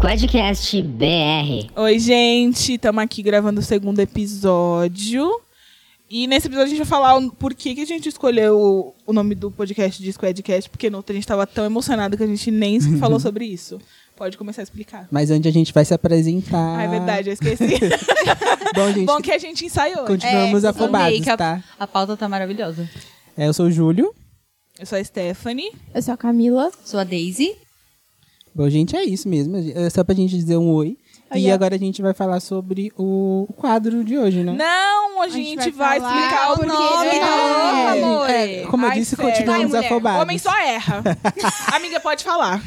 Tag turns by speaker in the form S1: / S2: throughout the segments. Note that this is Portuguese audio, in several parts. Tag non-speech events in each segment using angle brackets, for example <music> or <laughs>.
S1: Podcast BR.
S2: Oi, gente, estamos aqui gravando o segundo episódio. E nesse episódio a gente vai falar o- por que, que a gente escolheu o- o nome do podcast de Squadcast, porque no outro a gente estava tão emocionado que a gente nem
S3: <laughs>
S2: se falou sobre isso. Pode começar a explicar.
S3: Mas onde a gente vai se apresentar.
S2: Ah, é verdade,
S3: <laughs>
S2: eu esqueci.
S3: Bom, gente,
S2: Bom que a gente ensaiou. né?
S3: continuamos
S4: É,
S3: afobados,
S4: amei que a-
S3: tá?
S4: A pauta tá maravilhosa.
S3: É, eu sou o Júlio.
S2: Eu sou a Stephanie.
S5: Eu sou a Camila.
S4: Sou a Daisy.
S3: Bom, gente, é isso mesmo. É só pra gente dizer um oi.
S5: Oi,
S3: e
S5: ó.
S3: agora a gente vai falar sobre o quadro de hoje, né?
S2: Não, a gente,
S5: gente
S2: vai,
S5: vai falar
S2: explicar o
S5: porque-
S2: nome
S5: É,
S2: do novo, amor.
S3: é, como eu disse, continuamos
S2: sério.
S3: afobados.
S2: Homem
S3: <laughs>
S2: só erra. Amiga, pode falar.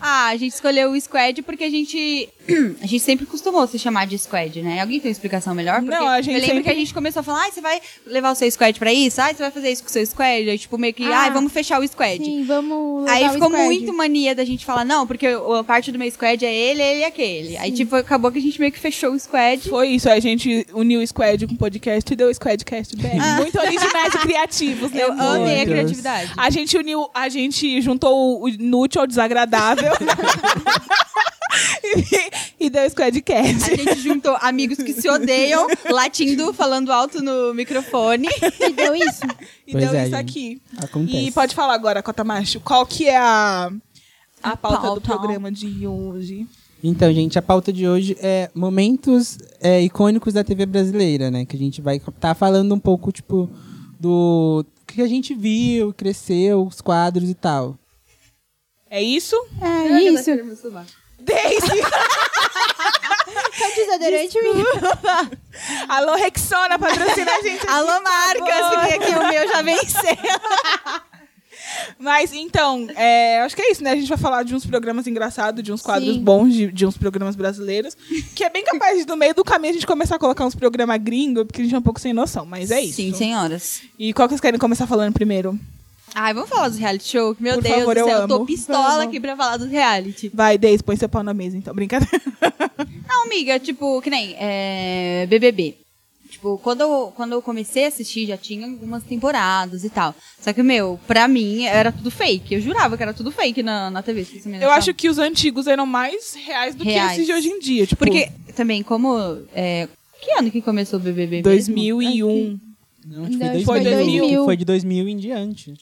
S4: Ah, a gente escolheu o Squad porque a gente. <clears throat> A gente sempre costumou se chamar de Squad, né? Alguém tem uma explicação melhor? Porque
S2: Não, a gente
S4: Eu lembro
S2: sempre-
S4: que a gente começou a falar, ah, você vai levar o seu Squad pra isso? Ah, você vai fazer isso com o seu Squad? Aí, tipo, meio que,
S5: Ah,
S4: ah, vamos fechar o Squad.
S5: Sim, vamos levar
S4: Aí
S5: o
S4: ficou
S5: squad.
S4: muito mania da gente falar, não, porque o- a parte do meu squad é ele, ele e aquele. Aí, tipo, acabou que a gente meio que fechou o squad.
S2: Foi isso, a gente uniu o Squad com o podcast e deu o Squadcast
S4: <laughs>
S2: BR. Muito originais e criativos, né?
S4: Eu
S2: amor?
S4: amei a
S3: Deus.
S4: criatividade.
S2: A gente uniu, a gente juntou o inútil ao desagradável. <laughs> e, e deu o
S4: A
S2: Squadcast.
S4: gente juntou amigos que se odeiam, latindo, falando alto no microfone.
S5: E deu isso?
S2: E
S3: Pois
S2: deu
S3: é,
S2: isso
S3: gente.
S2: aqui.
S3: Acontece.
S2: E pode falar agora, Cota Macho, qual que é a, a
S4: A
S2: pauta, do
S4: pauta.
S2: programa de hoje?
S3: Então, gente, a pauta de hoje é momentos é, icônicos da TV brasileira, né? Que a gente vai estar falando um pouco, tipo, do que a gente viu, cresceu, os quadros e tal.
S2: É isso?
S5: É isso.
S2: Daisy!
S5: Tá desodorante mesmo.
S2: Alô, Rexona, patrocina a gente.
S4: Alô, Marcas, que aqui o meu já venceu.
S2: Mas então, é, acho que é isso, né? A gente vai falar de uns programas engraçados, de uns quadros
S5: Sim.
S2: bons, de, de uns programas brasileiros. Que é bem capaz de, no meio do caminho, a gente começar a colocar uns programas gringos, porque a gente é um pouco sem noção, mas é isso.
S4: Sim, senhoras.
S2: E qual que vocês querem começar falando primeiro?
S4: Ai, vamos falar dos reality show? que, Meu
S2: Por
S4: Deus
S2: favor, eu
S4: do céu, eu
S2: amo.
S4: tô pistola
S2: Vamos.
S4: aqui pra falar dos reality.
S2: Vai, Deis, põe seu pau na mesa, então.
S5: <laughs>
S2: Brincadeira.
S4: Não, amiga, tipo, que nem é, BBB. Tipo, quando eu, quando eu comecei a assistir, já tinha algumas temporadas e tal. Só que, meu, pra mim, era tudo fake. Eu jurava que era tudo fake na, na TV. se você me
S2: Eu
S4: achava.
S2: acho que os antigos eram mais reais do que
S4: Reais.
S2: esses de hoje em dia. Tipo,
S4: Porque, também, como... é, que ano que começou o BBB mesmo?
S2: 2001.
S3: Não, tipo,
S5: Não,
S3: dois
S2: foi
S3: mil.
S5: 2000.
S3: Foi de 2000 em diante.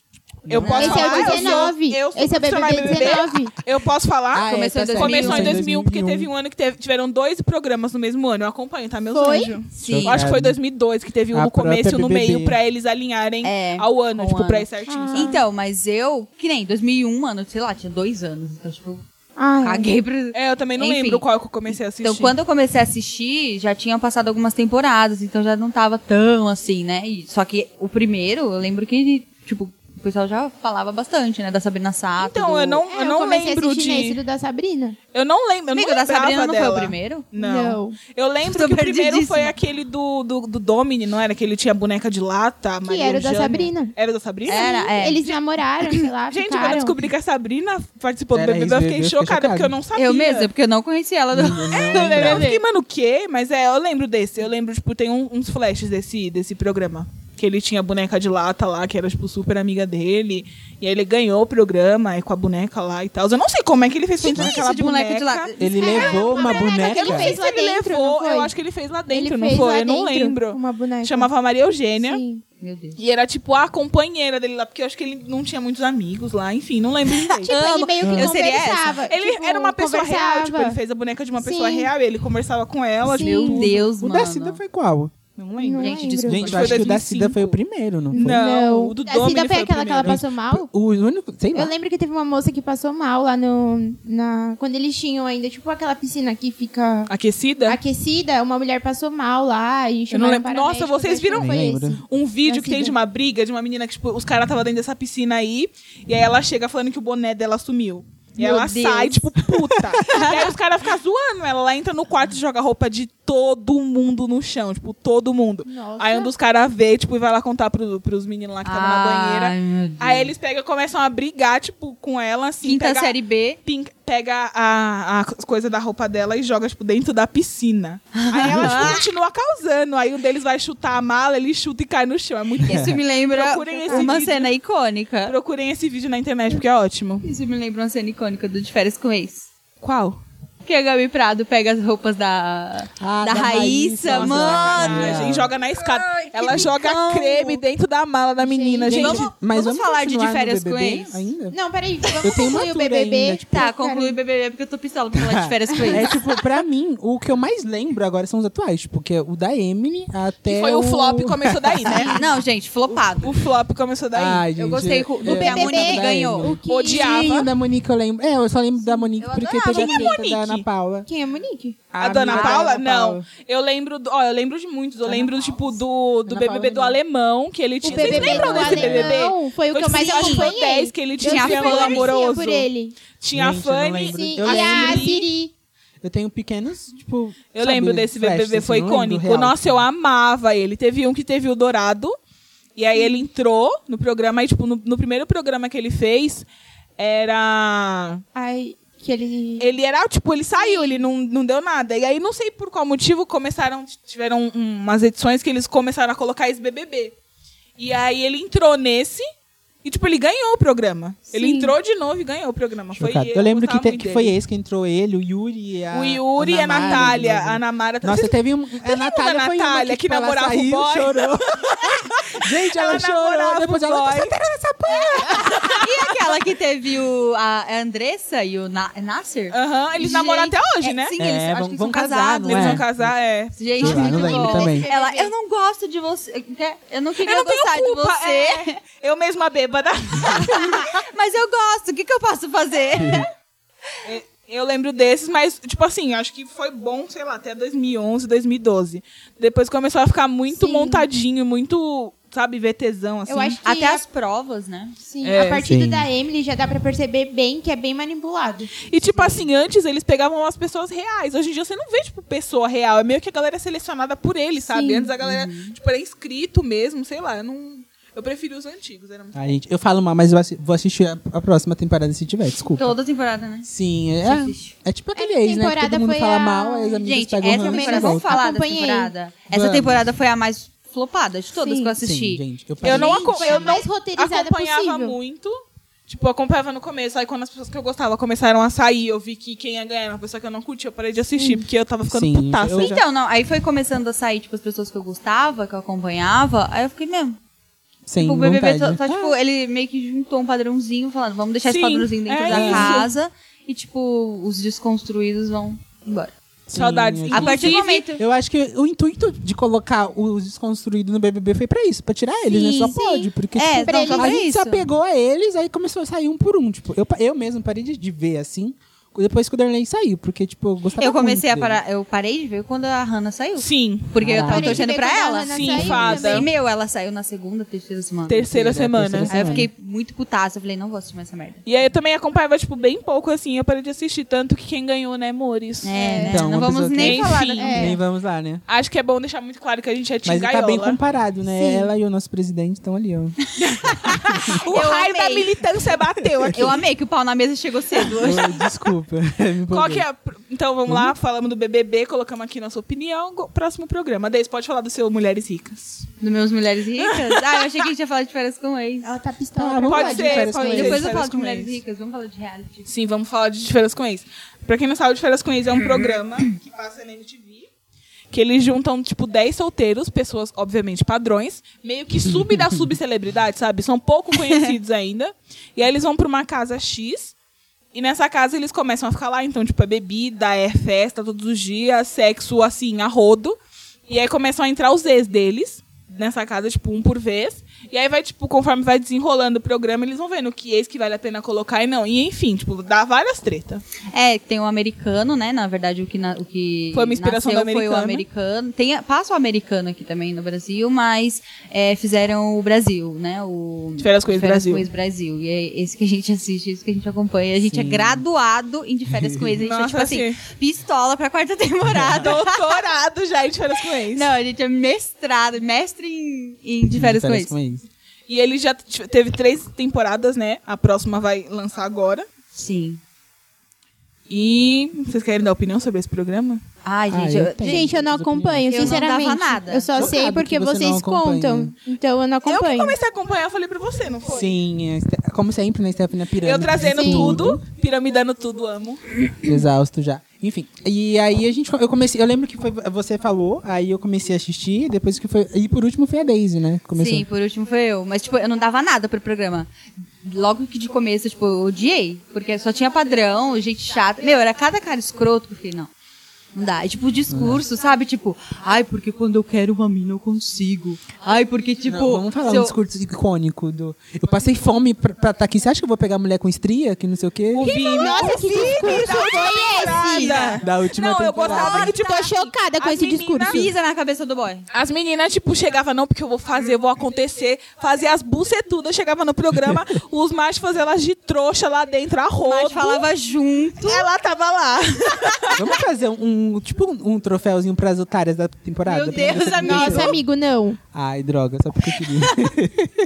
S2: Eu posso
S5: Esse é
S2: falar.
S5: o
S2: Eu sou-
S5: 19.
S2: eu sou
S5: Esse é o
S2: profissional
S5: BBB
S2: em
S5: 19.
S2: Eu posso falar?
S3: Ah,
S4: começou
S3: é,
S4: em
S3: tá certo.
S2: Começou em 2000,
S4: Começou em
S2: porque teve um ano que teve- tiveram dois programas no mesmo ano. Eu acompanho, tá, meus
S5: Foi?
S2: anjos?
S4: Sim.
S2: Eu acho
S3: É.
S2: que foi 2002 que teve um
S3: A
S2: no começo e um no
S3: própria BBB.
S2: meio pra eles alinharem
S4: É,
S2: ao ano,
S4: ao
S2: tipo,
S4: ano.
S2: pra ir certinho. sabe?
S4: Então, mas eu... Que nem 2001, mano, um sei lá, tinha dois anos. Então, tipo,
S5: Ai,
S4: caguei pra...
S2: É, eu também não
S4: Enfim.
S2: lembro qual que eu comecei a assistir.
S4: Então, quando eu comecei a assistir, já tinham passado algumas temporadas, então já não tava tão assim, né? E- só que o primeiro, eu lembro que, tipo, o pessoal já falava bastante, né? Da Sabrina Sato.
S2: Então,
S4: do-
S2: eu não,
S5: É,
S2: eu não
S5: comecei a
S2: lembro
S5: assistir
S2: de.
S5: nesse do da Sabrina.
S2: Eu não lembro. Eu
S4: Amigo,
S2: não
S4: da
S2: lembrava
S4: Sabrina não
S2: dela.
S4: foi o primeiro?
S2: Não.
S5: Não.
S2: Eu lembro
S4: Tô
S2: que o primeiro foi
S4: perdidíssima.
S2: aquele do, do, do Domini, não era? Que ele tinha boneca de lata, a Maria
S5: era o da
S2: Eugênia.
S5: Sabrina.
S2: Era da Sabrina?
S4: Era, é.
S5: Eles namoraram, sei
S2: <coughs>
S5: lá,
S2: Gente, quando
S5: ficaram.
S2: eu descobri que a Sabrina participou do
S3: Era
S2: BBB, eu
S3: isso,
S2: fiquei
S3: eu fiquei
S2: chocada, porque eu
S3: chocado.
S2: não sabia.
S4: Eu mesma, porque eu não
S2: <laughs>
S4: conhecia ela. Não.
S2: Eu lembro, eu fiquei, mano, o quê? Mas é, eu lembro desse. Eu lembro, tipo, tem um- uns flashes desse, desse programa. Que ele tinha a boneca de lata lá, que era, tipo, super amiga dele. E aí ele ganhou o programa aí, com a boneca lá e tal. Eu não sei como é que ele fez pra entrar naquela
S4: isso tipo de boneca de lata?
S3: Ele levou uma boneca.
S5: que ele fez
S2: Se
S5: lá
S2: ele
S5: dentro,
S2: levou,
S5: não foi?
S2: eu acho que ele fez lá dentro,
S5: Ele
S2: não
S5: fez
S2: foi?
S5: lá
S2: eu não
S5: dentro
S2: lembro.
S5: Uma boneca.
S2: Chamava Maria Eugênia.
S5: Sim.
S4: Meu Deus.
S2: E era, tipo, a companheira dele lá, porque eu acho que ele não tinha muitos amigos lá, enfim, não lembro <laughs>
S5: <laughs>
S2: direito.
S5: Tipo, ele
S4: Amo.
S5: meio que
S4: Eu seria
S5: conversava.
S2: Ele
S5: tipo,
S2: era uma pessoa real, tipo, ele
S5: conversava.
S2: fez a boneca de uma pessoa
S5: Sim.
S2: real e ele conversava com ela.
S5: Sim.
S2: tipo,
S4: Meu Deus,
S3: O
S4: mano.
S3: da Cida foi qual?
S2: Não lembro.
S5: Não
S4: Gente,
S5: lembro.
S4: desculpa.
S3: Gente, eu
S2: Acho
S3: acho
S2: que
S3: que o da
S2: 2005.
S3: Cida foi o primeiro, não foi?
S2: Não, o do
S5: A Cida
S2: Domini
S5: Assim, foi
S2: foi o
S5: aquela que ela
S2: primeiro.
S5: passou mal?
S3: O único, sei lá.
S5: Eu lembro que teve uma moça que passou mal lá no. Na, quando eles tinham ainda, tipo aquela piscina que fica
S2: Aquecida?
S5: aquecida, uma mulher passou mal lá e chamaram
S2: lembro.
S5: paramédico,
S2: Nossa, vocês
S5: acho que
S2: viram?
S5: Foi
S3: Nem
S5: esse.
S3: lembro.
S2: Um vídeo
S5: Da
S2: que tem
S5: Cida.
S2: de uma briga de uma menina que, tipo, os caras estavam dentro dessa piscina aí, e aí ela chega falando que o boné dela sumiu. E
S4: Meu
S2: ela
S4: Deus.
S2: sai, tipo, puta. e aí os caras ficam zoando ela. Ela entra no quarto e joga a roupa de todo mundo no chão. Tipo, todo mundo.
S5: Nossa.
S2: Aí um dos caras vê, tipo, e vai lá contar pro, pros meninos lá que estavam na
S4: Ai,
S2: banheira.
S4: meu Deus.
S2: Aí eles pegam e começam a brigar, tipo, com ela, assim.
S4: Quinta
S2: pega-
S4: série B.
S2: pin- pega a, a coisa da roupa dela e joga, tipo, dentro da piscina. Aí ela,
S3: <laughs>
S2: tipo, continua causando. Aí um deles vai chutar a mala, ele chuta e cai no chão. É muito bom. <laughs>
S4: Isso me lembra
S2: Procurem esse
S4: uma
S2: vídeo.
S4: cena icônica.
S2: Procurem esse vídeo na internet, porque é ótimo.
S4: Isso me lembra uma cena icônica do De Férias com Ex.
S2: Qual?
S4: que a Gabi Prado pega as roupas da,
S3: Ah,
S4: da,
S3: da
S4: Raíssa,
S3: Raíssa, nossa,
S4: mano.
S3: sacanagem.
S2: Sacanagem, joga na escada.
S4: Ai, que
S2: Ela joga
S4: bicão.
S2: creme dentro da mala da menina, gente.
S4: Gente, vamos-
S3: Mas
S4: vamos falar de
S3: continuar
S4: De Férias
S3: no
S4: com
S3: BBB
S4: Ex?
S3: Ainda?
S5: Não, peraí, vamos
S3: Eu tenho uma
S5: concluir o
S3: tour
S5: BBB.
S3: ainda, tipo,
S4: Tá, conclui o BBB porque eu tô pistola
S3: <laughs>
S4: pra falar de férias com
S3: É
S4: eles. né?
S3: tipo, pra mim, o que eu mais lembro agora são os atuais, tipo, que é o da Emily até.
S2: Que foi o flop começou daí, né?
S4: <laughs> Não, gente,
S2: <laughs>
S4: flopado.
S2: O flop começou
S3: <laughs>
S2: daí.
S3: Ai, gente, é,
S4: eu gostei
S3: eu-
S4: do
S3: eu-
S4: que a
S5: BBB
S4: Mônica
S3: da
S4: ganhou.
S3: Emily.
S5: O que...
S2: Odiava.
S3: é, Sim, da Monique eu lembro. É, eu só lembro da Monique
S4: Eu
S3: porque
S4: adorava.
S3: teve a
S2: Quem é
S3: treta da
S2: Monique?
S3: Ana Paula.
S5: Quem é Monique?
S2: A, Dona
S3: amiga da
S2: Paula?
S3: Ana
S2: Não.
S3: Paula.
S2: Eu lembro, do- ó, eu lembro de muitos. Eu lembro, tipo, do, do
S3: Ana
S2: BBB do
S3: Paula. é
S2: alemão que ele tinha. Vocês
S5: BBB
S2: lembram
S5: do
S2: desse BBB?
S5: Alemão foi o que eu mais
S2: Sim, acho que foi 10
S5: acompanhei.
S2: que ele
S5: Eu
S2: tinha
S5: super
S2: triângulo
S5: torcia
S2: amoroso.
S5: por ele.
S2: Tinha a
S3: Gente, eu não
S2: Fanny.
S3: lembro.
S5: Sim,
S3: Eu
S5: e a
S2: lembro.
S5: Siri.
S3: Eu tenho pequenos, tipo.
S2: Eu
S3: sabe,
S2: lembro desse
S3: flashes,
S2: BBB,
S3: assim,
S2: foi
S3: não lembro
S2: icônico.
S3: real.
S2: Nossa, eu amava ele. Teve um que teve o Dourado. E aí ele entrou no programa, e tipo, no, no primeiro programa que ele fez, era.
S5: Ai, que ele...
S2: Ele era, tipo, ele saiu, ele não, não deu nada. E aí, não sei por qual motivo, começaram. Tiveram um- umas edições que eles começaram a colocar esse BBB. E aí ele entrou nesse. E, tipo, ele ganhou o programa. Ele
S5: Sim.
S2: entrou de novo e ganhou o programa. Foi
S3: Chocado.
S2: ele,
S3: eu lembro que,
S2: gostava
S3: te-
S2: muito
S3: que foi
S2: dele.
S3: esse que entrou ele, o Yuri e a.
S2: O Yuri e a
S3: Mara,
S2: Natália.
S3: né?
S2: A Namara
S3: Nossa,
S2: Vocês
S3: teve um. a
S2: uma
S3: Natália,
S2: da
S3: foi uma
S2: Natália que
S3: tipo, ela
S2: namorava o
S3: saiu,
S2: boy? <laughs>
S3: chorou. Gente, ela,
S2: Ela namorava
S3: chorou. Depois
S2: o
S3: ela.
S2: boy.
S3: "Você tá nessa porra?"
S4: E aquela que teve o, a Andressa e o Na é Nasser?
S2: Aham, eles namoram
S4: Gente,
S2: até hoje,
S4: é,
S2: né?
S4: Sim,
S3: É,
S4: eles acho
S3: vamos-
S4: que eles são
S3: vamos casar,
S4: casados.
S3: não
S2: Eles
S3: é?
S2: vão casar, é.
S4: Gente,
S3: Sei lá, não
S4: muito
S3: lembro
S4: bom.
S3: também.
S4: Ela, eu não gosto de você. Eu não queria
S2: Eu não tenho
S4: gostar
S2: culpa,
S4: de você,
S2: é. Eu mesma bêbada. <laughs>
S4: mas eu gosto. O que, que eu posso fazer?
S2: Eu lembro desses, mas, tipo assim, acho que foi bom, sei lá, até 2011, 2012. Depois começou a ficar muito
S5: Sim.
S2: montadinho, muito, sabe, VTzão, assim.
S5: Eu acho que
S4: Até
S5: a,
S4: as provas, né?
S5: sim,
S2: É,
S5: a partir
S3: sim.
S5: da Emily já dá pra perceber bem que é bem manipulado.
S2: E, tipo assim, antes eles pegavam as pessoas reais. Hoje em dia você não vê, tipo, pessoa real. É meio que a galera é selecionada por eles, sabe?
S5: Sim.
S2: Antes a galera,
S3: Uhum.
S2: tipo, era inscrito mesmo, sei lá. Eu, não... eu prefiro os antigos. Era muito...
S3: Ai, gente, eu falo mal, mas eu assi- vou assistir a, a próxima temporada se tiver, desculpa.
S4: Toda temporada, né?
S3: Sim,
S4: Você
S3: é,
S4: assiste.
S3: é tipo aquele
S5: Essa
S3: ex, né? Que todo
S5: temporada
S3: mundo
S5: foi
S3: fala
S5: a-
S3: mal, aí as amigas
S4: Gente,
S3: pegam o
S4: essa
S3: ranço
S4: temporada,
S3: e
S4: vamos
S3: voltam.
S4: falar dessa
S5: Acompanhei.
S4: temporada. Essa
S3: Vamos.
S4: temporada foi a mais flopada de todas
S5: Sim.
S4: que eu
S3: Sim,
S4: assisti.
S3: gente, eu,
S2: Eu não,
S5: Gente,
S2: aco-
S5: é
S2: eu
S5: a
S2: não
S5: mais roteirizada
S4: é
S2: acompanhava
S5: possível.
S2: muito. Tipo, eu acompanhava no começo. Aí quando as pessoas que eu gostava começaram a sair, eu vi que quem ia ganhar era uma pessoa que eu não curtia. Eu parei de assistir, porque eu tava ficando
S3: Sim,
S2: putaça
S3: eu-
S2: já.
S4: Hum. Então, não, aí foi começando a sair, tipo, as pessoas que eu gostava, que eu acompanhava. Aí eu fiquei mesmo.
S3: sem
S4: Tipo, o
S3: vontade. né?
S4: BBB só, só, tipo, ele meio que juntou um padrãozinho, falando, vamos deixar
S2: Sim,
S4: esse padrãozinho dentro
S2: é
S4: da
S2: isso.
S4: casa. E, tipo, os desconstruídos vão embora.
S3: Sim,
S2: Saudades.
S3: eu-
S4: A partir do
S2: Inclusive-
S4: momento...
S3: Eu acho que o intuito de colocar os desconstruídos no BBB foi pra isso, pra tirar eles, né?
S5: Sim,
S3: Só
S5: sim.
S3: pode, porque
S4: É,
S3: tipo,
S5: não, só
S3: a
S4: pra
S3: gente se
S4: isso.
S3: apegou a eles, aí começou a sair um por um. Tipo, eu, pa- eu mesmo parei de, de ver assim, depois que o Darley saiu, porque, tipo, eu gostava
S4: Eu comecei a
S3: muito dele.
S4: parar, eu parei de ver quando a Hannah saiu.
S2: Sim.
S4: Porque eu tava
S5: Parei de
S4: torcendo
S5: ver
S4: pra
S5: quando a
S4: ela.
S5: Hannah
S2: Sim,
S5: saiu
S2: fada.
S5: também.
S4: E meu, ela saiu na segunda, terceira semana.
S2: Terceira
S3: Terceira,
S2: semana.
S3: terceira
S4: Aí eu fiquei muito putaça, eu falei, não vou assistir mais essa merda.
S2: E aí eu também acompanhava, tipo, bem pouco, assim. Eu parei de assistir. Tanto que quem ganhou, né, Mores?
S4: É, né?
S3: Então,
S4: não
S3: uma
S4: vamos
S3: pessoa que-
S4: nem falar da
S2: Enfim.
S5: É.
S3: Nem vamos lá, né?
S2: Acho que é bom deixar muito claro que a gente é Tim
S3: Mas
S2: Gaiola.
S3: tá bem comparado, né?
S5: Sim.
S3: Ela e o nosso presidente estão ali, ó.
S2: O
S4: Eu
S2: raio da
S4: amei.
S2: militância bateu
S3: <laughs>
S2: aqui.
S4: <laughs> Eu amei que o pau na mesa chegou <laughs> cedo.
S3: Oi, desculpa. <laughs> Me
S2: Qual
S3: empolguei.
S2: que é? a pr- Então vamos
S3: Uhum.
S2: lá, falamos do BBB, colocamos aqui nossa opinião. Go- Próximo programa. Deis, pode falar do seu Mulheres Ricas.
S4: Dos meus Mulheres Ricas. Ah, eu achei que a gente ia falar de férias com ex.
S5: Ela tá pistola.
S3: Ah,
S5: pra
S3: vamos
S5: caralho.
S3: lá,
S2: Pode
S3: de
S2: ser,
S3: férias
S2: pode
S3: com
S2: ser.
S3: ex.
S4: Depois eu
S2: férias
S4: falo de
S2: com
S4: Mulheres
S2: ex.
S4: Ricas, vamos falar de reality.
S2: Sim, vamos falar de De Férias com Ex. Pra quem não sabe, De Férias com Ex é um programa que passa na MTV. Que eles juntam, tipo, 10 solteiros, pessoas, obviamente, padrões, meio que sub da subcelebridade, sabe? São pouco conhecidos ainda. E aí eles vão pra uma casa X. E nessa casa eles começam a ficar lá. Então, tipo, é bebida, é festa todos os dias, sexo, assim, a rodo. E aí começam a entrar os ex deles nessa casa, tipo, um por vez. E aí vai, tipo, conforme vai desenrolando o programa, eles vão vendo que ex que vale a pena colocar e não. E enfim, tipo, dá várias treta.
S4: É, tem o americano, né? Na verdade, o que, na- o que
S2: Foi uma inspiração
S4: nasceu
S2: do
S4: foi o americano. Tem, a- passa o americano aqui também no Brasil, mas é, fizeram o Brasil, né? O
S2: De Férias com Ex Brasil.
S4: com Ex Brasil. E é esse que a gente assiste, esse que a gente acompanha. A gente é
S3: Sim.
S4: graduado em De Férias com Ex. A gente
S2: Nossa,
S4: é, tipo assim, pistola pra
S2: <laughs>
S4: quarta temporada.
S2: Doutorado já em De Férias com Ex.
S4: Não, a gente é mestrado, mestre em, em De Férias com Ex.
S3: ex.
S2: E ele já t- teve três temporadas, né? A próxima vai lançar agora.
S4: Sim.
S2: E vocês querem dar opinião sobre esse programa?
S4: Ai,
S3: Ah,
S4: gente,
S3: eu
S4: eu-
S3: tenho.
S5: Gente, eu não
S3: Eu
S5: acompanho,
S4: não
S5: sinceramente.
S4: dava nada.
S5: Eu só
S3: Chocado
S5: sei porque
S3: que você não
S5: vocês contam.
S3: acompanha.
S5: Então eu não
S2: Eu que
S5: acompanho.
S2: comecei a acompanhar, eu falei pra você, não foi?
S3: Sim, é, como sempre, né, Stephanie Piranha.
S2: Eu trazendo
S3: Sim.
S2: tudo, piramidando tudo, amo.
S3: Exausto já. Enfim, e aí a gente, eu comecei, eu lembro que foi, você falou, aí eu comecei a assistir, depois que foi, e por último foi a Daisy, né? que Começou.
S4: Sim, por último foi eu. Mas, tipo, eu não dava nada pro programa. Logo que de começo, tipo, eu odiei. Porque só tinha padrão, gente chata. Meu, era cada cara escroto que eu falei, não. Não dá. E, tipo, o discurso, sabe? Tipo, ai, porque quando eu quero uma mina eu consigo. Ai, porque, tipo.
S3: Não, vamos falar
S4: se
S3: um
S4: eu-
S3: discurso icônico do. Eu passei fome pra estar aqui. Você acha que eu vou pegar mulher com estria? Que não sei o quê?
S5: Nossa, que discurso foi esse?
S3: Da última
S2: Não, eu
S3: temporada.
S2: gostava que, tipo,
S5: Tô chocada com
S2: As
S5: esse
S2: meninas-
S5: discurso.
S4: Pisa na cabeça do boy.
S2: As meninas, tipo, chegavam, não, porque eu vou fazer, eu vou acontecer, fazer as bucetudas, chegava no programa, os machos faziam elas de trouxa lá dentro, a
S4: O
S2: roupa.
S4: Mate falava junto.
S2: Ela tava lá.
S3: Vamos fazer um, um- tipo um, um troféuzinho pras otárias da temporada.
S4: Meu
S3: pra ver
S4: Deus,
S3: se-
S4: amigo.
S5: Nossa, amigo, não.
S3: Ai, droga, só porque eu queria. <laughs>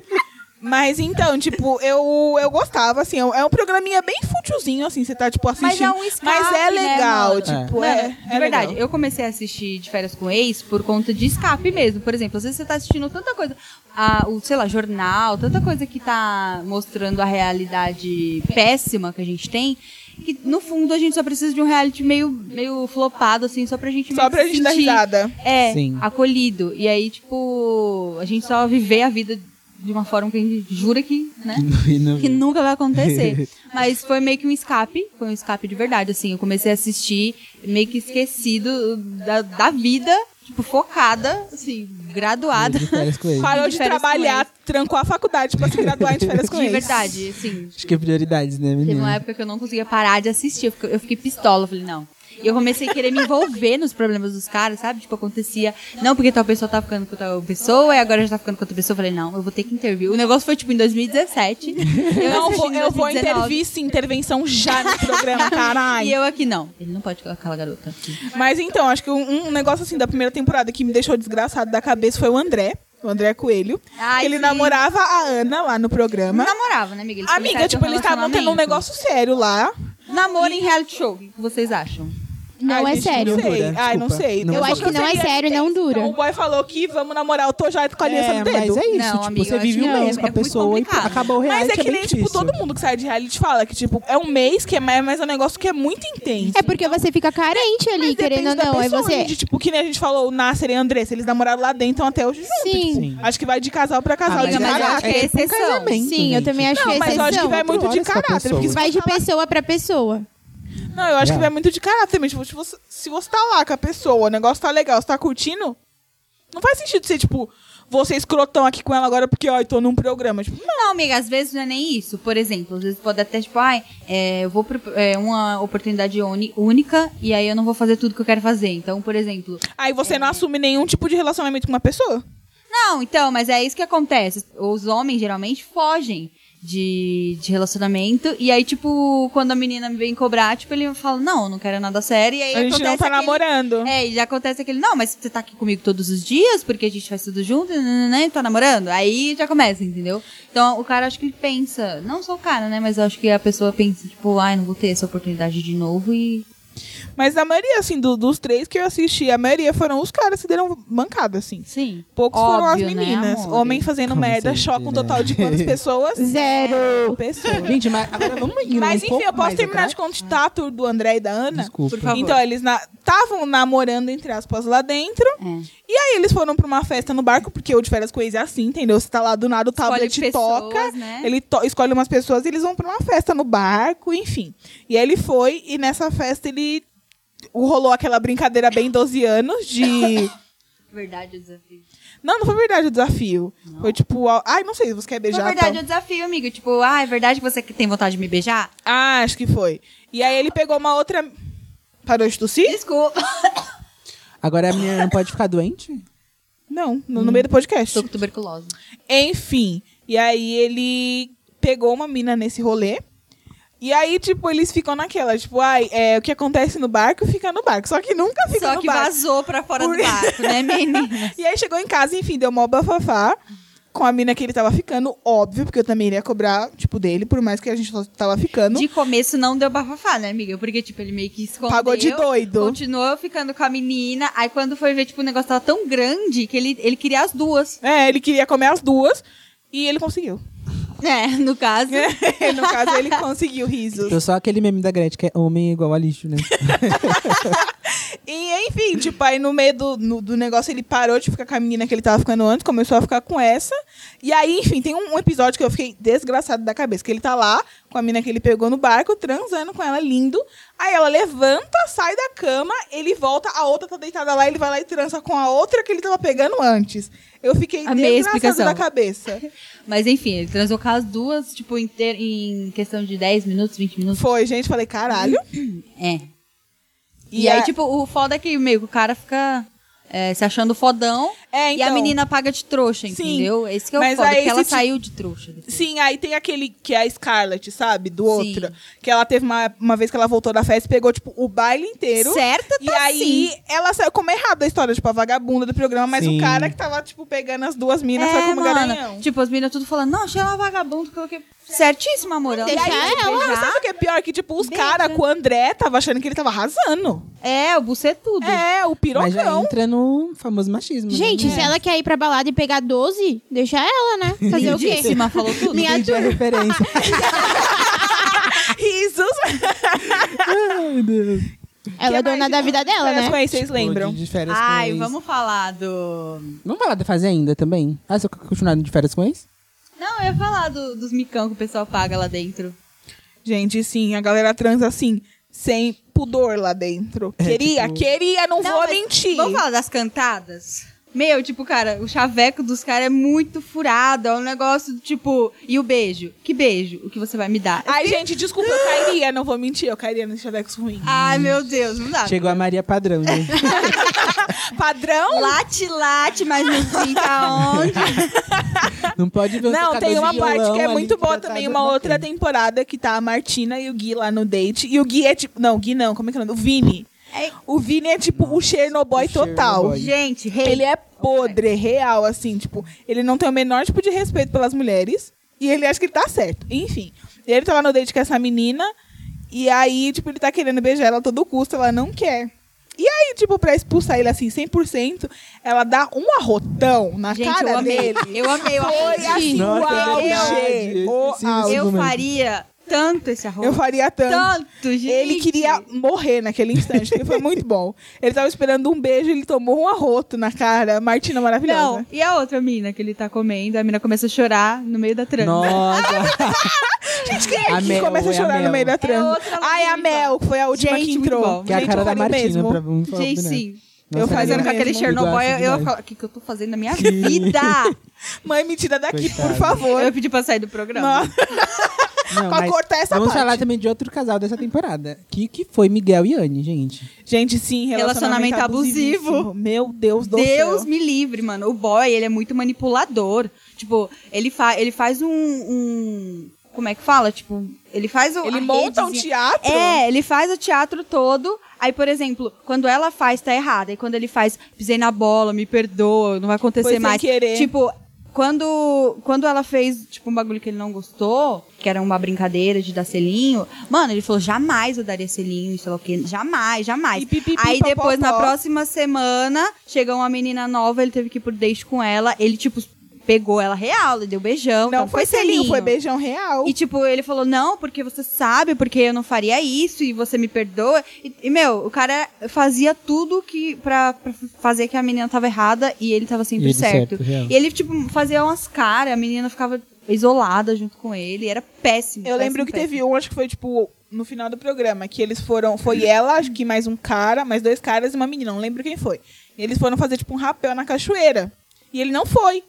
S2: Mas então, tipo, eu, eu gostava, assim, é um- é um programinha bem fútilzinho, assim, você tá, tipo,
S4: Mas é
S2: assistindo.
S4: um escape,
S2: Mas é
S4: né,
S2: legal,
S4: mano?
S2: tipo,
S4: Mano,
S2: é.
S4: de
S2: é
S4: verdade,
S2: legal.
S4: eu comecei a assistir de férias com ex por conta de escape mesmo. Por exemplo, às vezes você tá assistindo tanta coisa, ah, o, sei lá, jornal, tanta coisa que tá mostrando a realidade péssima que a gente tem, que no fundo a gente só precisa de um reality meio, meio flopado, assim, só pra gente
S2: Só
S4: meio
S2: pra
S4: se
S2: gente dar
S4: sentir,
S2: risada.
S4: É,
S3: Sim.
S4: acolhido. E aí, tipo, a gente só viver a vida de uma forma que a gente jura que, né?
S3: E não-
S4: que nunca
S3: <laughs>
S4: vai acontecer. Mas foi meio que um escape, foi um escape de verdade, assim. Eu comecei a assistir meio que esquecido da, da vida, tipo, focada, assim, graduada.
S3: de férias
S4: <laughs>
S3: com ele.
S2: Parou
S4: De
S2: de
S4: férias com
S2: trabalhar, trancou a faculdade pra se graduar em de férias com
S4: De
S2: ex.
S4: verdade, assim.
S3: Acho que é prioridades, né,
S4: Teve uma
S3: menina?
S4: época que eu não é- conseguia parar de assistir, eu fiquei, eu fiquei pistola, eu falei, não. E eu comecei a querer me envolver nos problemas dos caras, sabe? Tipo, acontecia, não, porque tal pessoa tá ficando com tal pessoa, e agora já tá ficando com outra pessoa. Eu falei, não, eu vou ter que intervir. O negócio foi, tipo,
S2: <laughs>
S4: em 2017. Eu
S2: Eu,
S4: assisti
S2: vou,
S4: em
S2: eu vou
S4: 2019.
S2: entrevista, intervenção já no
S4: <laughs>
S2: programa, caralho.
S4: E eu aqui, não. Ele não pode colocar a garota aqui.
S2: Mas então, acho que um, um negócio assim da primeira temporada que me deixou desgraçado da cabeça foi o André, o André Coelho.
S4: Ai,
S2: que ele
S4: sim.
S2: namorava a Ana lá no programa.
S4: Não namorava, né, amiga? Eles
S2: Amiga,
S4: começaram a ter
S2: tipo, eles estavam tendo um
S4: relacionamento.
S2: negócio sério lá.
S4: Namoro em reality show, o que vocês acham?
S5: Não
S2: Ai,
S5: é
S2: gente,
S5: sério.
S2: Não sei.
S3: Não dura,
S2: Ai, não
S3: desculpa.
S2: sei.
S3: Não
S5: Eu
S3: dura.
S2: só
S5: acho que não é
S2: conseguia-
S5: sério,
S2: Então,
S5: não
S2: o
S5: dura.
S2: boy falou que vamos namorar, eu tô já com a aliança no
S3: É,
S2: dedo.
S3: mas é isso,
S4: Não,
S3: tipo,
S4: amiga,
S3: você
S4: eu
S3: vive
S4: acho
S3: um
S4: que
S3: mês
S4: é-
S3: com a
S4: é muito
S3: pessoa e
S4: complicado.
S3: acabou o reality,
S2: Mas é que
S3: bem
S2: nem, tipo,
S3: difícil.
S2: todo mundo que sai de reality fala que, tipo, é um mês que é mais, mas é um negócio que é muito intenso.
S5: É porque você fica carente ali,
S2: Mas
S5: querendo
S2: depende
S5: ou
S2: da
S5: não. Aí
S2: pessoa,
S5: você.
S2: gente. tipo, que nem a gente falou, o Nasser e a Andressa, eles namoraram lá dentro, então até hoje juntos.
S5: Sim.
S3: Sim.
S2: Acho que vai de casal pra casal.
S3: Ah,
S2: Tá de
S4: Amiga, mas eu
S2: caráter.
S4: acho que é
S3: tipo um
S4: exceção.
S3: casamento,
S5: Sim, eu
S3: gente.
S5: também acho que é
S2: Não, mas eu acho que
S5: exceção.
S2: vai muito
S3: Quatro
S2: de
S3: horas com a
S2: caráter.
S3: pessoa.
S2: porque se
S5: Vai de
S2: falar-
S5: pessoa pra pessoa.
S2: Não, eu acho
S3: É.
S2: que vai muito de caráter mesmo. Tipo, se você, se você tá lá com a pessoa, o negócio tá legal, você tá curtindo, não faz sentido ser, tipo, você escrotão aqui com ela agora porque, ó, eu tô num programa. Tipo,
S4: Não, amiga, às vezes não é nem isso. Por exemplo, às vezes pode até, tipo, ai, é, eu vou pro, é uma oportunidade uni- única e aí eu não vou fazer tudo que eu quero fazer. Então, por exemplo.
S2: aí você não assume nenhum tipo de relacionamento com uma pessoa.
S4: Não, então, mas é isso que acontece. Os homens geralmente fogem de, de relacionamento. E aí, tipo, quando a menina me vem cobrar, tipo, ele fala, não, não quero nada sério. E aí
S2: a gente
S4: acontece
S2: não tá
S4: aquele-
S2: namorando.
S4: É, e já acontece aquele, não, mas você tá aqui comigo todos os dias, porque a gente faz tudo junto, né? Tá namorando? Aí já começa, entendeu? Então o cara acho que pensa, não só o cara, né? Mas eu acho que a pessoa pensa, tipo, ai, não vou ter essa oportunidade de novo e.
S2: Mas a maioria, assim, do- dos três que eu assisti, a maioria foram os caras que deram mancada, assim.
S4: Sim.
S2: Poucos foram as
S4: Óbvio, né,
S2: meninas.
S4: amor?
S2: Homem fazendo
S3: Como
S2: merda,
S3: sempre,
S2: choca um
S3: né?
S2: total de quantas pessoas?
S5: Zero.
S2: Pessoas.
S3: Gente, mas agora vamos ir
S2: Mas
S3: um
S2: enfim,
S3: pouco
S2: eu posso
S3: mais
S2: terminar
S3: atrás?
S2: de contar a tour do André e da Ana?
S3: Desculpa.
S4: Por favor.
S2: Então, eles estavam namorando, entre aspas, lá dentro.
S4: É.
S2: E aí eles foram pra uma festa no barco, porque o de férias com ex é assim, entendeu? Você tá lá do nada, o
S4: Escolhe
S2: tablet
S4: pessoas,
S2: toca.
S4: né?
S2: Ele to- escolhe umas pessoas e eles vão pra uma festa no barco, enfim. E aí ele foi, e nessa festa ele rolou aquela brincadeira bem 12 anos
S4: <laughs>
S2: de.
S4: Verdade, o desafio.
S2: Não, não foi verdade o desafio. Foi tipo, a- ai, não sei, você quer
S4: Na
S2: beijar? então.
S4: verdade,
S2: tal.
S4: o desafio, amigo. Tipo, ah, é verdade que você tem vontade de me beijar?
S2: Ah, acho que foi. E aí ele pegou uma outra. Parou de tossir? <laughs>
S4: Desculpa.
S3: Agora a menina não pode ficar doente?
S2: Não, no, no meio do podcast.
S4: Tô com tuberculose.
S2: Enfim, e aí ele pegou uma mina nesse rolê. E aí, tipo, eles ficam naquela, tipo, ai, é, o que acontece no barco fica no barco. Só que nunca fica
S4: Só
S2: no
S4: que
S2: barco.
S4: vazou pra fora
S2: Por-
S4: do barco,
S2: <laughs>
S4: né, menina?
S2: E aí chegou em casa, enfim, deu mó bafafá com a mina que ele tava ficando, óbvio, porque eu também iria cobrar, tipo, dele, por mais que a gente só tava ficando.
S4: De começo não deu bafafá, né, amiga? Porque, tipo, ele meio que escondeu.
S2: Pagou de doido.
S4: Continuou ficando com a menina. Aí quando foi ver, tipo, o negócio tava tão grande que ele, ele queria as duas.
S2: É, ele queria comer as duas e ele conseguiu. <laughs>
S4: É, <laughs> no caso.
S2: no caso, ele conseguiu risos.
S3: Eu só aquele meme da Gretchen, que é homem é igual a lixo, né?
S2: E enfim, tipo, aí no meio do, no- do negócio ele parou de ficar com a menina que ele tava ficando antes, começou a ficar com essa. E aí, enfim, tem um, um episódio que eu fiquei desgraçado da cabeça, que ele tá lá com a menina que ele pegou no barco, transando com ela, lindo. Aí ela levanta, sai da cama, ele volta, a outra tá deitada lá, ele vai lá e transa com a outra que ele tava pegando antes. Eu fiquei
S4: Amei a
S2: desgraçado
S4: explicação.
S2: da cabeça.
S4: Mas enfim, ele transou com as duas, tipo, em, ter- em questão de 10 minutos, 20 minutos.
S2: Foi, gente, falei, caralho.
S4: É. E, aí,
S2: a-
S4: tipo, o foda é que meio que o cara fica é, se achando fodão
S2: É,
S4: e a
S2: então.
S4: menina paga de trouxa,
S2: Sim.
S4: entendeu? Esse que é o
S2: Mas
S4: foda,
S2: aí
S4: porque ela
S2: esse ti-
S4: saiu de trouxa. depois.
S2: Sim, aí tem aquele que é a Scarlett, sabe? Do
S4: Sim.
S2: outro. Que ela teve uma, uma vez que ela voltou da festa e pegou, tipo, o baile inteiro.
S4: Certa
S2: E
S4: tá
S2: aí
S4: sim.
S2: ela saiu como errada a história, tipo, a vagabunda do programa, mas
S3: Sim.
S2: o cara que tava, tipo, pegando as duas minas foi como é? garanhão.
S4: Tipo, as meninas tudo falando, não, achei ela é vagabundo, coloquei. Certíssima, amor. Ela
S5: Deixa
S4: não vai te
S5: ela.
S2: Não,
S4: beijar.
S2: sabe o que é pior? Que, tipo, os caras com o André tava achando que ele tava arrasando.
S4: É, o bucetudo.
S2: É, o
S3: Mas já
S2: pirocão.
S3: entra no famoso machismo. né?
S5: Gente,
S2: É.
S5: se ela quer ir pra balada e pegar 12, deixa ela, né?
S4: <laughs>
S5: Fazer o quê?
S4: Lindíssima, falou tudo.
S3: Entendi a <laughs> referência.
S2: <laughs> Risos.
S3: Ai, Deus.
S5: Ela é dona da vida dela,
S2: Férias
S5: né?
S2: com ex,
S4: Tipo,
S2: vocês lembram?
S3: De- de férias com
S4: Ai,
S3: ex.
S4: vamos falar do.
S3: Vamos falar da Fazenda também? Ah, se eu continuar de férias com ex?
S4: Não, eu ia falar do- dos micão que o pessoal paga lá dentro.
S2: Gente, sim, a galera trans assim, sem pudor lá dentro. queria,
S3: tipo-
S2: queria, não, vou
S4: mas
S2: mentir.
S4: Vamos falar das cantadas? Meu, tipo, cara, o chaveco dos caras é muito furado. É um negócio, tipo, e o beijo? Que beijo? O que você vai me dar?
S2: Ai, gente, desculpa, eu cairia, não vou mentir, eu cairia nesse chavecos ruim.
S4: Ai, meu Deus, não
S2: Ah.
S4: dá.
S3: Chegou a Maria Padrão, né?
S2: Padrão?
S4: Late, late, mas não fica onde.
S3: <laughs>
S2: <laughs>
S3: Não pode ver um
S2: Não,
S3: tocador
S2: tem
S3: de
S2: uma parte
S3: violão
S2: que é
S3: ali
S2: muito boa
S3: tá
S2: também,
S3: dando
S2: uma outra
S3: coisa.
S2: temporada que tá a Martina e o Gui lá no date. E o Gui é tipo. Não, o Gui não, como é que é o nome? O Vini.
S4: É-
S2: O Vini é tipo o Chernobyl
S3: O
S2: total.
S3: Chernobyl.
S4: Gente, rei.
S2: Ele é podre, real, assim, tipo, ele não tem o menor tipo de respeito pelas mulheres. E ele acha que ele tá certo. Enfim. Ele tá lá no date com essa menina. E aí, tipo, ele tá querendo beijar ela a todo custo, ela não quer. E aí, tipo, pra expulsar ele assim, 100%, ela dá um arrotão na
S4: Gente,
S2: cara
S4: eu amei.
S2: dele.
S4: Eu amei o
S2: Foi assim, o
S3: Nossa, é
S2: auge.
S3: verdade.
S2: O
S3: Sim,
S2: auge.
S4: Eu
S3: Argumento.
S4: faria tanto esse arroz.
S2: Eu faria tanto.
S4: tanto, gente.
S2: Ele queria morrer naquele instante, porque foi muito bom. Ele tava esperando um beijo, ele tomou um arroto na cara. Martina maravilhosa.
S4: Não, e a outra mina que ele tá comendo, a mina começa a chorar no meio da trama.
S3: Nossa! é
S2: Gente, quem é
S3: A
S2: que
S3: Mel,
S2: começa a
S3: é a
S2: chorar no
S3: Mel.
S2: meio da trama?
S4: outra lá
S2: Ai, a
S4: muito
S2: Mel, que foi a última
S4: Gente,
S2: que
S4: muito
S2: entrou.
S4: bom.
S3: que é a
S2: Gente,
S3: cara
S2: eu
S3: da
S2: faria
S3: Martina,
S2: mesmo.
S3: pra vamos falar.
S4: Gente,
S3: né?
S4: sim.
S3: Nossa,
S2: Eu
S3: ela
S4: Fazendo
S2: Faria
S4: com aquele
S2: mesmo.
S4: Chernobyl, eu,
S3: Gosto
S4: eu
S3: demais.
S4: falo, o que, que eu tô fazendo na minha
S3: Sim. <laughs>
S4: vida?
S2: Mãe, me tira daqui,
S3: Coitada.
S2: por favor.
S4: Eu pedi pra sair do programa.
S2: Nossa,
S3: Não,
S2: pra
S3: mas
S2: cortar essa
S3: Vamos
S2: parte.
S3: falar também de outro casal dessa temporada. Que, que foi Miguel e Anne, gente.
S2: Gente, sim, relacionamento,
S4: Relacionamento abusivo.
S2: abusivíssimo. Meu Deus do
S4: Deus
S2: céu.
S3: né?
S4: me livre, mano. O boy, ele é muito manipulador. Tipo, ele, fa ele faz um, um- Como é que fala? Tipo, ele faz o.
S2: Ele
S4: a
S2: monta um
S4: redezinha.
S2: teatro.
S4: É, ele faz o teatro todo. Aí, por exemplo, quando ela faz, tá errada. E quando ele faz, pisei na bola, me perdoa, não vai acontecer
S2: Foi sem
S4: mais.
S2: querer.
S4: Tipo, quando, quando ela fez, tipo, um bagulho que ele não gostou, que era uma brincadeira de dar selinho, mano, ele falou, jamais eu daria selinho, sei lá o quê. Jamais, jamais.
S2: E pipipi,
S4: Aí
S2: popopó.
S4: depois, na próxima semana, chegou uma menina nova, ele teve que ir por date com ela. Ele, tipo, pegou ela real, ele deu beijão.
S2: Não
S4: então
S2: foi selinho, foi beijão real.
S4: e, tipo, ele falou, não, porque você sabe, porque eu não faria isso, e você me perdoa. E, e, meu, o cara fazia tudo que pra, pra fazer que a menina tava errada e ele tava sempre
S3: E ele
S4: certo.
S3: certo, real.
S4: e ele, tipo, fazia umas caras, a menina ficava isolada junto com ele, era péssimo.
S2: Eu lembro
S4: péssimo,
S2: que
S4: péssimo.
S2: teve um, acho que foi, tipo, no final do programa, que eles foram. Foi ela, acho que mais um cara, mais dois caras e uma menina, não lembro quem foi. E eles foram fazer, tipo, um rapel na cachoeira. E ele não foi.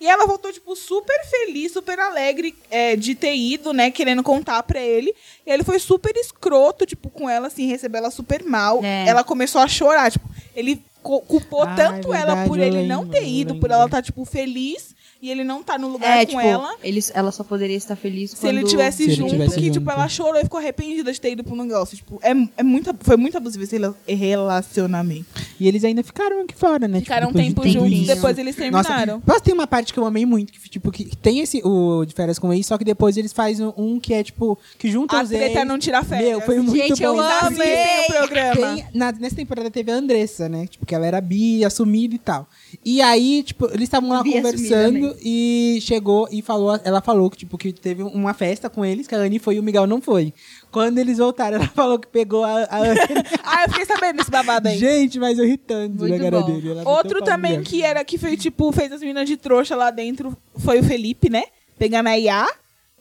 S2: E ela voltou, tipo, super feliz, super alegre é, de ter ido, né? Querendo contar pra ele. E ele foi super escroto, tipo, com ela, assim, recebeu ela super mal.
S4: É.
S2: Ela começou a chorar, tipo, ele co- culpou
S3: Ah, é
S2: tanto ela
S3: verdade,
S2: por
S3: eu
S2: ele não
S3: lembro,
S2: ter
S3: eu
S2: ido, por
S3: lembro.
S2: ela estar, tipo, feliz e ele não tá no lugar
S4: É,
S2: com
S4: tipo,
S2: ela.
S4: Ele, ela só poderia estar feliz
S2: Se
S4: quando...
S2: ele tivesse
S3: Se ele
S2: junto,
S3: tivesse
S2: que, tipo,
S3: junto.
S2: ela chorou e ficou arrependida de ter ido pro negócio. Tipo, é, é muito, foi muito abusivo esse rela- relacionamento.
S3: E eles ainda ficaram aqui fora, né?
S2: Ficaram um
S3: Tipo,
S2: tempo
S3: depois de tudo
S2: juntos,
S3: isso.
S2: depois eles terminaram.
S3: Nossa, nossa, tem uma parte que eu amei muito, que, tipo, que tem esse, o de férias com ex, só que depois eles fazem um que é, tipo, que junta
S2: a
S3: os
S2: treta é
S3: ex.
S2: não tirar férias.
S3: Meu, foi muito
S4: Gente,
S3: bom.
S4: eu amo
S3: Assistem
S2: Assistem o programa.
S3: tem- na- nessa temporada teve a Andressa, né? Tipo, que ela era bi, assumida e tal. E aí, tipo, eles estavam lá
S4: Bi
S3: conversando
S4: assumida
S3: e chegou e falou, ela falou que, tipo, que teve uma festa com eles, que a Anne foi e o Miguel não foi. Quando eles voltaram, ela <laughs> falou que pegou a, a Anne.
S2: Ah, eu fiquei sabendo desse babado aí.
S3: Gente, mas eu ri tanto
S4: Muito
S3: na cara
S4: bom.
S3: dele. Ela bateu
S2: Outro
S3: palma
S2: também
S3: mesmo.
S2: que era que foi, tipo, fez as meninas de trouxa lá dentro foi o Felipe, né? Pegando a Iá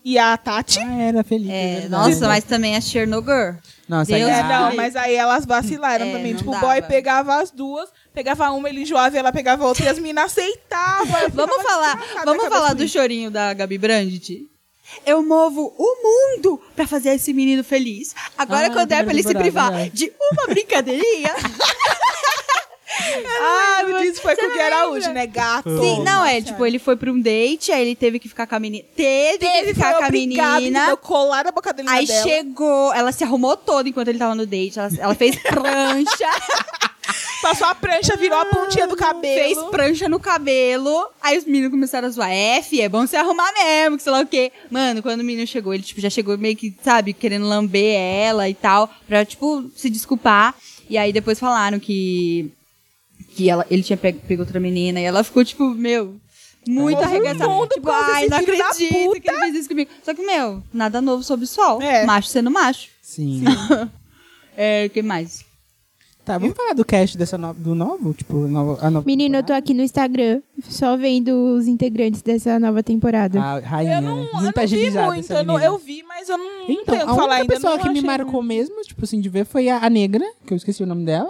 S2: e a Tati.
S3: Ah, era feliz.
S4: É, nossa, mas também a Chernobyl.
S3: Nossa,
S4: Deus
S3: aí-
S2: É,
S4: me
S2: não,
S4: livre.
S2: mas aí elas vacilaram
S4: É,
S2: também.
S4: não
S2: Tipo, o
S4: dava.
S2: boy pegava as duas, pegava uma, ele enjoava e ela pegava outra e as meninas aceitavam. Eu
S4: Vamos
S2: ficava
S4: falar,
S2: chocada
S4: vamos
S2: com a
S4: falar
S2: cabeça
S4: do chorinho da Gabi Brandt. Eu movo o mundo pra fazer esse menino feliz. Agora
S3: Ah,
S4: quando é pra
S3: primeira
S4: ele se
S3: temporada,
S4: privar
S3: é.
S4: de uma brincadeirinha.
S2: Ah, o disso foi
S4: Você
S2: com o
S4: não
S2: Gui Araújo,
S4: lembra?
S2: né? Gato.
S4: <laughs> Sim, não, é, tipo, ele foi pra um date, aí ele teve que ficar com a menina. Teve, que
S2: Teve
S4: ficar com
S2: foi
S4: a
S2: obrigado,
S4: menina.
S2: entendeu? Colar a boca dele
S4: Aí
S2: dela.
S4: chegou, ela se arrumou toda enquanto ele tava no date. Ela, ela fez prancha, <laughs>
S2: Passou a prancha, virou
S3: Ah,
S2: a pontinha do cabelo.
S4: fez prancha no cabelo. Aí os meninos começaram a zoar. F, é bom se arrumar mesmo, que sei lá o quê. Mano, quando o menino chegou, ele, tipo, já chegou meio que, sabe, querendo lamber ela e tal. Pra, tipo, se desculpar. E aí depois falaram que. Que ela, ele tinha pego, pegou outra menina e ela ficou, tipo, meu, muito
S2: Todo
S4: arregaçada.
S2: mundo
S4: Tipo,
S2: contra
S4: ai,
S2: esse
S4: não
S2: filho da
S4: acredito que ele fez isso comigo. Só que, meu, nada novo sob o sol.
S2: É.
S4: Macho sendo macho.
S3: Sim.
S4: É, o que mais?
S3: Tá, vamos falar do cast dessa no- do novo? Tipo, nova- a nova
S5: Menino, eu tô
S3: temporada?
S5: aqui no Instagram, só vendo os integrantes dessa nova temporada.
S3: A rainha,
S2: Eu não,
S3: né?
S2: eu
S3: Muita
S2: não vi
S3: agilizada
S2: muito.
S3: essa
S2: Eu, não-
S3: menina.
S2: eu vi, mas eu não não
S3: Então, a
S2: tenho o que falar
S3: única
S2: ainda.
S3: pessoa
S2: não
S3: que me
S2: achei-
S3: marcou mesmo, tipo, assim, de ver foi a, a negra, que eu esqueci o nome dela.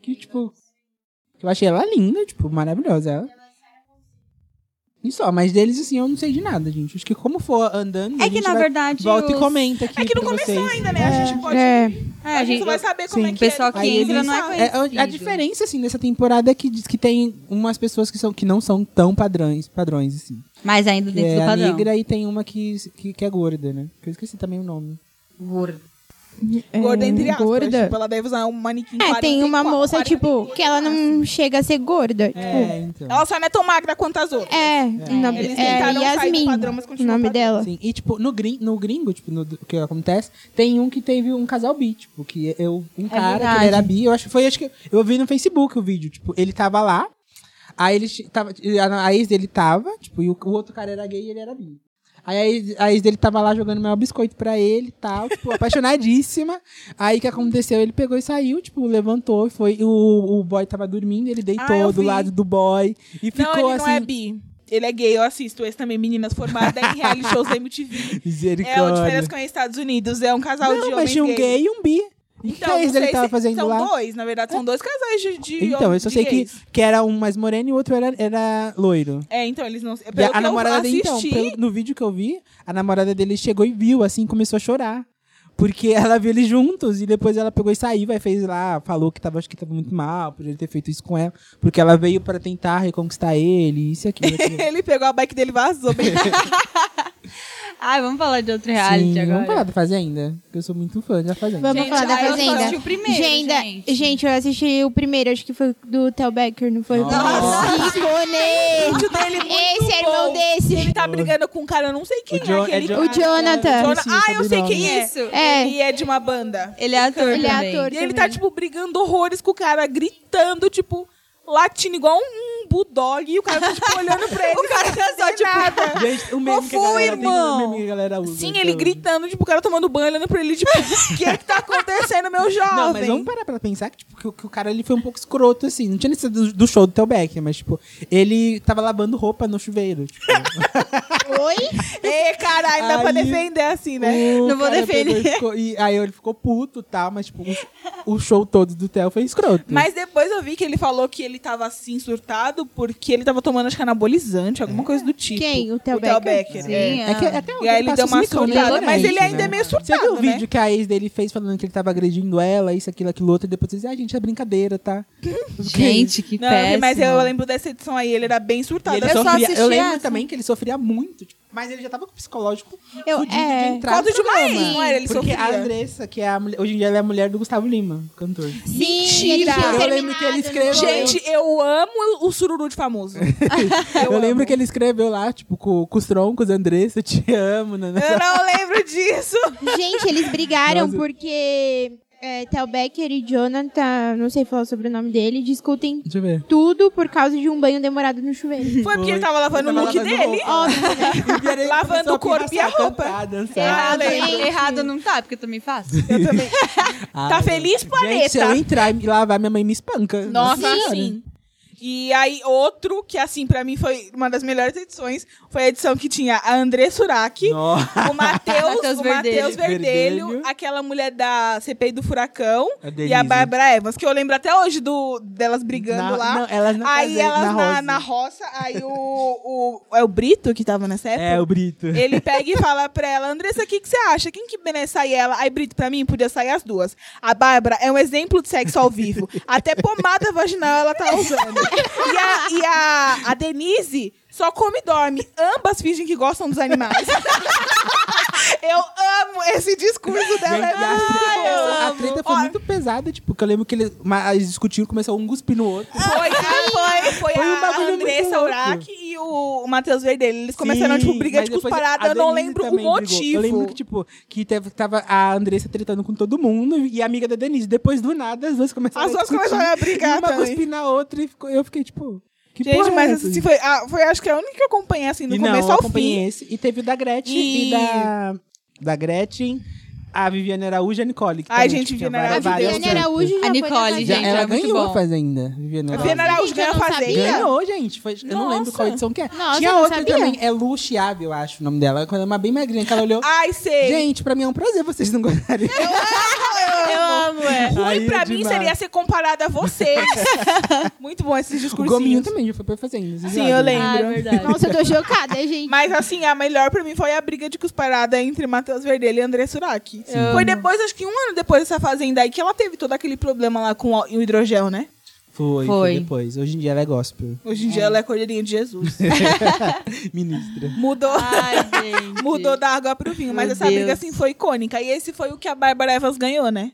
S3: Que, tipo, que eu achei ela linda, tipo, maravilhosa ela. E só, mas deles, assim, eu não sei de nada, gente. Acho que como for andando, a
S4: É que,
S3: gente
S4: na
S3: vai-
S4: verdade.
S3: volta e
S4: os-
S3: comenta aqui
S2: É que não
S3: pra
S2: começou
S3: vocês.
S2: ainda, né?
S3: É.
S2: A gente pode.
S4: É,
S5: É.
S2: A gente
S4: gente-
S2: vai saber como
S3: sim.
S2: é que
S4: Pessoal
S2: é.
S4: que
S2: Aí
S4: entra
S2: eles
S4: não é
S2: sabem.
S4: conhecido.
S3: É, a- a diferença, assim, dessa temporada é que diz que tem umas pessoas que, são, que não são tão padrões, padrões assim.
S4: Mas ainda
S3: Que
S4: dentro
S3: é
S4: do
S3: a
S4: padrão.
S3: negra e tem uma que, que, que é gorda, né? Que eu esqueci também o nome.
S4: Gorda.
S5: É,
S2: Gorda, entre aspas.
S5: gorda.
S2: Tipo, ela deve usar um manequim
S5: É, tem uma
S2: 44,
S5: moça,
S2: 40.
S5: tipo, que ela não chega a ser gorda.
S3: É,
S5: Tipo,
S3: então.
S2: Ela só não é tão magra quanto as outras.
S5: é, o nome-
S2: Eles
S5: é,
S2: tentaram sair do
S5: Yasmin,
S2: padrão, mas
S5: o
S2: continua
S5: nome
S2: padrão.
S5: dela.
S3: Sim, e tipo, no, grin no gringo, tipo, no do- que acontece, tem um que teve um casal bi, tipo, que eu,
S2: É
S3: um cara que
S4: verdade.
S3: ele era bi, eu acho que foi, acho que eu vi no Facebook o vídeo, tipo, ele tava lá, aí ele che- tava, a a ex dele tava, tipo, e o, o outro cara era gay e ele era bi. Aí a ex- a ex dele tava lá jogando meu biscoito pra ele e tal, tipo, apaixonadíssima. <laughs> Aí o que aconteceu? Ele pegou e saiu, tipo, levantou e foi. e O, o boy tava dormindo, ele deitou
S2: Ah, eu
S3: do
S2: vi.
S3: lado do boy. E ficou
S2: Não, ele
S3: assim.
S2: não é bi. Ele é gay, eu assisto esse também, meninas formadas em reality shows da MTV. É o
S3: Misericórdia.
S2: diferença com os Estados Unidos, é um casal de
S3: Não,
S2: homens
S3: mas tinha um
S2: gays.
S3: gay e um bi. E o que
S2: Então,
S3: é isso
S2: não
S3: ele
S2: sei
S3: tava
S2: se-
S3: fazendo
S2: são
S3: lá?
S2: dois, na verdade, são dois casais de, de
S3: Então, eu só
S2: de
S3: sei que,
S2: gays.
S3: que era um mais moreno e o outro era, era loiro.
S2: É, então, eles não... Pelo
S3: E
S2: que
S3: a namorada
S2: eu
S3: dele,
S2: assisti,
S3: então, pelo- no vídeo que eu vi, a namorada dele chegou e viu, assim, começou a chorar. Porque <laughs> ela viu eles juntos e depois ela pegou e saiu, aí fez lá, falou que tava, acho que tava muito mal por ele ter feito isso com ela. Porque ela veio pra tentar reconquistar ele, isso e
S2: <laughs>
S3: aquilo. aquilo.
S2: ele pegou a bike dele e
S3: <laughs>
S2: vazou. bem-
S4: Ai, vamos falar de outro reality
S3: Sim,
S4: agora.
S3: vamos falar da Fazenda? Porque eu sou muito fã da Fazenda.
S5: Vamos
S4: Gente,
S5: falar da
S4: ah, eu só
S5: Fazenda.
S4: assisti o primeiro,
S5: Genda-
S4: gente.
S5: eu assisti o primeiro, acho que foi do Tel Becker, não foi? Nossa,
S2: Gente, o dele é muito
S5: Esse é
S2: bom.
S5: irmão desse.
S2: Ele tá brigando com um cara, eu não sei quem
S3: O Jo-
S2: é aquele
S3: é Jo-
S2: cara.
S5: O Jonathan.
S2: Jonah-
S3: Sim,
S2: Ah, eu sei
S3: sobrenome.
S2: quem é.
S4: Isso.
S5: É.
S2: Ele é de uma banda.
S4: Ele é ator
S5: Ele é
S4: também.
S5: ator.
S2: E ele tá,
S5: também.
S2: tipo, brigando horrores com o cara, gritando, tipo, latindo igual um bulldog. E o cara
S3: <laughs>
S2: tá, tipo, olhando pra ele.
S4: O cara tá só, tipo,
S2: nada.
S3: Gente, o meme que a
S4: Fofo,
S3: galera tem, o
S4: irmão.
S3: meme que a galera usa.
S2: Sim, ele
S3: então.
S2: gritando, tipo, o cara tomando banho, olhando pra ele,
S3: <laughs>
S2: tipo, o que é que tá acontecendo, meu jovem?
S3: Não, mas vamos parar pra pensar que, tipo, que, o- que o cara ele foi um pouco escroto, assim. Não tinha necessidade do, do show do Theo Becker, mas, tipo, ele tava lavando roupa no chuveiro.
S2: <laughs>
S3: Tipo,
S5: Oi?
S2: Ei, caralho, dá pra
S3: Aí-
S2: defender assim, né?
S3: o
S4: Não vou
S3: cara
S4: defender.
S3: pegou e ficou- e aí ele ficou puto e tal, mas, tipo, o, o show todo do Theo foi escroto.
S2: Mas depois eu vi que ele falou que ele tava assim, surtado, porque ele tava tomando, acho que anabolizante, alguma coisa do tipo.
S5: Quem? O Theo Becker?
S2: Becker.
S4: Sim,
S2: é.
S4: ah.
S3: É que até
S2: E aí ele deu uma surtada,
S4: ignorante,
S2: mas ele ainda é meio
S3: Você
S2: surtado,
S3: viu o
S2: né?
S3: vídeo que a ex dele fez falando que ele tava agredindo ela, isso, aquilo, aquilo outro, e depois disse, ah, gente, é brincadeira, tá?
S4: Gente, que
S2: Não, eu vi,
S4: péssimo.
S2: mas eu assim. lembro dessa edição aí, ele era bem surtado.
S3: E ele é
S4: Eu só
S3: sofria-
S4: assisti
S3: eu lembro
S4: essa.
S3: também que ele sofria muito muito. tipo, mas ele já tava com o psicológico
S5: Eu-
S3: fudido
S5: é.
S3: de entrar
S2: Quase
S3: no
S2: demais,
S3: programa.
S2: não era? Ele
S3: Porque
S2: sofria.
S3: a Andressa, que é a mulher, hoje em dia ela é a mulher do Gustavo Lima,
S2: <laughs>
S3: cantor.
S2: Mentira!
S3: Eu lembro que ele escreveu.
S2: Gente, eu amo o sururu de famoso.
S3: Eu, lembro que ele escreveu lá, tipo, com, com os troncos, Andressa, te amo. Né?
S2: Eu não lembro disso.
S5: Gente, eles brigaram
S3: Nossa.
S5: porque é, Tel Becker e Jonathan, não sei falar sobre o nome dele, discutem
S3: Deixa eu ver.
S5: tudo por causa de um banho demorado no chuveiro.
S2: Foi porque ele tava lavando o
S3: Tava
S2: look
S3: lavando
S2: dele.
S3: E aí ele
S2: <laughs> Lavando
S3: começou a
S2: o corpo e a
S3: pirraçar,
S2: roupa.
S3: cantar, dançar.
S4: Errado,
S2: lembro.
S4: hein? errado não tá, porque eu também faço.
S2: Eu também. Tá feliz,
S3: Gente, se
S2: planeta?
S3: eu entrar e me lavar, minha mãe me espanca.
S2: Nossa,
S3: Senhora.
S2: sim. E aí, outro que, assim, pra mim foi uma das melhores edições, foi a edição que tinha a André Suraki,
S3: Nossa.
S2: <laughs> o Matheus
S4: Matheus
S2: o Matheus Verdelho,
S3: Verdelho.
S2: aquela mulher da CPI do Furacão,
S3: A Denise.
S2: e a Bárbara Evans, que eu lembro até hoje do, delas brigando
S3: Na-
S2: lá.
S3: não, elas na
S2: aí
S3: fazenda,
S2: elas
S3: na
S2: na,
S3: roça.
S2: na roça, aí o, o. É o Brito que tava nessa época?
S3: É, o Brito.
S2: Ele pega e fala pra ela, Andressa, o que, que você acha? Quem que merece sair ela? Aí, Brito, pra mim, podia sair as duas. A Bárbara é um exemplo de sexo ao vivo. Até pomada vaginal ela tá usando. E a, e a, a Denise só come e dorme. Ambas fingem que gostam dos animais. <laughs> Eu amo esse discurso
S3: Gente,
S2: dela.
S3: e
S2: É
S3: a,
S2: muito
S3: treta-
S2: boa.
S3: a treta foi
S2: Ó,
S3: muito pesada, tipo, que eu lembro que eles, mas eles discutiram, começou um cuspir no outro.
S2: Foi, foi, foi,
S3: Foi um
S2: a
S3: bagulho muito
S2: Andressa
S3: louco.
S2: Urach e o, o Matheus Verdelho. Eles começaram,
S3: Sim,
S2: tipo, briga
S3: mas
S2: de
S3: depois
S2: cusparada.
S3: a
S2: Eu não
S3: Denise
S2: lembro o
S3: também brigou.
S2: motivo.
S3: Eu lembro que, tipo, que teve- tava a Andressa tretando com todo mundo e a amiga da Denise. Depois, do nada, as duas começaram
S2: As
S3: a
S2: duas
S3: discutir.
S2: começaram a brigar
S3: e uma
S2: também.
S3: cuspir na outra e ficou- eu fiquei, tipo... Que
S2: Gente,
S3: porra
S2: mas
S3: é
S2: essa,
S3: essa,
S2: assim, foi, a- foi acho que a única que eu acompanhei assim, do
S3: E
S2: começo
S3: não, eu
S2: ao
S3: acompanhei
S2: fim.
S3: esse. E teve o da Gretchen
S2: E-
S3: e, da, da Gretchen, a Viviane Araújo e a Nicole. que
S2: Ai,
S3: também,
S2: gente,
S3: tipo, tinha
S2: Viviane
S5: A
S3: várias-
S2: Araújo, é
S3: várias
S5: Viviane
S3: tretas.
S4: A
S5: Araújo já foi
S4: Nicole,
S5: na
S3: Já,
S4: gente,
S3: ela
S4: era muito
S3: ganhou
S4: bom.
S3: a Fazenda, Viviane
S2: A
S3: Araújo.
S2: Viviane Araújo
S5: Gente, eu
S2: ganhou a
S5: não
S2: fazenda.
S5: sabia.
S3: Ganhou, gente. Foi- eu não lembro
S2: Nossa.
S3: qual edição que é.
S5: Nossa, eu
S3: Tinha
S5: não
S3: outra
S5: sabia.
S3: também, é Lu Chiave, eu acho o nome dela. Quando ela era uma bem magrinha, que ela olhou.
S2: Ai, sei.
S3: gente, pra mim é um prazer vocês não gostarem.
S4: Eu amo, é.
S2: ruim
S3: Aí é
S2: pra mim
S3: demais.
S2: seria ser comparada a
S3: <laughs>
S2: vocês. Muito bom esses
S3: O Gominho
S2: discursinhos.
S3: também já foi pra Fazenda. vocês sabem.
S2: Sim,
S3: né?
S2: eu lembro.
S4: Ah, é verdade.
S5: Nossa, eu tô chocada, gente.
S2: Mas assim, a melhor pra mim foi a briga de cusparada entre Matheus Verdelho e André Suraki. Foi depois, acho que um ano depois dessa fazenda aí, que ela teve todo aquele problema lá com o o hidrogel, né?
S3: Foi, foi,
S4: Foi.
S3: depois. Hoje em dia ela é gospel.
S2: Hoje em dia ela é cordeirinha de Jesus.
S3: Ministra. <laughs>
S2: Mudou.
S4: Ai,
S2: <laughs>
S4: gente.
S2: Mudou da água pro vinho, mas
S4: Meu
S2: essa briga
S4: Deus.
S2: assim foi icônica. E esse foi o que a Bárbara Evans ganhou, né?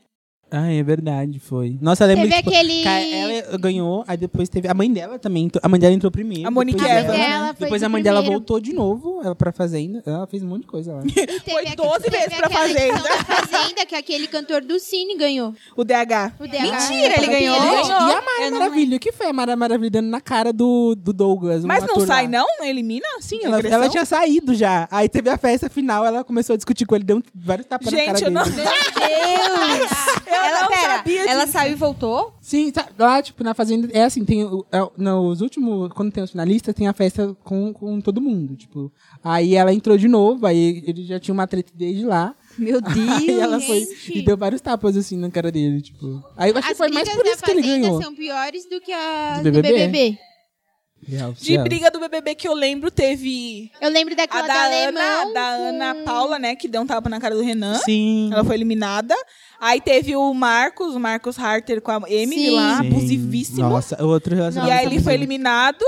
S3: Ah, é verdade, foi. Nossa, eu lembro
S5: Teve
S3: que, tipo,
S5: aquele-
S3: ca- ela ganhou, aí depois teve... A mãe dela também, entrou- a mãe dela entrou primeiro.
S2: A Monique
S3: depois
S2: Evans,
S3: ela-
S5: né? Ela foi
S3: Depois
S5: de
S3: a mãe dela
S5: primeiro.
S3: voltou de novo ela, pra Fazenda. Ela fez um monte de coisa lá.
S5: E teve
S2: Foi
S5: aquele-
S2: 12
S5: teve
S2: vezes pra
S5: aquela edição
S2: Fazenda.
S5: da Fazenda, que é aquele cantor do Cine ganhou.
S2: O DH.
S5: O é DH.
S4: Mentira, ele
S5: Tava
S4: ganhou?
S5: aquele-
S3: Gente, E a Mara
S4: Eu não
S3: Maravilha? O que foi a Mara Maravilha dando na cara do, do Douglas? um
S2: Mas não
S3: ator
S2: sai,
S3: lá?
S2: não? Não elimina? Sim,
S3: Ela, ela tinha saído já. Aí teve a festa final, ela começou a discutir com ele, deu um- vários tapas na cara
S2: Gente, eu não,
S3: dele.
S4: Deus! ela,
S2: não
S4: pera,
S2: sabia
S4: ela
S2: disso.
S4: saiu e voltou?
S3: Sim, tá- lá, tipo, na Fazenda. É assim, tem. o- é o- nos últimos. Quando tem os finalistas, tem a festa com, com todo mundo. Tipo. Aí ela entrou de novo, aí ele já tinha uma treta desde lá.
S4: Meu Deus!
S3: Aí ela foi
S5: gente.
S3: e deu vários tapas assim na cara dele, tipo. Aí eu acho que
S5: As
S3: foi mais
S5: brigas
S3: por
S5: da
S3: isso que ele
S5: Fazenda
S3: ganhou.
S2: assim,
S5: são piores do que as
S3: Do
S5: do
S3: BBB?
S5: BBB.
S3: Real,
S2: De
S3: real.
S2: briga do BBB que eu lembro, teve
S5: Eu lembro
S2: a
S5: daquela
S2: da,
S5: da
S2: Ana,
S5: Alemão.
S2: a da Ana Paula, né? Que deu um tapa na cara do Renan.
S3: Sim.
S2: Ela foi eliminada. Aí teve o Marcos, o Marcos Harter com a Emily
S5: Sim.
S2: lá,
S3: Sim.
S2: abusivíssimo.
S3: Nossa, outro
S2: E
S3: relacionamento.
S2: aí ele foi
S3: abusivo.
S2: eliminado.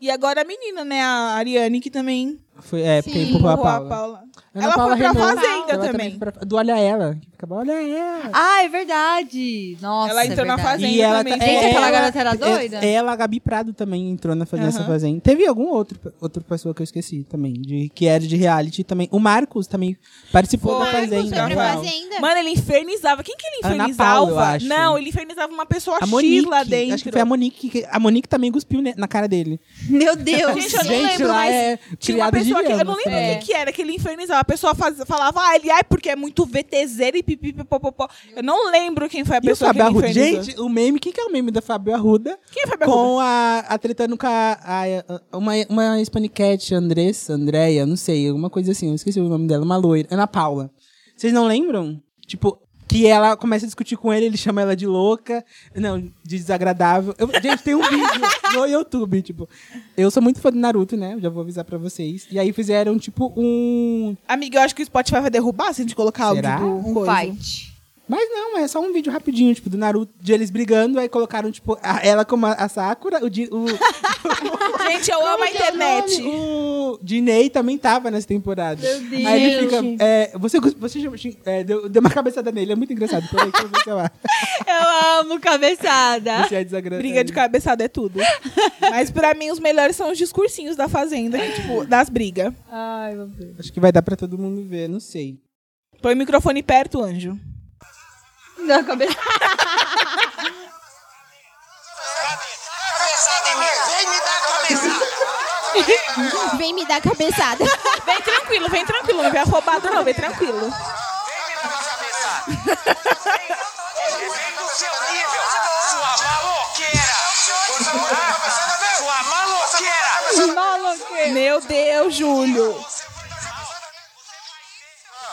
S2: E agora a menina, né? A Ariane, que também
S3: Foi, é, porque
S5: Sim.
S3: empurrou a
S2: empurrou
S3: Paula. Ana
S2: Ela
S3: Paula
S2: foi pra
S3: Renault.
S2: Fazenda
S3: Ela
S2: também.
S3: foi pra- do Olha Ela. que ficava, Olha Ela.
S4: Ah, é verdade! Nossa,
S2: Ela entrou
S4: é
S2: na
S4: verdade.
S2: Fazenda
S3: E ela
S2: também.
S3: tá-
S4: Gente,
S3: é,
S4: aquela
S3: ela-
S4: garota era doida?
S3: É- Ela, a Gabi Prado também entrou na, fa- nessa
S2: Aham.
S3: fazenda. Teve algum outro outra pessoa que eu esqueci também, de que era de reality também. O Marcos também participou
S2: Foi.
S3: da
S2: Marcos
S3: fazenda.
S5: Foi pra
S3: real.
S5: Fazenda.
S2: Mano, ele infernizava. Quem que ele
S3: Ana
S2: infernizava?
S3: Paula, eu acho.
S2: Não, ele infernizava uma pessoa
S3: A
S2: X
S3: Monique,
S2: lá dentro.
S3: acho que foi a Monique, que- a Monique também cuspiu ne- na cara dele.
S4: Meu Deus!
S2: Gente, eu não lembro,
S3: lá
S2: mas
S3: é
S2: Tinha uma
S3: criado de né?
S2: pessoa que. Eu
S3: lhama,
S2: não lembro
S3: sabe?
S2: o que, que era, que ele infernizava. A pessoa faz- falava, ah, ele ai, porque é muito VTZ e pipipipopopó. Eu não lembro quem foi a
S3: E o
S2: pessoa que
S3: Fábio
S2: ele
S3: Arruda.
S2: infernizou.
S3: Gente, o meme, quem que é o meme da Fábio Arruda?
S2: quem foi a pessoa?
S3: com a, a tretando com a, a- a- uma, uma hispaniquete, Andressa, Andréia, não sei, alguma coisa assim, eu esqueci o nome dela, uma loira, Ana Paula. Vocês não lembram? Tipo, que ela começa a discutir com ele, ele chama ela de louca, não, de desagradável. Eu- gente, tem um vídeo no YouTube, tipo, eu sou muito fã do Naruto, né, eu já vou avisar pra vocês. E aí fizeram, tipo, um... <laughs>
S2: Amiga, eu acho que o Spotify vai derrubar se a gente colocar áudio
S3: Será?
S2: do
S4: Um
S2: coisa.
S4: fight.
S3: tipo, Mas não, é só um vídeo rapidinho, tipo, do Naruto, de eles brigando, aí colocaram, tipo, a- ela como a, a Sakura, o, Di- o,
S2: Gente, eu amo a
S3: que é o
S2: internet.
S3: nome? O Diney também tava nessa temporada. Meu Deus. Aí ele fica.
S5: Gente.
S3: é, você você chama- é, deu, deu uma cabeçada nele, é muito engraçado. Peraí, que eu vou falar.
S4: Eu amo cabeçada.
S3: Isso é desagradável.
S2: Briga de cabeçada
S3: <laughs>
S2: é tudo. Mas pra mim, os melhores são os discursinhos da Fazenda, que, tipo, das brigas.
S4: Ai, meu Deus.
S3: Acho que vai dar pra todo mundo ver, não sei.
S2: Põe o microfone perto, anjo.
S4: Não, cabeça...
S6: Cabeçada em mim, vem me dar cabeçada.
S5: Vem me dar cabeçada.
S2: Vem tranquilo, vem tranquilo. Não vem arrombado, não. Vem tranquilo.
S6: Vem me dar uma cabeçada. Vem do seu nível, sua maloqueira. Sua maloqueira.
S2: Meu Deus, Júlio.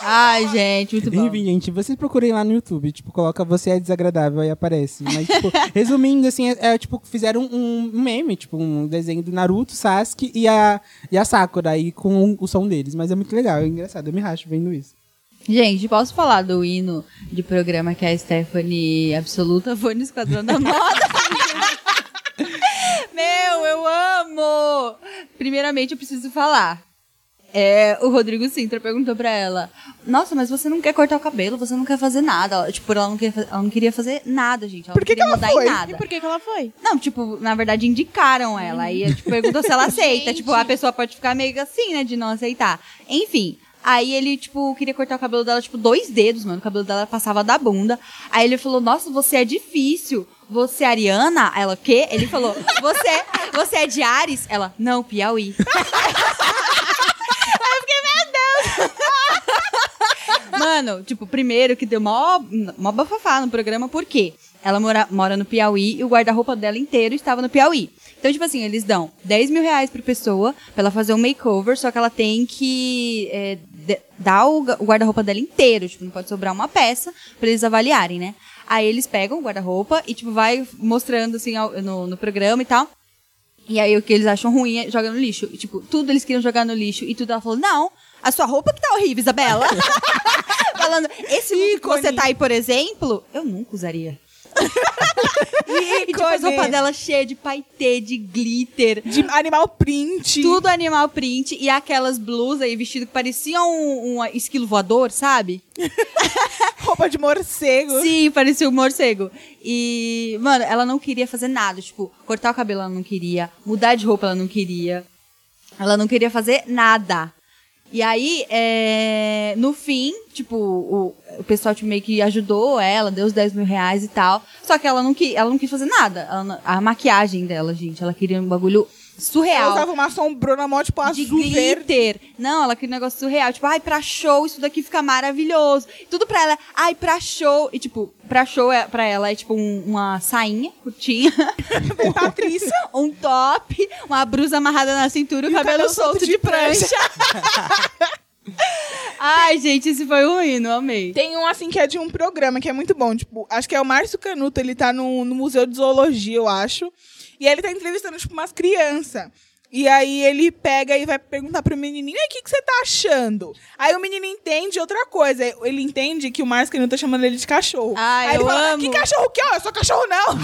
S4: Ai, gente, muito bom.
S3: Enfim, gente, vocês procurem lá no YouTube, tipo, coloca você é desagradável, aí aparece. Mas, tipo, resumindo, assim, é, é, tipo, fizeram um, um meme, tipo, um desenho do Naruto, Sasuke e a, e a Sakura, aí com o som deles. Mas é muito legal, é engraçado, eu me racho vendo isso.
S4: Gente, posso falar do hino de programa que a Stephanie Absoluta foi no Esquadrão da Moda? <laughs> Meu, eu amo! Primeiramente, eu preciso falar. É, o Rodrigo Sintra perguntou pra ela: Nossa, mas você não quer cortar o cabelo, você não quer fazer nada. Ela, tipo, ela não, quer, fa- ela não queria fazer nada, gente. Ela
S2: Por que
S4: não queria
S2: que ela
S4: mudar
S2: foi?
S4: em nada.
S5: que, que ela foi?
S4: Não, tipo, na verdade indicaram ela. Aí tipo, perguntou se ela aceita. tipo, a pessoa pode ficar meio assim, né, de não aceitar. Enfim. Aí ele, tipo, queria cortar o cabelo dela, tipo, dois dedos, mano. O cabelo dela passava da bunda. Aí ele falou, nossa, você é difícil. Você é Ariana? Ela, o quê? Ele falou, você, você é de Ares? Ela, não, Piauí. Mano, tipo, primeiro que deu mó, mó bafafá no programa, por quê? Ela mora, mora no Piauí e o guarda-roupa dela inteiro estava no Piauí. Então, tipo assim, eles dão 10 mil reais por pessoa pra ela fazer um makeover, só que ela tem que é, de- dar o, ga- o guarda-roupa dela inteiro, tipo, não pode sobrar uma peça pra eles avaliarem, né? Aí eles pegam o guarda-roupa e, tipo, vai mostrando, assim, ao- no- no programa e tal. E aí o que eles acham ruim é jogar no lixo. E, tipo, tudo eles queriam jogar no lixo. E tudo ela falou, não, a sua roupa que tá horrível, Isabela. Falando, esse look que você tá aí, por exemplo, eu nunca usaria. e tipo, as roupas dela cheia de paetê, de glitter.
S2: De animal print.
S4: Tudo animal print e aquelas blusas e vestido que pareciam um, um esquilo voador, sabe?
S2: <laughs> Roupa de morcego.
S4: Sim, parecia um morcego. E, mano, ela não queria fazer nada. Tipo, cortar o cabelo ela não queria. Mudar de roupa ela não queria. Ela não queria fazer nada. E aí, é, no fim, tipo, o, o pessoal tipo, meio que ajudou ela, deu os 10 mil reais e tal. Só que ela não, qui, ela não quis fazer nada. Ela não- a maquiagem dela, gente, ela queria um bagulho surreal
S2: Ela usava uma sombrona mó, tipo,
S4: de
S2: azul verde. <laughs>
S4: glitter. Não, ela queria um negócio surreal. Tipo, ai, pra show, isso daqui fica maravilhoso. Tudo pra ela, ai, pra show. E, tipo, pra show é, pra ela é, tipo, um- uma sainha curtinha, <laughs>
S2: Patrícia.
S4: um top, uma brusa amarrada na cintura e o <laughs> cabelo, solto de, prancha. ai, gente, esse foi o hino, amei.
S2: <laughs> Tem um, assim, que é de um programa que é muito bom. Tipo, acho que é o Márcio Canuto. Ele tá no, no Museu de Zoologia, eu acho. E aí ele tá entrevistando, tipo, umas crianças. E aí ele pega e vai perguntar pro menininho, "E aí, o que, que você tá achando? Aí o menino entende outra coisa. Ele entende que o Márcio Canuto tá chamando ele de cachorro.
S4: Ai,
S2: aí ele
S4: eu
S2: fala, "Ah,
S4: amo.
S2: que cachorro que é? Eu sou cachorro
S4: <laughs>
S2: não!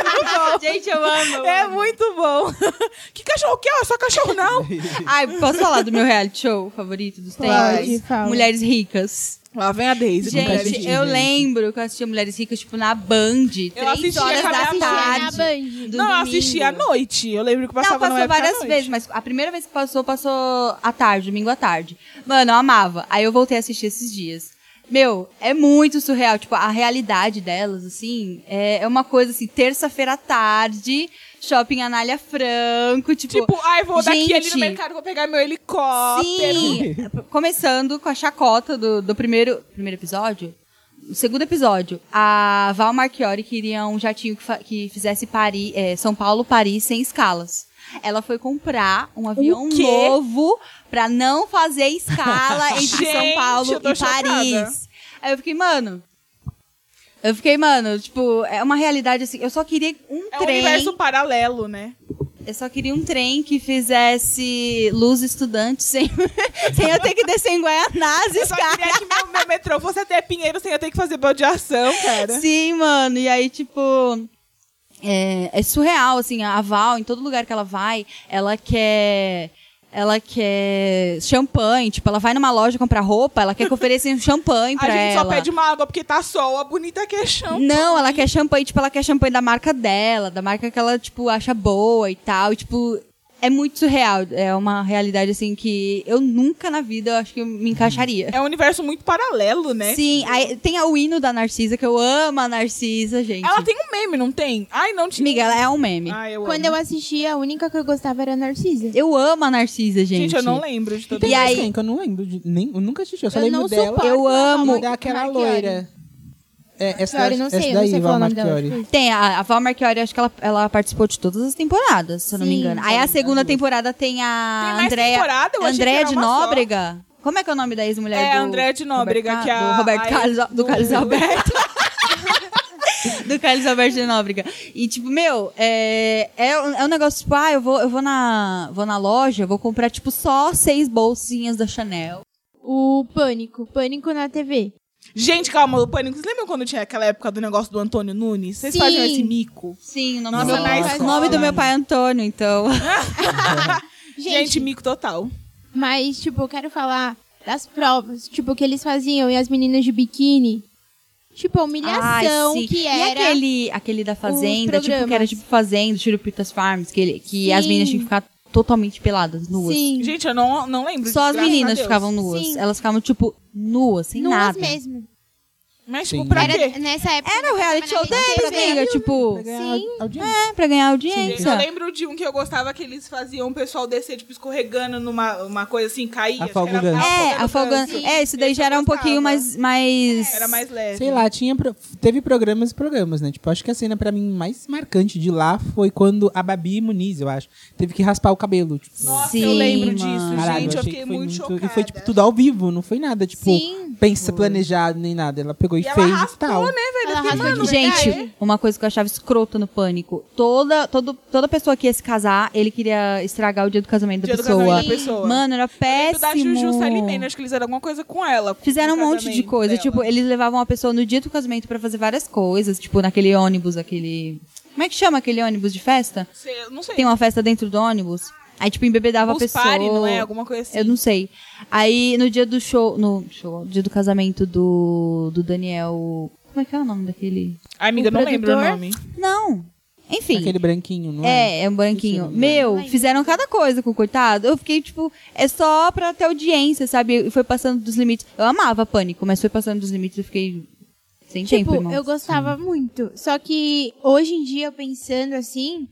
S2: <laughs>
S4: gente, eu amo.
S2: É muito bom. <laughs> que cachorro que é? Eu sou cachorro
S4: <laughs>
S2: não!
S4: Ai, posso falar do meu reality show favorito dos
S5: Pode,
S4: tempos?
S5: fala.
S4: Mulheres Ricas.
S2: Lá vem a Daisy. com cara de
S4: é Gente,
S2: tímida.
S4: eu lembro que eu assistia Mulheres Ricas, tipo, na Band, três
S2: assistia,
S4: horas da
S2: acabava
S4: tarde.
S2: na
S5: Band.
S4: do
S2: Não, eu
S4: domingo.
S2: assisti à noite. Eu lembro que
S4: Não,
S2: passava
S4: passou
S2: no
S4: várias vezes, mas a primeira vez que passou, passou à tarde, domingo à tarde. Mano, eu amava. Aí eu voltei a assistir esses dias. Meu, é muito surreal. Tipo, a realidade delas, assim, é é uma coisa assim, terça-feira à tarde, shopping Anália Franco, tipo.
S2: Tipo, ai, vou daqui ali no
S4: gente,
S2: mercado, vou pegar meu helicóptero.
S4: Sim! Começando com a chacota do, do primeiro, primeiro episódio. No segundo episódio, a Val Marchiori queria um jatinho que, fa- que fizesse Pari- eh, São Paulo-Paris sem escalas. Ela foi comprar um avião
S2: quê?
S4: novo pra não
S2: <laughs>
S4: fazer escala entre São
S2: Gente,
S4: Paulo
S2: eu tô
S4: e
S2: chocada.
S4: Paris. Aí eu fiquei, mano. Eu fiquei, mano, tipo, é uma realidade assim. Eu só queria um
S2: É um
S4: trem.
S2: universo paralelo, né?
S4: Eu só queria um trem que fizesse luz estudante sem, <laughs> sem eu ter que descer em
S2: Eu
S4: Guaianazes,
S2: só
S4: cara.
S2: queria que meu, meu metrô fosse até Pinheiro sem eu ter que fazer baldeação, cara.
S4: Sim, mano. E aí, tipo. É, é surreal, assim, a Val, em todo lugar que ela vai, ela quer. Ela quer champanhe, tipo, ela vai numa loja comprar roupa, ela quer
S2: <laughs>
S4: que ofereçam champanhe
S2: A
S4: pra
S2: gente
S4: ela.
S2: só pede uma água porque tá sol, a bonita que é chão.
S4: Não, ela quer champanhe, tipo, ela quer champanhe da marca dela, da marca que ela, tipo, acha boa e tal. E, tipo, é muito surreal. É uma realidade, assim, que eu nunca na vida eu acho que eu me encaixaria.
S2: É um universo muito paralelo, né?
S4: Sim, aí tem o hino da Narcisa, que eu amo a Narcisa, gente.
S2: Ela tem Ah. um meme, não tem? Ai, não tinha.
S4: Amiga, ela é um meme.
S2: Ai, eu
S5: Quando
S2: amo.
S5: eu assisti, a única que eu gostava era a Narcisa.
S4: Eu amo a Narcisa, gente.
S2: Gente, eu não lembro de todo
S3: Tem
S4: E
S3: mais
S4: aí-
S3: quem que eu não lembro, de, nem, eu nunca assisti, eu só
S5: Eu
S3: lembro
S5: não
S3: dela.
S5: suporto
S4: Eu
S5: ela,
S4: amo.
S5: mano.
S3: Daquela
S5: Marchiori.
S3: Tá loira. É, essa,
S5: Marchiori, não
S3: essa
S5: sei, eu não
S3: daí,
S5: sei
S3: Val
S5: qual é o nome dela.
S3: Marchiori.
S4: Tem, a, a Val Marchiori, acho que ela, ela participou de todas as temporadas, se eu não me
S5: Sim,
S4: engano. Aí a segunda temporada tem
S2: é Tem
S4: a
S2: mais
S4: Andréa.
S2: temporada? Eu achei que
S4: Andréa
S2: era
S4: de
S2: uma só.
S4: Nóbrega. Como é que é o nome da ex-mulher
S2: É,
S4: do...
S2: Andréa de Nóbrega,
S4: Roberto-
S2: que é a-
S4: Do Roberto
S2: a-
S4: Carlos...
S2: <laughs>
S4: Do Carlos Alberto. do Carlos Alberto de Nóbrega. E, tipo, meu, é, é, um- é um negócio, tipo, ah, eu vou, eu vou, na, vou na loja, vou comprar, tipo, só seis bolsinhas da Chanel.
S5: O Pânico. Pânico na TV.
S2: Gente, calma, o pânico. Vocês lembram quando tinha aquela época do negócio do Antônio Nunes? Vocês
S5: Sim.
S2: faziam esse mico?
S4: Sim, o nome,
S2: Nossa,
S4: do,
S2: na
S4: o nome do
S2: escola.
S4: meu pai é Antônio, então...
S2: Gente,
S5: Gente,
S2: mico total.
S5: mas, tipo, eu quero falar das provas, tipo, que eles faziam e as meninas de biquíni. Tipo, a humilhação
S4: Ai, sim.
S5: que era.
S4: E aquele, aquele da Fazenda, tipo, que era
S5: programas.
S4: tipo Fazenda, Churupitas Farms, que, ele- que as
S5: Sim.
S4: meninas tinham que ficar totalmente peladas, nuas.
S5: Sim.
S2: Gente, eu não, não lembro.
S4: Só as
S2: graças a
S4: meninas
S2: Deus.
S4: ficavam nuas.
S5: Sim.
S4: Elas ficavam, tipo, nuas, sem
S5: Nuas
S4: nada.
S5: mesmo.
S2: Mas, tipo,
S3: Sim.
S2: pra
S5: Era
S2: quê?
S5: nessa época.
S4: Era o reality show deles,
S5: né?
S4: amiga, tipo...
S3: Pra ganhar
S5: Sim.
S3: audiência.
S4: É, pra ganhar
S2: Gente, eu
S4: audiência.
S2: lembro de um que eu gostava que eles faziam o pessoal descer, tipo, escorregando numa uma coisa assim, cair.
S3: Afogando.
S4: É, afogando.
S2: afogando.
S4: É, isso daí
S2: Esse
S4: já
S2: eu
S4: era um
S2: gostava.
S4: pouquinho mais. mais...
S2: Era mais leve.
S3: Sei lá, tinha pro- teve programas e programas, né? Tipo, acho que a cena pra mim mais marcante de lá foi quando a Babi Muniz, eu acho, teve que raspar o cabelo. Tipo,
S2: Nossa, eu
S4: Sim,
S2: lembro disso,
S4: mano.
S3: caralho,
S2: gente. Eu,
S3: achei
S2: fiquei
S3: que foi
S2: muito chocada.
S3: E foi, tipo, tudo ao vivo, não foi nada, tipo,
S5: Sim.
S3: pensa planejado nem nada. Ela pegou e,
S2: E ela
S3: fez e
S2: raspou,
S3: tal.
S2: né, velho?
S5: Ela
S2: Eu fiquei,
S5: raspa
S2: mano, é.
S4: Gente, uma coisa que eu achava escrota no pânico. Toda, todo, toda pessoa que ia se casar, ele queria estragar o dia do casamento,
S2: Dia
S4: da,
S2: do
S4: pessoa.
S2: casamento da pessoa.
S4: Mano, era
S2: Lembro
S4: péssimo.
S2: da Juju Salimene, acho que eles fizeram alguma coisa com ela. com
S4: Fizeram um
S2: o
S4: monte de
S2: casamento
S4: coisa.
S2: dela.
S4: Tipo, eles levavam a pessoa no dia do casamento pra fazer várias coisas. Tipo, naquele ônibus, aquele. Como é que chama aquele ônibus de festa?
S2: Sei, eu não sei.
S4: Tem uma festa dentro do ônibus. Aí, tipo, embebedava a
S2: Os
S4: pessoa.
S2: pare, não é? Alguma coisa assim.
S4: Eu não sei. Aí, no dia do show. No show, dia do casamento do, do Daniel. Como é que é o nome daquele?
S2: Ai, amiga,
S5: O
S2: não lembro o
S5: produtor?
S2: nome.
S4: Não. Enfim.
S3: Aquele branquinho, não é?
S4: É, é um branquinho. Meu, fizeram cada coisa com o coitado. Eu fiquei, tipo, é só pra ter audiência, sabe? E foi passando dos limites. Eu amava Pânico, mas foi passando dos limites, eu fiquei sem tempo,
S5: Tipo,
S4: irmão.
S5: eu gostava muito. Só que hoje em dia, pensando assim,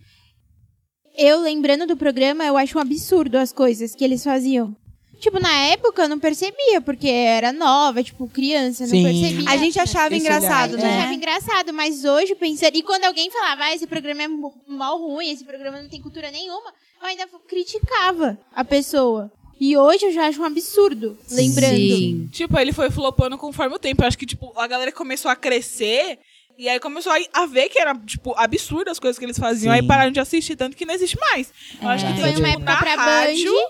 S5: eu lembrando do programa, eu acho um absurdo as coisas que eles faziam. Tipo, na época eu não percebia, porque era nova, tipo, criança, não
S3: Sim.
S5: percebia.
S4: A gente achava
S3: Esse
S4: engraçado,
S5: Eu
S3: olhar,
S4: né?
S5: achava engraçado, mas hoje pensando. E quando alguém falava, ah, esse programa é mo- mal ruim, esse programa não tem cultura nenhuma, eu ainda criticava a pessoa. E hoje eu já acho um absurdo, lembrando.
S4: Sim.
S2: Tipo, ele foi flopando conforme o tempo. Eu acho que, tipo, a galera começou a crescer. E aí começou a- a ver que era, tipo, absurdo as coisas que eles faziam.
S3: Sim.
S2: Aí pararam de assistir, tanto que não existe mais. Eu acho que
S3: É.
S5: Foi
S2: tipo,
S5: uma
S2: na
S5: época pra
S2: rádio,
S5: Band. né?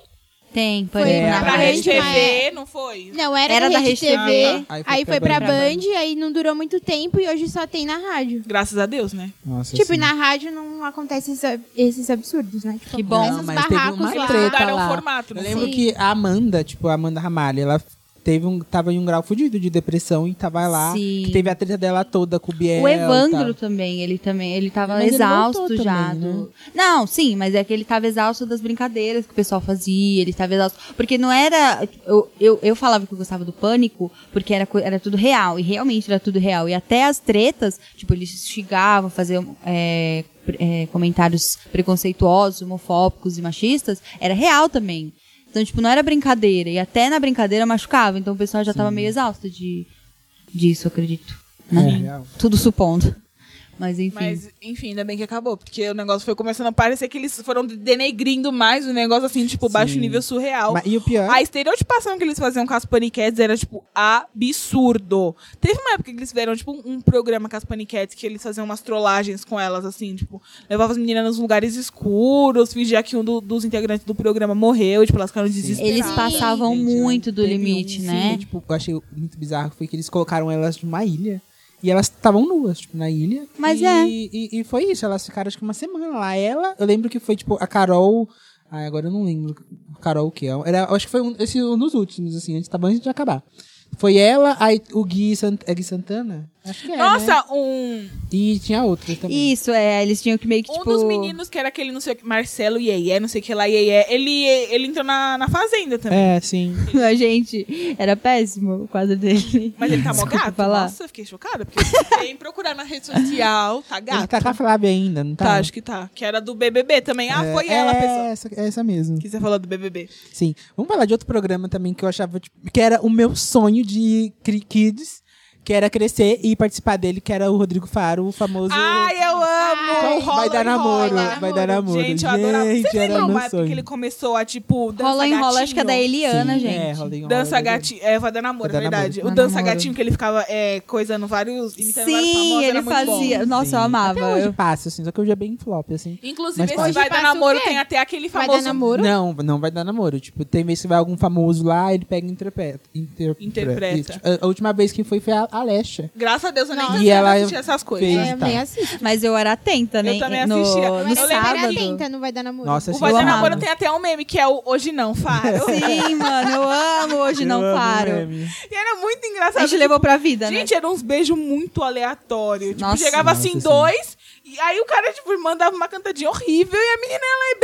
S4: Tem, Pânico.
S5: Foi
S3: É,
S5: na
S2: pra
S3: Band,
S2: Rede
S5: mas-
S2: TV, não foi?
S5: Não, era,
S4: Era
S5: da
S4: da
S5: Rede
S4: Rede
S5: TV,
S3: Ah, tá.
S5: aí foi pra Band, aí não durou muito tempo e hoje só tem na rádio.
S2: Graças a Deus, né?
S3: Nossa,
S5: Tipo, e
S3: assim.
S5: na rádio não acontecem esses, ab- esses absurdos, né? Tipo,
S4: Que bom.
S5: esses
S3: Não, mas teve
S5: barracos
S3: uma
S5: lá.
S2: Eles
S3: treta.
S2: mudaram
S3: lá.
S2: o formato.
S3: Eu
S2: não
S3: lembro
S2: foi?
S3: que a Amanda, tipo, a Amanda Ramalho, ela teve um, tava em um grau fudido de depressão e tava lá.
S4: Sim.
S3: Que teve a treta dela toda com o Biel.
S4: O
S3: e tal.
S4: Evandro também, ele também, ele tava
S3: tá. Mas ele
S4: exausto
S3: voltou
S4: já.
S3: também, né?
S4: do- Não, sim, mas é que ele tava exausto das brincadeiras que o pessoal fazia, ele tava exausto. Porque não era. Eu, eu, eu falava que eu gostava do pânico, porque era, co- era tudo real, e realmente era tudo real. E até as tretas, tipo, eles chegavam a fazer é, pre- é, comentários preconceituosos, homofóbicos e machistas, era real também. Então, tipo, não era brincadeira. E até na brincadeira machucava. Então o pessoal já tava meio exausto de, disso, eu acredito.
S3: É, real.
S4: Tudo supondo. Mas enfim.
S2: Mas, enfim, ainda bem que acabou, porque o negócio foi começando a parecer que eles foram denegrindo mais o negócio, assim, tipo, baixo
S3: Sim.
S2: nível surreal.
S3: Mas- e o pior?
S2: A estereotipação que eles faziam com as paniquetes era, tipo, absurdo. Teve uma época que eles fizeram, tipo, um programa com as paniquetes que eles faziam umas trollagens com elas, assim, tipo, levavam as meninas nos lugares escuros, fingia que um do- dos integrantes do programa morreu, e, tipo, elas ficaram desesperadas.
S4: Eles passavam
S2: né?
S3: Gente,
S4: muito do
S3: né? teve
S4: limite,
S3: um,
S4: né?
S3: sim, tipo, eu achei muito bizarro foi que eles colocaram elas numa ilha e elas estavam nuas, tipo, na ilha.
S4: Mas
S3: e,
S4: é.
S3: E, e foi isso, elas ficaram acho que uma semana lá. Ela, eu lembro que foi tipo a Carol. Ai, agora eu não lembro. Carol o que é? Era, eu acho que foi um, esse, um dos últimos, assim, antes, tava antes de acabar. Foi ela, aí o Gui, Sant, é Gui Santana? Acho que é. né?
S2: Nossa, um,
S3: E tinha outros também.
S4: Isso, é, eles tinham que meio que,
S2: um
S4: tipo...
S2: dos meninos que era aquele, não sei o que, Marcelo Yeye, não sei o que lá, Yeye, ele, ele entrou na, na fazenda também.
S3: É, sim.
S4: <laughs> A gente, era péssimo o quadro dele.
S2: Mas ele tá mó
S4: Desculpa
S2: gato?
S4: falar.
S2: Nossa, eu fiquei chocada. Porque eu vem procurar na rede social, tá gato.
S3: Ele tá com a Flávia ainda, não tá?
S2: Tá, acho que tá. Que era do BBB também. Ah,
S3: É,
S2: foi ela a
S3: é
S2: pessoa.
S3: Essa, é essa mesmo.
S2: Que você falou do BBB.
S3: Sim. Vamos falar de outro programa também que eu achava tipo, que era o meu sonho de cri- kids, que era crescer e participar dele, que era o Rodrigo Faro, o famoso.
S2: Ai, eu amo!
S3: Ai, vai dar
S2: e
S3: namoro,
S2: rola.
S3: vai dar namoro.
S2: Gente, eu adorava.
S3: Gente,
S2: Vocês
S3: era
S2: lembram
S3: meu
S2: uma época
S3: sonho.
S2: que ele começou a, tipo, dança
S4: Rola
S2: gatinho?
S4: em rola, acho que é da Eliana,
S3: Sim,
S4: gente.
S3: é, rolei um
S2: Dança
S3: rolê dele.
S2: gatinho. É, vai dar namoro, é
S3: Vai dar
S2: verdade.
S4: namoro.
S2: O
S4: Vai
S2: dança
S4: namoro.
S2: gatinho que ele ficava é, coisando vários. imitando vários
S4: Sim,
S2: famosos,
S4: ele
S2: era é muito bom.
S4: fazia... Nossa, eu
S3: Sim.
S4: amava.
S3: Até hoje
S4: eu-
S3: passa, assim, só que hoje é bem flop, assim.
S2: Inclusive,
S3: Mas
S2: esse
S3: pode.
S2: vai dar
S5: Hoje passa o
S2: namoro
S5: quê?
S2: tem até aquele
S5: Vai
S2: famoso.
S5: dar namoro?
S3: Não, não vai dar namoro. Tipo, tem vez que vai algum famoso lá, ele pega e interpreta. Inter-
S2: Interpreta.
S3: Isso. A- A última vez que foi foi a Alexia.
S2: Graças a Deus eu nem
S3: Não.
S2: assisti
S3: E ela
S2: essas coisas.
S3: fez-
S5: É, eu
S3: tá.
S5: nem assisto.
S4: Mas eu era atenta, né?
S2: Eu também
S4: no,
S2: assistia.
S4: No
S2: Mas eu lembro
S4: sábado.
S5: Era atenta, não vai dar namoro.
S3: Nossa,
S2: O
S3: assim,
S2: Vai
S4: Eu
S3: eu
S2: Dar
S4: amava.
S2: Namoro tem até um meme que é o Hoje Não Faro.
S4: <laughs> Sim, mano, eu amo Hoje Não
S3: amo
S4: Paro.
S3: meme.
S2: e era muito
S4: A
S2: engraçado. tipo,
S4: gente levou pra vida, né?
S2: Gente, eram uns beijos muito aleatórios. Tipo,
S4: Nossa.
S2: chegava assim
S3: Nossa, sim.
S2: dois, e aí o cara, tipo, mandava uma cantadinha horrível e a menina ela ia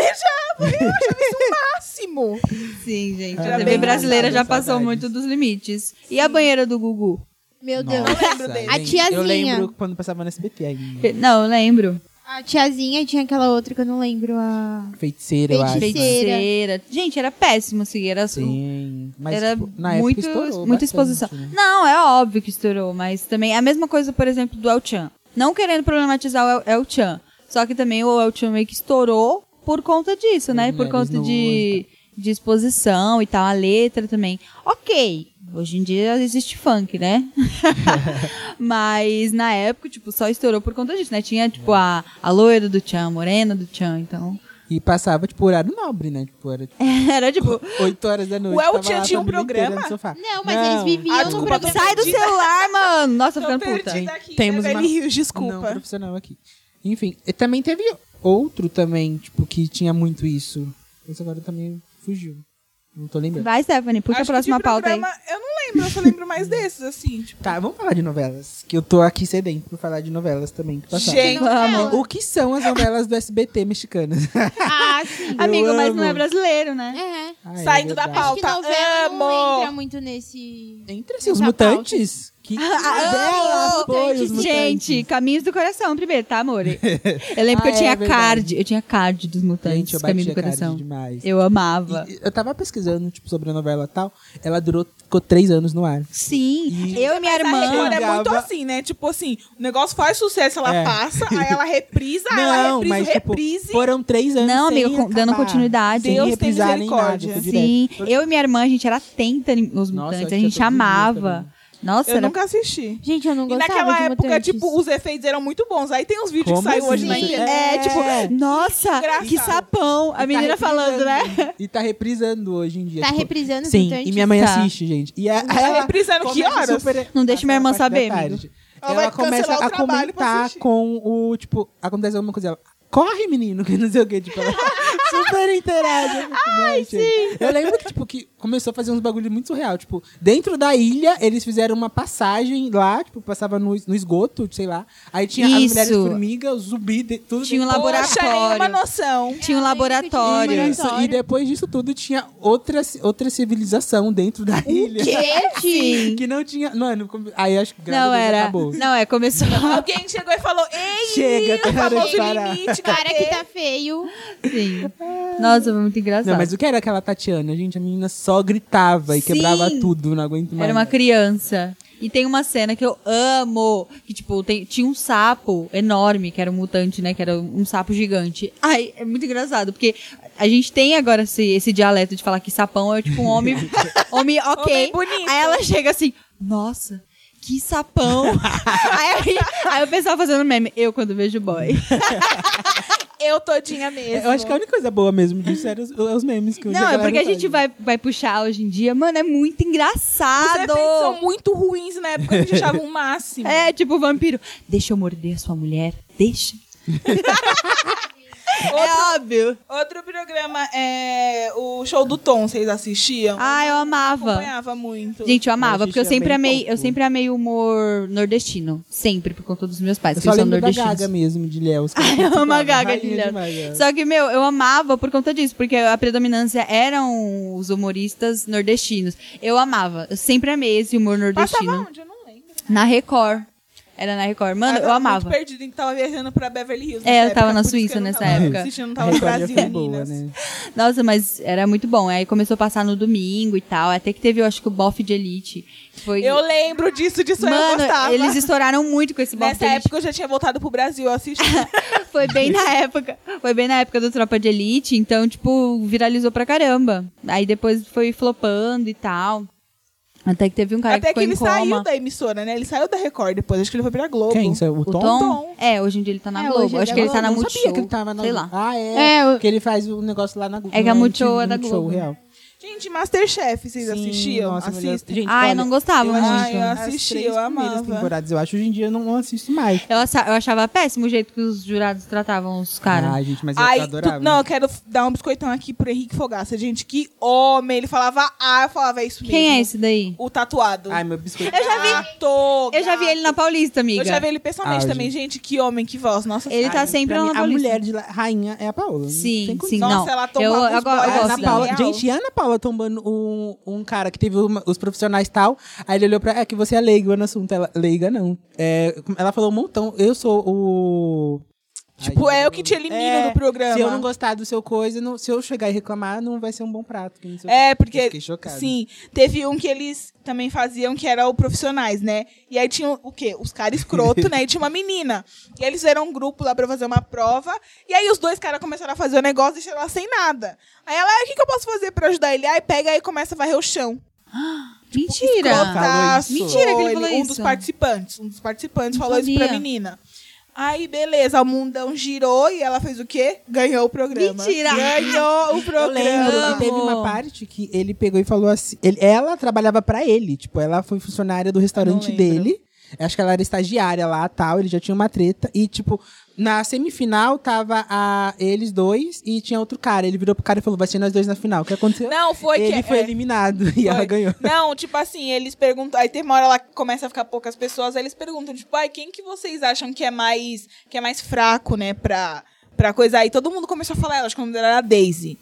S2: beijava. Eu achava
S4: <laughs>
S2: isso o máximo.
S4: Sim, gente.
S3: Era
S4: a TV
S2: bem
S4: Ah, é brasileira já
S3: engraçado,
S4: passou
S3: saudades.
S4: muito dos limites. E a banheira do Gugu?
S5: Meu Deus.
S3: Nossa,
S2: dele.
S5: A tiazinha.
S3: Eu lembro quando passava no SBT ainda.
S4: Não, eu lembro.
S5: A tiazinha e tinha aquela outra que eu não lembro. A...
S3: Feiticeira, eu acho.
S5: Feiticeira.
S4: Feiticeira. Gente, era péssimo, assim. Era,
S3: Sim. Mas
S4: era
S3: tipo, na época
S4: muito,
S3: estourou
S4: muita
S3: bastante,
S4: exposição.
S3: né?
S4: Não, é óbvio que estourou, mas também... é A mesma coisa, por exemplo, do El-Chan. Não querendo problematizar o El- El-Chan. Só que também o El-Chan meio que estourou por conta disso, né?
S3: Mulheres
S4: Por conta
S3: nuas,
S4: de,
S3: tá.
S4: de exposição e tal. A letra também. Ok. Hoje em dia existe funk, né? <laughs> Mas na época, tipo, só estourou por conta disso, né? Tinha, tipo,
S3: É.
S4: a, a loira do Tchan, a morena do Tchan, então. <laughs>
S3: E passava, tipo, horário nobre, né? Tipo, era tipo,
S4: Era tipo.
S3: 8 horas da noite.
S2: É. O El
S3: tava
S2: Chan
S3: lá a
S2: tinha um
S3: família inteira
S2: programa?
S3: no sofá.
S5: Não, mas eles viviam
S2: Ah,
S5: no
S2: desculpa,
S5: programa.
S4: Sai do celular, mano! Nossa, tô ficando puta.
S2: perdida aqui.
S3: Temos
S2: né,
S3: uma-
S2: Beli Rios,
S3: Não,
S2: desculpa.
S3: profissional aqui. Enfim, e também teve outro também, tipo, que tinha muito isso. Esse agora também fugiu. Não tô lembrando.
S4: Vai, Stephanie, puxa
S2: Acho
S4: a próxima
S2: que de
S4: pauta aí.
S2: programa, Eu não lembro, eu só lembro
S4: <laughs>
S2: mais desses, assim. Tipo,
S3: Tá, vamos falar de novelas. Que eu tô aqui sedento pra falar de novelas também. Que passaram.
S2: gente,
S4: Tá Vamos.
S3: O que são as novelas do SBT mexicanas? <laughs>
S5: Ah, sim.
S4: Amigo, mas não é
S3: amo.
S4: brasileiro, né?
S5: É.
S3: Ah, é
S2: Saindo da
S3: verdade.
S2: pauta.
S5: Acho que novela
S2: amo.
S5: não entra muito nesse...
S3: Entre assim, os
S5: Essa pauta.
S3: mutantes. Que
S4: É,
S3: É, novela foi os mutantes.
S4: ah, Gente, Caminhos do Coração primeiro,
S3: <laughs>
S4: tá, amor? Eu lembro que
S3: Ah,
S4: eu tinha
S3: é verdade.
S4: card. Eu tinha card dos mutantes,
S3: Gente, eu
S4: Caminhos
S3: bati
S4: do
S3: a cara
S4: Coração.
S3: demais.
S4: Eu amava.
S3: E eu tava pesquisando, tipo, sobre a novela e tal. Ela durou, ficou três anos no ar.
S4: Sim,
S3: E-
S4: eu e minha
S2: Mas a Record
S4: irmã.
S2: é muito
S3: Chegava-
S2: assim, né? Tipo assim, o negócio faz sucesso, ela
S3: É. <laughs>
S2: passa, aí ela reprisa, aí Ah, ela reprisa, reprise.
S3: tipo, foram três anos
S4: Não,
S3: sem
S4: amigo, com- dando
S3: acabar,
S4: continuidade.
S3: sem
S2: Deus tem
S3: reprisar nem nada,
S2: misericórdia.
S3: foi direto.
S4: Sim, eu e minha irmã, a gente era atenta nos
S3: Nossa,
S4: mutantes,
S3: eu
S4: a gente
S3: assistia todos os dias
S4: amava.
S3: também.
S4: Nossa,
S2: Eu
S4: era
S2: nunca assisti.
S5: Gente, eu não
S2: E
S5: gostava
S2: naquela
S5: de
S2: época,
S5: mutantes.
S2: tipo, os efeitos eram muito bons. Aí tem uns vídeos
S3: Como
S2: que saem hoje
S3: assim?
S2: na
S5: Sim.
S2: internet.
S4: É,
S3: É.
S4: tipo, nossa,
S2: Engraçado.
S4: que sapão. A
S3: E tá
S4: menina falando,
S3: reprisando,
S4: né?
S3: E tá reprisando hoje em dia.
S5: Tá
S3: tipo,
S5: reprisando os
S3: Sim,
S5: mutantes?
S3: e minha mãe
S4: Tá.
S3: assiste, gente. E a,
S2: Tá
S4: <laughs>
S2: reprisando que
S3: começa
S2: horas?
S4: Não deixa
S3: passa
S4: minha irmã
S3: na parte da
S4: saber, né?
S3: tarde.
S2: Ela
S3: Ela,
S2: vai
S3: começa
S2: cancelar o
S3: a
S2: trabalho pra
S3: comentar
S2: assistir.
S3: com o, tipo, acontece alguma coisa. Ela, Corre, menino, que não sei o que, tipo, ela
S4: <laughs>
S3: super interage. eu fico, "Mãe, gente." Eu lembro que, tipo, que começou a fazer uns bagulho muito surreal. Tipo, dentro da ilha, eles fizeram uma passagem lá, tipo, passava no, es- no esgoto, sei lá. Aí tinha as
S4: Isso.
S3: mulheres formiga, o zumbi, de- tudo.
S4: Tinha um
S3: dentro-
S4: laboratório.
S2: Poxa, nenhuma noção.
S4: Tinha um laboratório.
S5: laboratório.
S3: Isso, e depois disso tudo tinha outra, ci- outra civilização dentro da ilha.
S4: Sim.
S3: Que não tinha. Mano, como- aí acho que graças
S4: Não
S3: a Deus,
S4: era.
S3: acabou.
S4: Não é, <laughs> começou.
S2: Alguém chegou e falou: Ei,
S3: <laughs> Chega, tá
S2: o
S3: na hora
S2: famoso
S3: de parar.
S2: limite,
S5: Cara
S2: cadê?
S5: que tá feio.
S4: Sim. Nossa, foi muito engraçado.
S3: Não, mas o que era aquela Tatiana? Gente, a menina só gritava e
S4: Sim.
S3: quebrava tudo, não aguento mais.
S4: Era uma criança. E tem uma cena que eu amo, que tipo, tem- tinha um sapo enorme, que era um mutante, né, que era um sapo gigante. Ai, é muito engraçado, porque a gente tem agora esse, esse dialeto de falar que sapão é tipo um homem, homem ok.
S2: Homem bonito.
S4: Aí ela chega assim, nossa... Que sapão! aí, aí o pessoal fazendo meme. Eu quando vejo boy.
S2: Eu todinha mesmo.
S3: Eu acho que a única coisa boa mesmo disso era os, é os memes que hoje
S4: Não, é
S3: galera
S4: porque a
S3: faz.
S4: gente vai, vai puxar hoje em dia. Mano, é muito
S2: Os
S4: engraçado.
S2: efeitos são muito ruins na época, a gente achava
S3: <laughs>
S2: o máximo.
S4: É, tipo vampiro. Deixa eu morder a sua mulher.
S2: <laughs>
S4: Deixa. é óbvio.
S2: Outro programa é o Show do Tom, vocês assistiam?
S4: Ah, eu amava.
S2: acompanhava muito.
S4: Gente, eu amava,
S3: Mas
S4: porque eu
S3: isso é
S4: sempre
S3: bem
S4: amei, eu
S3: pouco.
S4: sempre amei o humor nordestino. Sempre, por conta dos meus pais,
S3: Eu
S4: que
S3: só
S4: eles são
S3: lembro da
S4: nordestinos. <laughs>
S3: Gaga mesmo, de Léo. os que
S4: Ai, eu amo a
S3: participavam.
S4: Gaga de
S3: Rainha
S4: Léo.
S3: demais, é. ela.
S4: Só que, meu, eu amava por conta disso, porque a predominância eram os humoristas nordestinos. Eu amava, eu sempre amei esse humor
S2: Passava
S4: nordestino.
S2: onde? Ah, Eu não lembro.
S4: Na Record. Era na Record. né? Mano, eu
S2: tava muito
S4: amava.
S2: perdida em que tava viajando pra Beverly Hills.
S4: É,
S2: nessa
S4: eu tava
S2: época, por
S4: na
S2: isso que eu
S4: Suíça
S2: não
S4: nessa
S2: tava
S4: época.
S2: Assistindo,
S3: A
S2: tava no
S3: Record
S2: Brasil,
S3: foi boa,
S2: meninas.
S3: né?
S4: Nossa, mas era muito bom. Aí começou a passar no domingo e tal. Até que teve, eu acho que o bofe de elite. que Foi...
S2: Eu lembro disso, disso eu
S4: Mano,
S2: gostava.
S4: eles estouraram muito com esse bofe
S2: Nessa
S4: de elite.
S2: época eu já tinha voltado pro Brasil, eu assisti.
S4: Foi bem na
S2: <laughs>
S4: época. Foi bem na época do Tropa de Elite, então, tipo, viralizou pra caramba. Aí depois foi flopando e tal. Até que teve um cara
S2: Até que
S4: que foi
S2: ele
S4: em coma.
S2: saiu da emissora, né? Ele saiu da Record depois, acho que ele foi pra Globo.
S3: Quem? Isso é O
S4: O
S3: Tom?
S4: Tom?
S2: Tom.
S4: É, hoje em dia ele tá na
S5: É, hoje
S4: Globo.
S5: ele
S4: Acho
S5: é
S4: que ele
S5: Globo.
S4: tá na
S3: Eu não
S4: Multishow.
S3: sabia que ele tava na
S4: Sei lá.
S3: Ah, é.
S5: É, eu-
S3: Que ele faz um negócio lá na Globo.
S4: É que a
S3: na
S4: Multishow é da
S3: Multishow,
S4: Globo.
S3: real.
S2: Gente, Masterchef, vocês
S3: Sim,
S2: assistiam?
S3: nossa, melhor-
S2: Assistem.
S3: Gente,
S4: Ah, eu
S3: olha,
S4: não gostava
S3: eu
S4: muito.
S3: assisti
S2: Ah, eu
S3: as
S2: assisti,
S3: três
S2: eu
S3: primeiras
S2: amava.
S3: temporadas. Eu acho hoje em dia eu não assisto mais.
S4: Eu, acha- eu achava péssimo o jeito que os jurados tratavam os caras.
S3: Ah, gente, mas eu
S2: Ai,
S3: adorava.
S2: tu- não, eu quero f- dar um biscoitão aqui pro Henrique Fogaça. Gente, que homem! Ele falava ah, eu falava é isso mesmo.
S4: Quem é esse daí?
S2: O tatuado.
S3: Ai, meu biscoito.
S2: eu já vi.
S4: Eu já vi ele na Paulista, amiga.
S2: Eu já vi ele pessoalmente
S3: Ah,
S2: também, gente. Que homem, que voz. Nossa
S4: Ele
S2: senhora.
S4: tá sempre
S3: Pra
S4: lá
S3: mim,
S4: na
S3: a
S4: Paulista.
S3: mulher de la- rainha é a Paola.
S4: Sim, sim.
S2: Nossa,
S4: não.
S2: ela um
S4: eu,
S2: tombava
S4: eu,
S2: os
S4: go- eu
S2: boys,
S3: A
S4: gosto
S3: Ana
S2: sim.
S4: dela.
S3: Paula,
S2: Real.
S3: gente, e a Ana Paula tombando um, um cara que teve uma- os profissionais e tal. Aí ele olhou pra. É que você é leigo no assunto. Ela, leiga não. É, ela falou um montão. Eu sou o.
S2: Tipo,
S3: Ai,
S2: é
S3: eu-
S2: eu que te elimino
S3: É,
S2: do programa.
S3: Se eu não gostar do seu coisa, não- se eu chegar e reclamar, não vai ser um bom prato. que não sei o
S2: É,
S3: quê.
S2: porque.
S3: Eu Fiquei chocado.
S2: Sim. Teve um que eles também faziam, que era o profissionais, né? E aí tinha o quê? Os caras escroto, né? E tinha uma menina. E eles eram um grupo lá pra fazer uma prova. E aí os dois caras começaram a fazer o negócio e deixaram ela sem nada. Aí ela, "Ah, o que, que eu posso fazer pra ajudar ele? Aí pega e começa a varrer o chão. tipo, Tá,
S4: Mentira!
S2: Crotaço.
S4: isso? Mentira que ele falou
S2: um
S4: isso.
S2: dos participantes. Um dos participantes
S4: Não
S2: falou isso pra
S4: sabia.
S2: menina. Aí, beleza, o mundão girou e ela fez o quê? Ganhou o programa.
S4: Mentira!
S2: Ganhou o
S3: Eu lembro
S2: programa.
S3: que teve uma parte que ele pegou e falou assim. ele- ela trabalhava pra ele, tipo, ela foi funcionária do restaurante
S4: Eu não lembro.
S3: dele. Acho que ela era estagiária lá, tal, ele já tinha uma treta. E, tipo, na semifinal tava a, eles dois e tinha outro cara. Ele virou pro cara e falou: vai ser nós dois na final. O que aconteceu?
S2: Não, foi
S3: ele
S2: que.
S3: foi
S2: é,
S3: eliminado <laughs> e ela
S2: foi.
S3: ganhou.
S2: Não, tipo assim, eles perguntam. Aí tem uma hora lá que começa a ficar poucas pessoas, aí eles perguntam, tipo, ai, quem que vocês acham que é mais, que é mais fraco, né, pra, pra coisa? Aí todo mundo começou a falar, eu acho que o nome dela era a Daisy.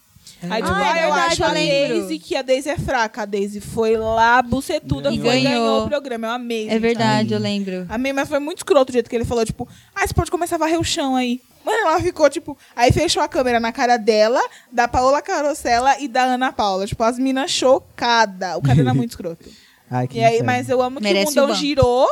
S2: Aí, tipo,
S4: Ah, é
S2: ah, eu
S4: verdade,
S2: acho
S4: eu
S2: a
S4: lembro.
S2: Daisy que a Daisy é fraca. A Daisy foi lá, bucetuda,
S4: E
S2: foi, ganhou.
S4: ganhou
S2: o programa. Eu amei.
S4: É
S2: gente,
S4: verdade, eu lembro.
S2: Amei, mas foi muito escroto o jeito que ele falou, tipo, ah, você pode começar a varrer o chão aí. Mano, ela ficou, tipo, aí fechou a câmera na cara dela, da Paola Carosella e da Ana Paula. Tipo, as minas chocadas. O cara
S3: <laughs>
S2: era muito escroto.
S3: Ai, que
S2: e aí,
S3: inferno.
S2: mas eu amo que o
S4: Merece o
S2: mundão
S4: ban.
S2: girou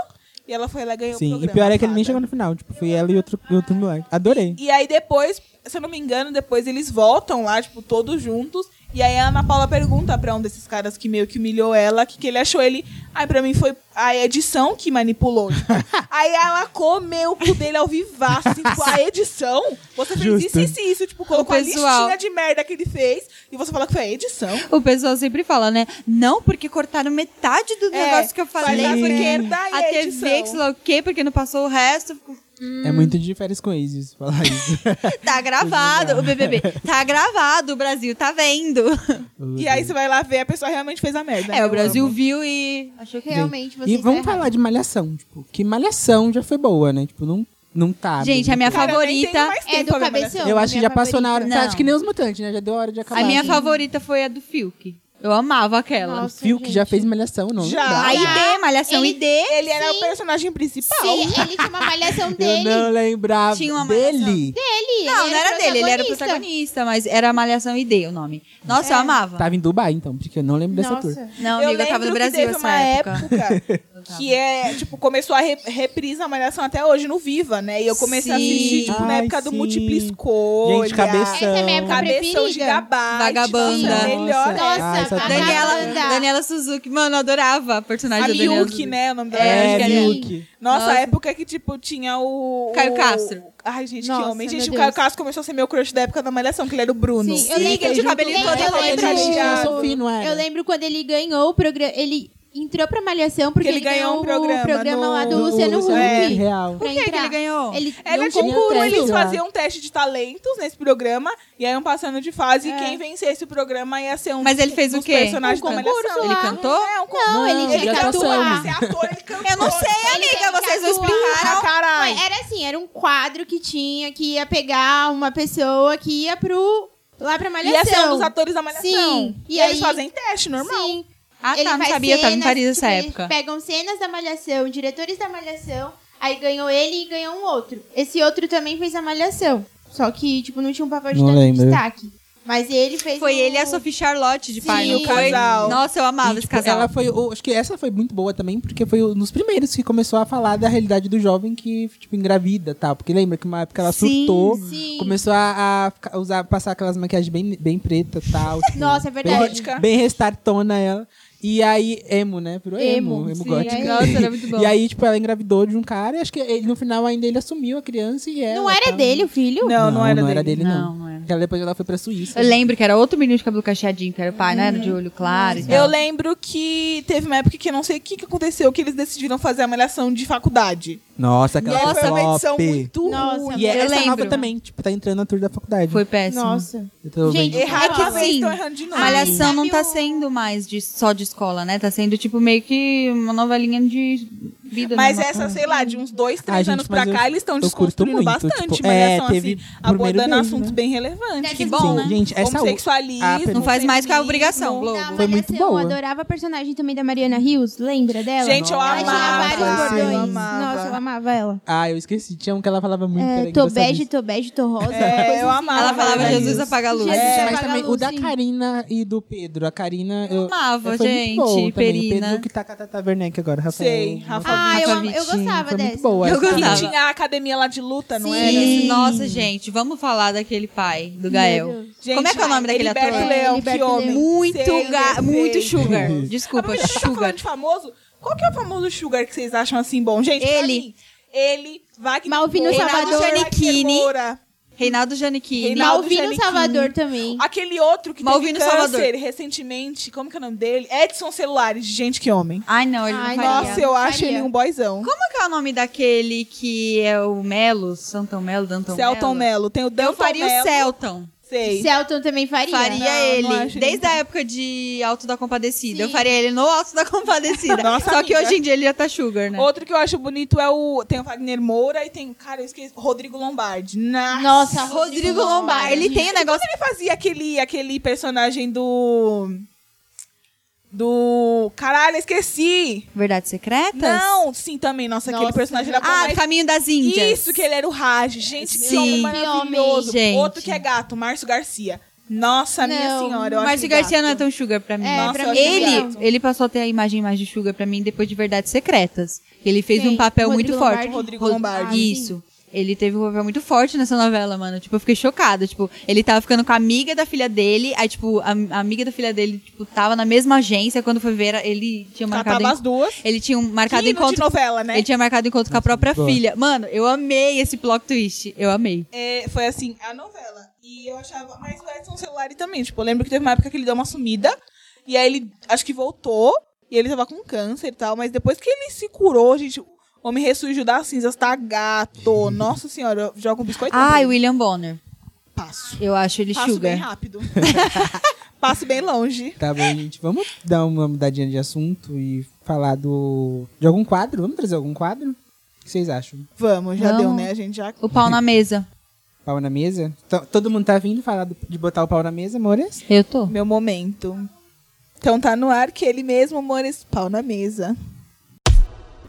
S2: e ela foi lá e ganhou o
S3: Sim, e
S2: programa.
S3: pior é que ele nem
S2: fada.
S3: chegou na final. Tipo, foi ela e outro, e outro moleque. Adorei.
S2: E aí depois, se eu não me engano, depois eles voltam lá, tipo, todos juntos. E aí a Ana Paula pergunta pra um desses caras que meio que humilhou ela, o que, que ele achou ele. Aí pra mim foi a edição que manipulou. tipo. aí ela comeu o cu dele ao vivaço. Tipo, a edição, você fez
S3: Justo.
S2: isso, isso, e isso. Tipo, colocou a
S4: pessoal.
S2: listinha de merda que ele fez. E você fala que foi a edição.
S4: O pessoal sempre fala, né? Não, porque cortaram metade do
S2: É,
S4: negócio que eu
S2: faz
S4: falei.
S2: a
S4: porque
S2: esquerda e
S4: a
S2: a
S4: TV,
S2: edição.
S4: que sei lá o quê, porque não passou o resto.
S2: Hum.
S3: É muito de férias com eles falar isso.
S2: <laughs>
S4: Tá
S2: é.
S4: gravado, o BBB. Tá gravado, o Brasil tá vendo.
S2: E aí você vai lá ver, a pessoa realmente fez a merda.
S4: É,
S2: né?
S4: o Brasil viu e... Achou que...
S5: Realmente,
S3: E
S5: vocês
S3: vamos
S5: erraram.
S3: falar de malhação, tipo, que malhação já foi boa, né? Tipo, não, não tá.
S4: Gente, a minha
S2: Cara, eu nem tenho
S4: favorita...
S2: mais
S5: É
S2: tempo
S5: do
S2: pra ver mais-
S5: cabeção.
S3: Eu acho que
S5: minha
S3: já passou na hora.
S4: favorita.
S3: Tá, acho que nem os mutantes, né? Já deu hora de acabar.
S4: A minha favorita foi a do Fiuk. Eu amava aquela.
S3: O
S5: Nossa,
S3: Fiuk já
S5: gente.
S3: fez malhação, não?
S2: Já.
S3: lembrava.
S4: A ID, Malhação
S5: Ele-
S4: ID.
S2: Ele era o
S5: Sim.
S2: personagem principal.
S5: Sim, ele tinha uma malhação
S3: Eu
S5: dele.
S3: não lembrava
S4: Tinha uma malhação.
S3: dele.
S5: Dele.
S4: Não,
S5: ele
S4: não era dele, ele era o
S5: protagonista.
S4: protagonista, mas era Malhação ID o nome. Nossa, eu amava.
S3: Tava em Dubai, então, porque eu não lembro dessa tour.
S5: Nossa.
S4: Não, amiga, eu tava
S2: lembro
S4: no
S2: que
S4: Brasil
S2: teve
S4: essa
S2: uma
S4: época. eu tava.
S2: Que é, tipo, começou a re reprise a Malhação até hoje no Viva, né? E eu comecei a
S4: Sim.
S2: assistir, tipo, na
S3: Ai,
S2: época do
S3: sim.
S2: Múltipla Escolha.
S3: Gente, cabeça-
S5: Essa é minha época
S2: Cabeção de
S5: preferida.
S2: gabate.
S4: Vagabanda.
S2: nossa, é Melhor né?
S3: Nossa,
S2: época.
S5: Nossa,
S3: Ah, essa
S5: a
S3: também.
S4: <laughs> Daniela,
S5: Vagabanda.
S4: Daniela Suzuki, mano, eu adorava a personagem
S2: A
S4: da Daniela
S2: Miyuki,
S4: Suzuki.
S2: né? O nome dela.
S4: É,
S3: É,
S4: acho que é
S3: Milk.
S2: Nossa,
S4: Nossa.
S2: a época que, tipo, tinha o.
S4: Caio
S2: o-
S4: Castro.
S2: Ai, gente, que
S5: Nossa,
S2: homem.
S5: meu
S2: Gente, o
S5: Deus.
S2: Caio Castro começou a ser meu crush da época da Malhação, que ele era o Bruno.
S5: Sim, eu
S4: Sim,
S5: lembro.
S4: que ele tinha o cabelo
S5: eu
S4: todo
S5: lembro-
S4: elogiado.
S5: eu lembro-
S3: Tinha Sophie, não era?
S5: Eu lembro quando ele ganhou o programa. Ele entrou pra Malhação porque
S2: Porque ele ganhou um programa
S5: o programa lá do
S2: no-
S5: Luciano
S2: no-
S5: Huck.
S2: é.
S3: Real.
S5: Pra
S4: Por que que
S5: entrar.
S4: ele ganhou?
S5: Ele
S2: Era
S5: não
S2: tipo,
S5: tinha
S3: um
S5: treino.
S2: eles
S3: teste lá.
S2: faziam um teste de talentos nesse programa e aí iam passando de fase e quem vencesse o programa ia ser um
S4: Mas
S2: dos-
S4: ele fez o
S2: dos
S4: quê?
S2: personagens
S5: Um
S2: da
S5: concurso
S2: Malhação.
S5: lá.
S4: Ele cantou?
S2: É, um concurso.
S5: Não, ele
S3: Não,
S5: tinha que
S3: atuação.
S5: atuar.
S2: Você é ator, ele cantou.
S4: Eu não sei,
S5: Ele
S4: amiga,
S5: tem que
S4: vocês me
S5: atuar.
S2: Ah,
S4: espirraram.
S2: Caralho.
S5: Ué, Era assim, era um quadro que tinha que ia pegar uma pessoa que ia pro lá pra
S2: E esse é um
S5: Malhação.
S2: dos atores da Malhação.
S5: Sim,
S2: E,
S5: e
S2: eles
S5: aí-
S2: fazem teste, normal.
S5: Sim.
S4: Ah,
S5: Ele
S4: tá, não
S5: faz
S4: sabia, eu tava em
S5: cenas,
S4: Paris
S5: tipo,
S4: nessa
S5: eles
S4: época.
S5: pegam cenas da Malhação, diretores da Malhação, aí ganhou ele e ganhou um outro. Esse outro também fez a Malhação, só que, tipo, não tinha um papel de
S3: Não
S5: tanto
S3: lembro.
S5: destaque. Mas ele fez
S4: Foi
S5: o-
S4: ele e a Sophie Charlotte de
S5: Sim,
S4: pai, não
S5: o
S4: foi?
S2: casal.
S4: Nossa, eu amava
S3: E,
S4: esse
S3: tipo,
S4: casal.
S3: Ela foi, eu acho que essa foi muito boa também, porque foi um dos primeiros que começou a falar da realidade do jovem que, tipo, engravida e tal. Porque lembra que uma época ela
S4: Sim,
S3: surtou,
S5: sim.
S3: começou a, a ficar- usar, passar aquelas maquiagens bem, bem preta e tal. tipo,
S5: Nossa, é
S3: bem,
S5: verdade.
S3: bem restartona ela. E aí, emo, né? Virou emo,
S5: Emo,
S3: emo,
S5: sim,
S3: gótico.
S5: aí-
S4: Nossa, era muito
S3: <laughs>
S4: bom.
S3: E aí, tipo, ela engravidou de um cara e acho que ele, no final ainda ele assumiu a criança e ela.
S5: Não era
S3: tal.
S5: dele o filho?
S2: Não, não era
S3: dele,
S2: dele.
S3: não.
S4: Não, não era.
S3: Porque ela- depois ela foi pra Suíça.
S4: Eu lembro que era outro menino de cabelo cacheadinho, que era o pai, não era de olho claro e
S2: Eu
S4: tal.
S2: lembro que teve uma época que eu não sei o que, que aconteceu, que eles decidiram fazer a malhação de faculdade.
S3: Nossa, aquela
S2: e aí foi uma edição
S3: flop.
S2: muito
S5: Nossa,
S2: ruim.
S3: E é
S4: Tá Eu
S3: essa
S4: lembro.
S3: nova também, tipo, tá entrando na tour da faculdade.
S4: Foi péssimo.
S5: Nossa.
S3: Eu tô
S5: Gente,
S3: vendo.
S2: Errar
S5: É que
S2: uma vez,
S4: sim.
S2: estão errando de novo.
S4: Malhação não tá
S2: Sabe o-
S4: sendo mais de, só de escola, né? Tá sendo, tipo, meio que uma novelinha de vida.
S2: Mas
S4: né?
S2: essa, sei lá, de uns dois, três
S3: Ah, gente,
S2: anos
S3: mas
S2: pra
S3: eu-
S2: cá, eles estão
S3: eu curto
S2: desconstruindo
S3: muito,
S2: bastante
S3: tipo,
S2: malhação,
S3: é, teve
S2: assim,
S3: primeiro
S2: abordando
S3: beijo,
S2: assuntos
S3: né?
S2: bem relevantes.
S4: Que bom, né? Ah,
S3: Gente, essa
S2: Homossexualismo,
S3: a pergunta-
S4: Não faz mais que a obrigação,
S2: feminismo.
S4: Globo.
S5: Na
S3: Foi muito
S5: Malhação,
S3: boa.
S5: assim, Eu adorava a personagem também da Mariana Rios, lembra dela?
S2: Gente, eu
S5: ela
S2: amava,
S5: tinha vários
S3: sim.
S5: bordões.
S2: eu amava.
S5: Nossa, eu amava ela.
S3: Ah, eu esqueci. Tinha um que ela falava muito.
S5: É,
S3: era
S5: tô
S3: engraçadinho.
S5: bege, tô bege, tô rosa.
S2: É,
S5: coisa
S2: eu
S5: assim.
S2: amava
S4: Ela falava
S2: Era
S4: Jesus
S3: isso.
S4: apaga a luz.
S5: Jesus,
S2: É,
S3: mas
S5: apaga a
S3: também o
S5: luz,
S3: da
S5: sim.
S3: Karina e do Pedro. A Karina. Eu
S4: amava,
S3: foi muito
S4: gente,
S3: boa também.
S4: Perina.
S3: O Pedro que tá com a Tata Werneck agora, Rafael.
S2: Sei, Rafa
S5: Ah, eu,
S4: Rafa
S5: am- eu
S4: Vitinho,
S5: gostava
S3: Foi
S5: dessa.
S3: muito boa.
S4: Eu
S3: essa.
S2: Que
S4: gostava.
S2: tinha a academia lá de luta, não
S5: Sim.
S2: era?
S4: Sim. Nossa, gente, vamos falar daquele pai, do Gael.
S2: Gente,
S4: Como é que é o nome daquele
S2: Heriberto
S4: ator?
S2: Leão,
S5: Heriberto
S2: que homem.
S5: Leão.
S2: Sei,
S4: Muito, ga...
S2: eu
S4: muito
S2: sei.
S4: sugar.
S2: <laughs> Ah,
S4: Desculpa,
S2: mas já tá
S4: sugar.
S2: falando de famoso? Qual que é o famoso sugar que vocês acham assim bom? Gente, pra
S4: Ele.
S2: mim, ele, Wagner
S5: Malvino
S2: Moura,
S5: Salvador.
S2: Wagner Moura.
S4: Reinaldo Janiquini.
S2: Reinaldo
S5: Malvino
S2: Janiquini.
S5: Salvador também.
S2: Aquele outro que
S4: Malvino
S2: teve câncer
S4: Salvador.
S2: recentemente, como que é o nome dele? Edson Celulares, gente que homem.
S4: Ai, não, ele
S5: Ai,
S4: não faria.
S2: Nossa, eu acho
S5: Faria.
S2: ele um boyzão.
S4: Como que é o nome daquele que é o Melo? Santão Melo, Danton
S2: Celton Mello, tem o Danton
S4: Eu faria
S2: Mello.
S4: o Celton.
S2: Sei.
S5: Celton também faria.
S4: Faria
S2: não
S4: ele.
S2: acho ele
S4: Desde
S2: tão-
S4: a época de Alto da Compadecida. Eu
S5: Sim.
S4: faria ele no Alto da
S2: <laughs>
S4: Compadecida.
S2: Nossa,
S4: Só que
S2: amiga.
S4: hoje em dia ele já tá sugar, né?
S2: Outro que eu acho bonito é o. Tem o Wagner Moura e tem. Cara, eu esqueci. Rodrigo Lombardi. Nossa.
S5: Nossa,
S4: Rodrigo Lombar. Ele tem um negócio...
S2: Quando ele fazia aquele, aquele personagem do. Do. Caralho, esqueci!
S4: Verdades secretas?
S2: Não, sim, também. Nossa, aquele
S5: Nossa.
S2: personagem era bom,
S4: Ah,
S2: mas-
S4: Caminho das Índias.
S2: Isso, que é ele era o Raj. Gente, que
S4: Sim.
S2: homem
S4: Que
S2: maravilhoso.
S4: homem, gente.
S2: Outro que é gato, Márcio Garcia. Nossa, minha
S5: Não,
S2: senhora. Eu acho
S4: Márcio
S2: ele
S4: Garcia não é
S2: gato.
S4: tão sugar pra mim.
S5: É,
S2: Nossa,
S5: pra
S2: eu
S5: mim
S2: acho ele
S5: também.
S4: Ele,
S2: gato.
S4: ele passou a ter a imagem mais de Sugar pra mim depois de Verdades Secretas. que Ele fez
S5: Quem?
S4: um papel
S5: Rodrigo
S4: muito forte.
S5: Lombardi?
S2: Rodrigo
S4: Ro-
S2: Lombardi.
S4: Isso. Ele teve um papel muito forte nessa novela, mano. Tipo, eu fiquei chocada. Tipo, ele tava ficando com a amiga da filha dele. Aí, tipo, a, a amiga da filha dele, tipo, tava na mesma agência. Quando foi ver, era- ele tinha é marcado...
S2: Catava as duas.
S4: Ele tinha um- marcado
S2: Quino
S4: encontro...
S2: de novela, né?
S4: Ele tinha marcado encontro com a própria
S3: boa.
S4: filha. Mano, eu amei esse plot twist. Eu amei.
S2: É, foi assim, a novela. E eu achava. Mas o Edson Celulari também. Tipo, eu lembro que teve uma época que ele deu uma sumida. E aí ele acho que voltou. E ele tava com câncer e tal. Mas depois que ele se curou, gente. O homem ressurgiu das cinzas,
S3: <laughs>
S2: tá gato. Nossa senhora, eu jogo um biscoito.
S4: Ai, William Bonner.
S2: Passo.
S4: Eu acho ele
S2: Passo bem
S4: sugar.
S2: rápido. <laughs> Passo bem longe.
S3: Tá bom, gente. Vamos dar uma mudadinha de assunto e falar do. de algum quadro? Vamos trazer algum quadro? O que vocês acham?
S2: Vamos, já
S4: Vamos.
S2: deu, né? A gente já.
S4: O pau na mesa.
S3: Pau na mesa? T- Todo mundo tá vindo falar do- de botar o pau na mesa, amores?
S4: Eu tô.
S2: Meu momento. Então tá no ar que ele mesmo, amores, pau na mesa.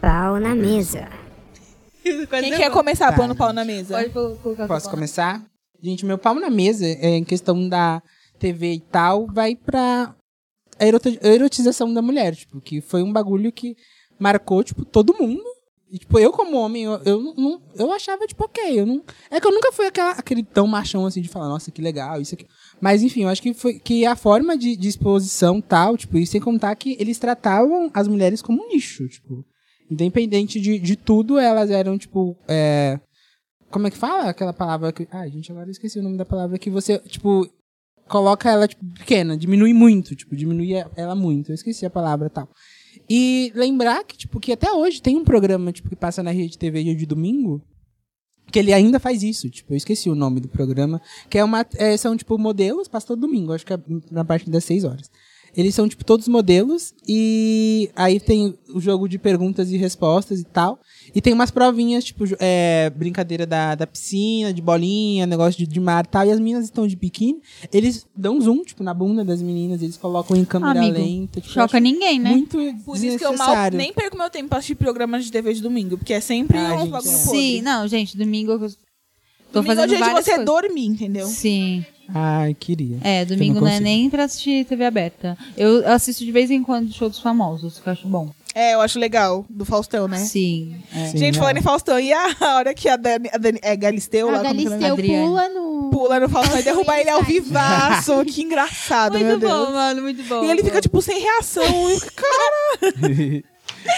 S1: Pau na mesa.
S2: Quem é? quer começar
S3: Tá,
S2: pondo
S3: gente.
S2: pau na mesa?
S4: é? colocar
S3: Posso começar? Gente, meu pau na mesa, é, em questão da TV e tal, vai pra a eroti- erotização da mulher, tipo, que foi um bagulho que marcou, tipo, todo mundo. E, tipo, eu como homem, eu, eu não- não. Eu achava, tipo, ok. Eu não, é que eu nunca fui aquela- aquele tão machão assim de falar, nossa, que legal, isso aqui. Mas enfim, eu acho que foi que a forma de, de exposição tal, tipo, e sem contar que eles tratavam as mulheres como um lixo, tipo. Independente de, de tudo, elas eram, tipo. é, como é que fala aquela palavra que. Ai, gente, agora eu esqueci o nome da palavra que você, tipo, coloca ela, tipo, pequena, diminui muito, tipo, diminui e- ela muito. Eu esqueci a palavra e tal. E lembrar que, tipo, que até hoje tem um programa, tipo, que passa na rede TV dia de domingo, que ele ainda faz isso, tipo, eu esqueci o nome do programa, que é uma, é, são, tipo, modelos, passa todo domingo, acho que é na parte das 6 horas. Eles são, tipo, todos modelos e aí tem o jogo de perguntas e respostas e tal. E tem umas provinhas, tipo, jo- é, brincadeira da, da piscina, de bolinha, negócio de, de mar e tal. E as meninas estão de biquíni. Eles dão zoom, tipo, na bunda das meninas. Eles colocam em câmera
S4: Amigo,
S3: lenta. Tipo, eu acho
S4: Choca ninguém, né?
S3: muito
S2: Por isso que eu mal
S3: desnecessário.
S2: nem perco meu tempo pra assistir programas de TV de domingo, porque é sempre
S3: Ah,
S2: um
S3: gente,
S2: bagulho
S3: é.
S2: podre.
S4: Sim, não, gente, domingo eu tô
S2: Domingo é o
S4: fazendo
S2: dia de
S4: várias
S2: você
S4: coisas.
S2: dormir, entendeu?
S4: Sim.
S3: Ai, queria.
S4: É, domingo
S3: não
S4: não, é
S3: consigo.
S4: nem pra assistir TV aberta. Eu assisto de vez em quando show dos famosos, que eu acho bom.
S2: É, eu acho legal, do Faustão, né?
S4: Sim. é. Ah,
S3: Sim,
S2: Gente,
S3: é.
S2: falando em Faustão, e a <laughs> hora que a Dani, a Dani é Galisteu,
S5: A
S2: lá, como que é o nome?
S5: Galisteu
S4: Adriane.
S5: pula no...
S2: pula no Faustão e derrubar ele ao
S5: Sai.
S2: vivaço. Que engraçado, meu Deus.
S4: mano, muito bom.
S2: E ele fica, tipo, sem reação. E, cara,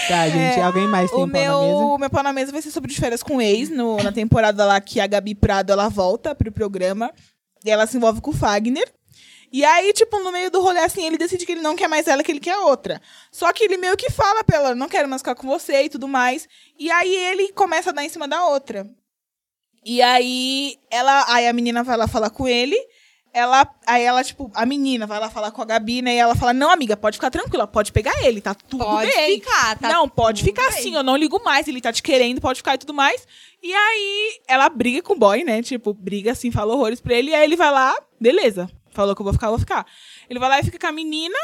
S3: tá, gente, alguém mais tem
S2: <laughs> o
S3: um pau na
S2: meu,
S3: mesa?
S2: o meu pau na mesa vai ser sobre de férias com o ex, no- na temporada lá que a Gabi Prado, ela volta pro programa. E ela se envolve com o Fagner. E aí, tipo, no meio do rolê, assim, ele decide que ele não quer mais ela, que ele quer outra. Só que ele meio que fala pra ela, não quero mais ficar com você e tudo mais. E aí ele começa a dar em cima da outra. E aí ela, aí a menina vai lá falar com ele. Ela, aí ela, tipo, a menina vai lá falar com a Gabi, né? E ela fala: Não, amiga, pode ficar tranquila, pode pegar ele, tá tudo
S4: Pode
S2: bem.
S4: ficar, tá
S2: Não, pode
S4: tudo
S2: ficar
S4: bem."
S2: assim, eu não ligo mais, ele tá te querendo, pode ficar e tudo mais. E aí ela briga com o boy, né? Tipo, briga assim, fala horrores pra ele. E aí ele vai lá, beleza, falou que eu vou ficar, eu vou ficar. Ele vai lá e fica com a menina.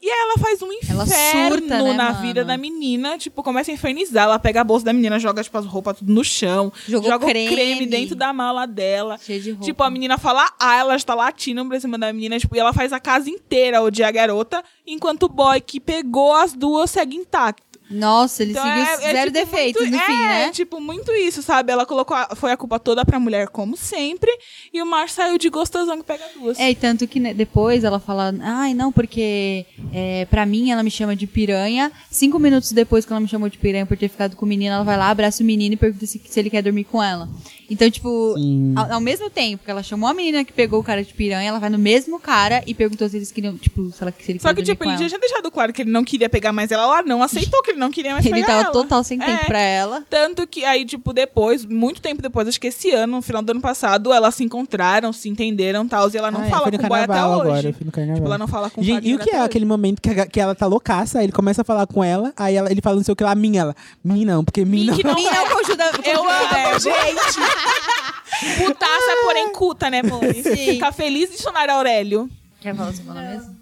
S2: E aí ela faz um inferno
S4: Ela surta, né,
S2: na
S4: mano?
S2: vida da menina. Tipo, começa a infernizar. Ela pega a bolsa da menina, joga, tipo, as roupas tudo no chão.
S4: Jogou
S2: joga o creme
S4: creme
S2: dentro da mala dela.
S4: Cheio de roupa.
S2: Tipo, a menina fala ah, ela está latindo pra cima da menina, tipo, e ela faz a casa inteira odiar a garota, enquanto o boy que pegou as duas segue intacto.
S4: Nossa, ele
S2: Então
S4: seguiu
S2: é- é,
S4: zero
S2: tipo,
S4: defeitos
S2: muito,
S4: no
S2: é,
S4: fim, né?
S2: tipo, muito isso, sabe? Ela colocou a- foi a culpa toda pra mulher, como sempre, e o Mar saiu de gostosão que pega duas.
S4: É, e tanto que né, depois ela fala, ai não, porque é, pra mim ela me chama de piranha. Cinco minutos depois que ela me chamou de piranha por ter ficado com o menino, ela vai lá, abraça o menino e pergunta se, se ele quer dormir com ela. Então, tipo, ao, ao mesmo tempo que ela chamou a menina que pegou o cara de piranha, ela vai no mesmo cara e perguntou se eles queriam, tipo, se, ela, se ele
S2: Só que,
S4: queria dormir
S2: tipo,
S4: com
S2: ele já
S4: ela.
S2: tinha deixado claro que ele não queria pegar mais ela, ela não aceitou que ele não queria mais
S4: <laughs> Ele
S2: pegar
S4: tava
S2: ela.
S4: total sem tempo
S2: É.
S4: pra ela.
S2: Tanto que aí, tipo, depois, muito tempo depois, acho que esse ano, no final do ano passado, elas se encontraram, se entenderam e tal, e ela não
S3: Ah, é,
S2: fala
S3: foi
S2: com
S3: no
S2: o boy até
S3: carnaval agora,
S2: hoje.
S3: foi no carnaval.
S2: Tipo, ela não fala com o
S3: Gente,
S2: Wagner
S3: e o que
S2: até
S3: é
S2: hoje.
S3: aquele momento que, a- que ela tá loucaça, aí ele começa a falar com ela, aí ela- ele fala não sei o que lá, minha, ela, mim não, porque mim não. é um
S2: Que não
S4: Menina, o conjunto da-
S2: Eu
S4: conjunto da-
S2: amo, gente! <laughs> Putaça, porém culta, né, Mone? Fica feliz de sonar Aurélio.
S4: Quer falar seu pau na mesa?